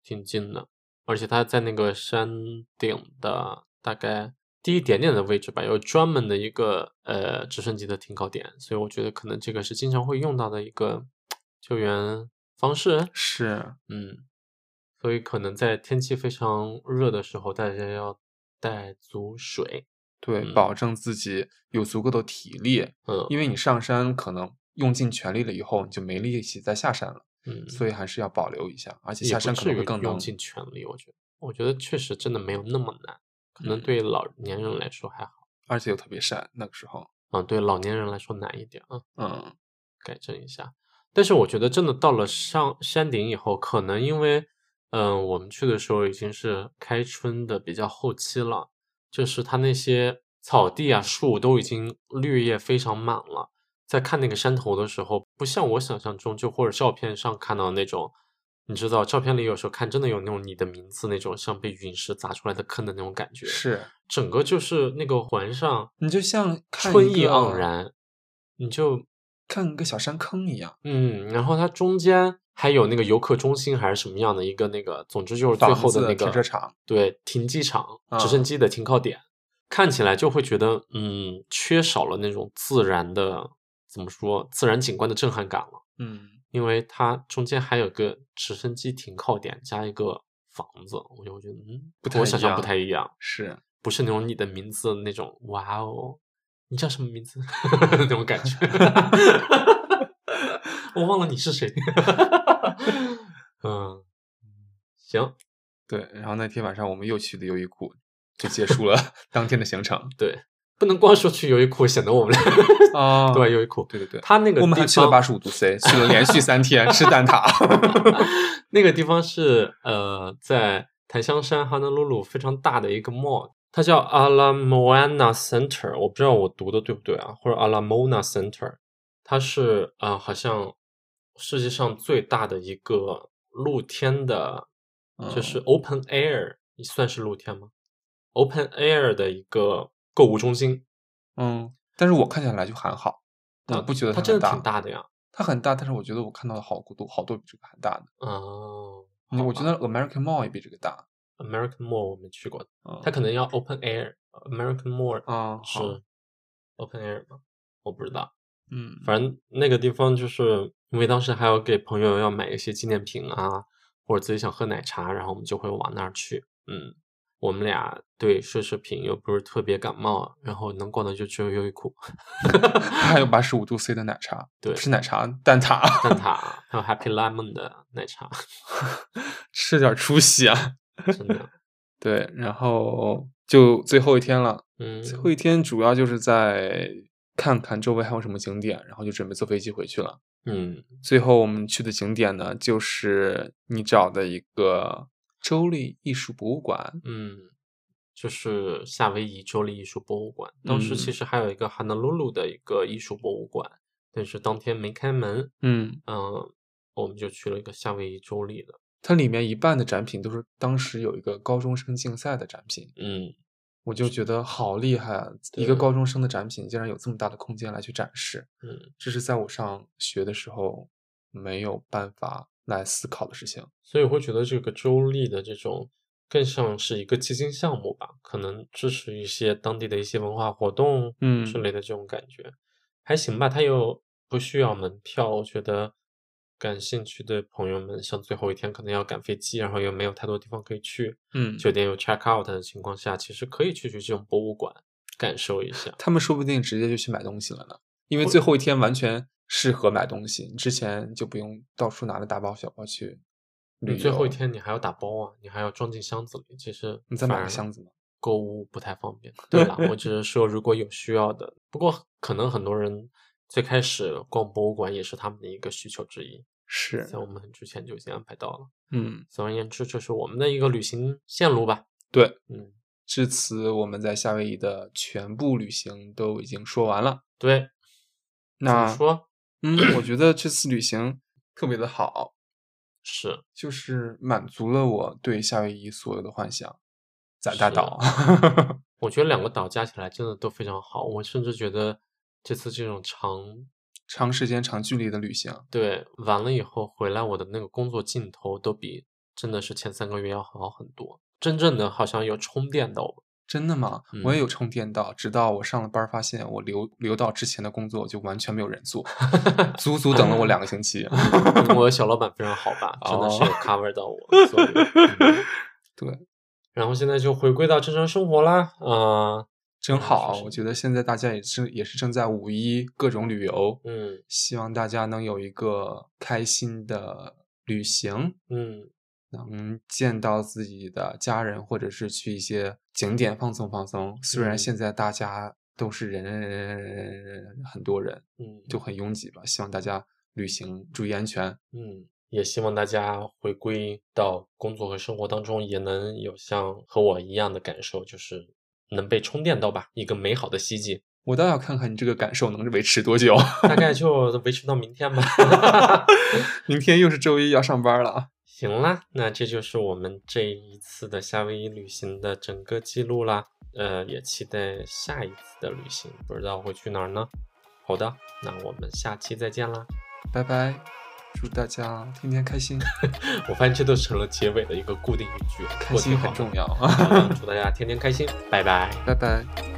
[SPEAKER 1] 挺近的，而且它在那个山顶的大概低一点点的位置吧，有专门的一个呃直升机的停靠点，所以我觉得可能这个是经常会用到的一个救援方式。
[SPEAKER 2] 是，
[SPEAKER 1] 嗯，所以可能在天气非常热的时候，大家要带足水，
[SPEAKER 2] 对，
[SPEAKER 1] 嗯
[SPEAKER 2] 保证自己有足够的体力，
[SPEAKER 1] 嗯
[SPEAKER 2] 因为你上山可能用尽全力了以后，你就没力气再下山了，
[SPEAKER 1] 嗯，
[SPEAKER 2] 所以还是要保留一下，而且
[SPEAKER 1] 也
[SPEAKER 2] 下
[SPEAKER 1] 不
[SPEAKER 2] 山可
[SPEAKER 1] 至
[SPEAKER 2] 能
[SPEAKER 1] 于
[SPEAKER 2] 会更
[SPEAKER 1] 用
[SPEAKER 2] 难。
[SPEAKER 1] 尽全力，我觉得，我觉得确实真的没有那么难，可能
[SPEAKER 2] 嗯
[SPEAKER 1] 对老年人来说还好，
[SPEAKER 2] 而且又特别晒，那个时候，
[SPEAKER 1] 嗯，对老年人来说难一点啊，
[SPEAKER 2] 嗯，
[SPEAKER 1] 改正一下。但是我觉得真的到了上山顶以后，可能因为，嗯、我们去的时候已经是开春的比较后期了，就是它那些草地啊、树都已经绿叶非常满了。在看那个山头的时候，不像我想象中，就或者照片上看到那种，你知道，照片里有时候看真的有那种你的名字那种像被陨石砸出来的坑的那种感觉，
[SPEAKER 2] 是，
[SPEAKER 1] 整个就是那个环上
[SPEAKER 2] 你就像看
[SPEAKER 1] 春
[SPEAKER 2] 一
[SPEAKER 1] 意
[SPEAKER 2] 个
[SPEAKER 1] 盎然，你就
[SPEAKER 2] 看一个小山坑一样，
[SPEAKER 1] 嗯，然后它中间还有那个游客中心还是什么样的一个那个，总之就是最
[SPEAKER 2] 房
[SPEAKER 1] 后的
[SPEAKER 2] 子
[SPEAKER 1] 那
[SPEAKER 2] 停
[SPEAKER 1] 个
[SPEAKER 2] 车场，
[SPEAKER 1] 对停机场、
[SPEAKER 2] 啊
[SPEAKER 1] 直升机的停靠点，看起来就会觉得嗯，缺少了那种自然的怎么说自然景观的震撼感了，
[SPEAKER 2] 嗯，
[SPEAKER 1] 因为它中间还有个直升机停靠点加一个房子，我就觉得嗯，
[SPEAKER 2] 不
[SPEAKER 1] 和我
[SPEAKER 2] 太
[SPEAKER 1] 想
[SPEAKER 2] 一
[SPEAKER 1] 象不
[SPEAKER 2] 样
[SPEAKER 1] 太一样，
[SPEAKER 2] 是，
[SPEAKER 1] 不是那种你的名字那种哇哦，你叫什么名字 那种感觉，我忘了你是谁。 嗯，行，
[SPEAKER 2] 对。然后那天晚上我们又去的优衣库，就结束 了当天的行程
[SPEAKER 1] 对，不能光说去优衣库，显得我们俩
[SPEAKER 2] 啊
[SPEAKER 1] 对吧？优衣库，
[SPEAKER 2] 对对对，
[SPEAKER 1] 哦他那个
[SPEAKER 2] 我们
[SPEAKER 1] 地
[SPEAKER 2] 还去了
[SPEAKER 1] 方
[SPEAKER 2] 八十五度 C，去了连续三天吃蛋挞。
[SPEAKER 1] 那个地方是呃，在檀香山哈纳鲁鲁非常大的一个 mall，它叫阿拉莫安娜 Center，我不知道我读的对不对啊，或者阿拉莫纳 Center，它是啊、呃好像世界上最大的一个露天的，
[SPEAKER 2] 嗯
[SPEAKER 1] 就是 open air，、你算是露天吗？open air 的一个购物中心，啊
[SPEAKER 2] 嗯，但是我看下来就还好，我不觉得
[SPEAKER 1] 它嗯真
[SPEAKER 2] 很
[SPEAKER 1] 的
[SPEAKER 2] 大，
[SPEAKER 1] 挺大的呀，
[SPEAKER 2] 它很大，但是我觉得我看到的好多好多比这个还大的。
[SPEAKER 1] 哦，
[SPEAKER 2] 嗯我觉得 American Mall 也比这个大。
[SPEAKER 1] American Mall 我没去过，
[SPEAKER 2] 嗯
[SPEAKER 1] 它可能要 open air，American Mall
[SPEAKER 2] 啊
[SPEAKER 1] 是
[SPEAKER 2] 好
[SPEAKER 1] open air 吗？我不知道，
[SPEAKER 2] 嗯
[SPEAKER 1] 反正那个地方就是因为当时还要给朋友要买一些纪念品啊，或者自己想喝奶茶，然后我们就会往那儿去。嗯，我们俩对奢侈品又不是特别感冒，然后能逛的就只有优衣库、
[SPEAKER 2] 它还有八十五度 C 的奶茶，
[SPEAKER 1] 对
[SPEAKER 2] 不是奶茶蛋挞，
[SPEAKER 1] 蛋挞，还有 Happy Lemon 的奶茶，
[SPEAKER 2] 吃点出息啊。
[SPEAKER 1] 真 的。
[SPEAKER 2] 对，然后就最后一天了，
[SPEAKER 1] 嗯，
[SPEAKER 2] 最后一天主要就是在看看周围还有什么景点，然后就准备坐飞机回去了。
[SPEAKER 1] 嗯，
[SPEAKER 2] 最后我们去的景点呢，就是你找的一个州立艺术博物馆。
[SPEAKER 1] 嗯，就是夏威夷州立艺术博物馆。当时其
[SPEAKER 2] 嗯
[SPEAKER 1] 实还有一个 Honolulu 的一个艺术博物馆，但是当天没开门。
[SPEAKER 2] 嗯，
[SPEAKER 1] 嗯，我们就去了一个夏威夷州立的。
[SPEAKER 2] 它里面一半的展品都是当时有一个高中生竞赛的展品，
[SPEAKER 1] 嗯，
[SPEAKER 2] 我就觉得好厉害啊！一
[SPEAKER 1] 对
[SPEAKER 2] 个高中生的展品竟然有这么大的空间来去展示，
[SPEAKER 1] 嗯，
[SPEAKER 2] 这是在我上学的时候没有办法来思考的事情。
[SPEAKER 1] 所以我会觉得这个州立的这种更像是一个基金项目吧，可能支持一些当地的一些文化活动，
[SPEAKER 2] 嗯
[SPEAKER 1] 之类的这种感觉，还行吧。它又不需要门票，我觉得感兴趣的朋友们，像最后一天可能要赶飞机，然后又没有太多地方可以去，
[SPEAKER 2] 嗯，
[SPEAKER 1] 酒店有 check out 的情况下，其实可以去去这种博物馆感受一下。
[SPEAKER 2] 他们说不定直接就去买东西了呢，因为
[SPEAKER 1] 会
[SPEAKER 2] 最后一天完全适合买东西，之前就不用到处拿着大包小包去
[SPEAKER 1] 你
[SPEAKER 2] 旅游。
[SPEAKER 1] 嗯最后一天你还要打包啊，你还要装进箱子里，其实
[SPEAKER 2] 你再
[SPEAKER 1] 反
[SPEAKER 2] 买个
[SPEAKER 1] 而
[SPEAKER 2] 箱子吗？
[SPEAKER 1] 购物不太方便。对了，我只是说如果有需要的，不过可能很多人最开始逛博物馆也是他们的一个需求之一，
[SPEAKER 2] 是
[SPEAKER 1] 在，我们很之前就已经安排到了。
[SPEAKER 2] 嗯，
[SPEAKER 1] 总而言之，这是我们的一个旅行线路吧。
[SPEAKER 2] 对。
[SPEAKER 1] 嗯，
[SPEAKER 2] 至此，我们在夏威夷的全部旅行都已经说完了。
[SPEAKER 1] 对，怎么
[SPEAKER 2] 那
[SPEAKER 1] 说
[SPEAKER 2] 嗯，我觉得这次旅行特别的好，
[SPEAKER 1] 是
[SPEAKER 2] 就是满足了我对夏威夷所有的幻想。咱大
[SPEAKER 1] 是
[SPEAKER 2] 岛，
[SPEAKER 1] 我觉得两个岛加起来真的都非常好，我甚至觉得这次这种长
[SPEAKER 2] 长时间、长距离的旅行，
[SPEAKER 1] 对完了以后回来，我的那个工作劲头都比真的是前三个月要好很多，真正的好像有充电到 我。
[SPEAKER 2] 真的吗？我
[SPEAKER 1] 嗯
[SPEAKER 2] 也有充电到，直到我上了班儿，发现我留留到之前的工作就完全没有人做，足足等了我两个星期。
[SPEAKER 1] 我的小老板非常好吧，真的是有
[SPEAKER 2] 哦
[SPEAKER 1] cover 到我。所以嗯
[SPEAKER 2] 对，
[SPEAKER 1] 然后现在就回归到正常生活啦，啊、
[SPEAKER 2] 真好啊
[SPEAKER 1] 是！是
[SPEAKER 2] 我觉得现在大家也是也是正在五一各种旅游，
[SPEAKER 1] 嗯
[SPEAKER 2] 希望大家能有一个开心的旅行，
[SPEAKER 1] 嗯，
[SPEAKER 2] 能见到自己的家人，或者是去一些景点放松放松。虽然
[SPEAKER 1] 嗯
[SPEAKER 2] 现在大家都是人人人人人人人人很多人，
[SPEAKER 1] 嗯，
[SPEAKER 2] 就很拥挤吧，希望大家旅行注意安全。
[SPEAKER 1] 嗯，也希望大家回归到工作和生活当中，也能有像和我一样的感受，就是能被充电到吧，一个美好的希冀。
[SPEAKER 2] 我倒要看看你这个感受能维持多久。
[SPEAKER 1] 大概就维持到明天吧。
[SPEAKER 2] 明天又是周一，要上班了啊！
[SPEAKER 1] 行啦，那这就是我们这一次的夏威夷旅行的整个记录啦。呃，也期待下一次的旅行，不知道会去哪儿呢？好的，那我们下期再见啦。
[SPEAKER 2] 拜拜，祝大家天天开心，
[SPEAKER 1] 我发现这都成了结尾的一个固定语句，
[SPEAKER 2] 开
[SPEAKER 1] 我挺
[SPEAKER 2] 心
[SPEAKER 1] 好
[SPEAKER 2] 很
[SPEAKER 1] 的
[SPEAKER 2] 重。要。啊
[SPEAKER 1] 嗯祝大家天天开心，拜拜。
[SPEAKER 2] 拜拜。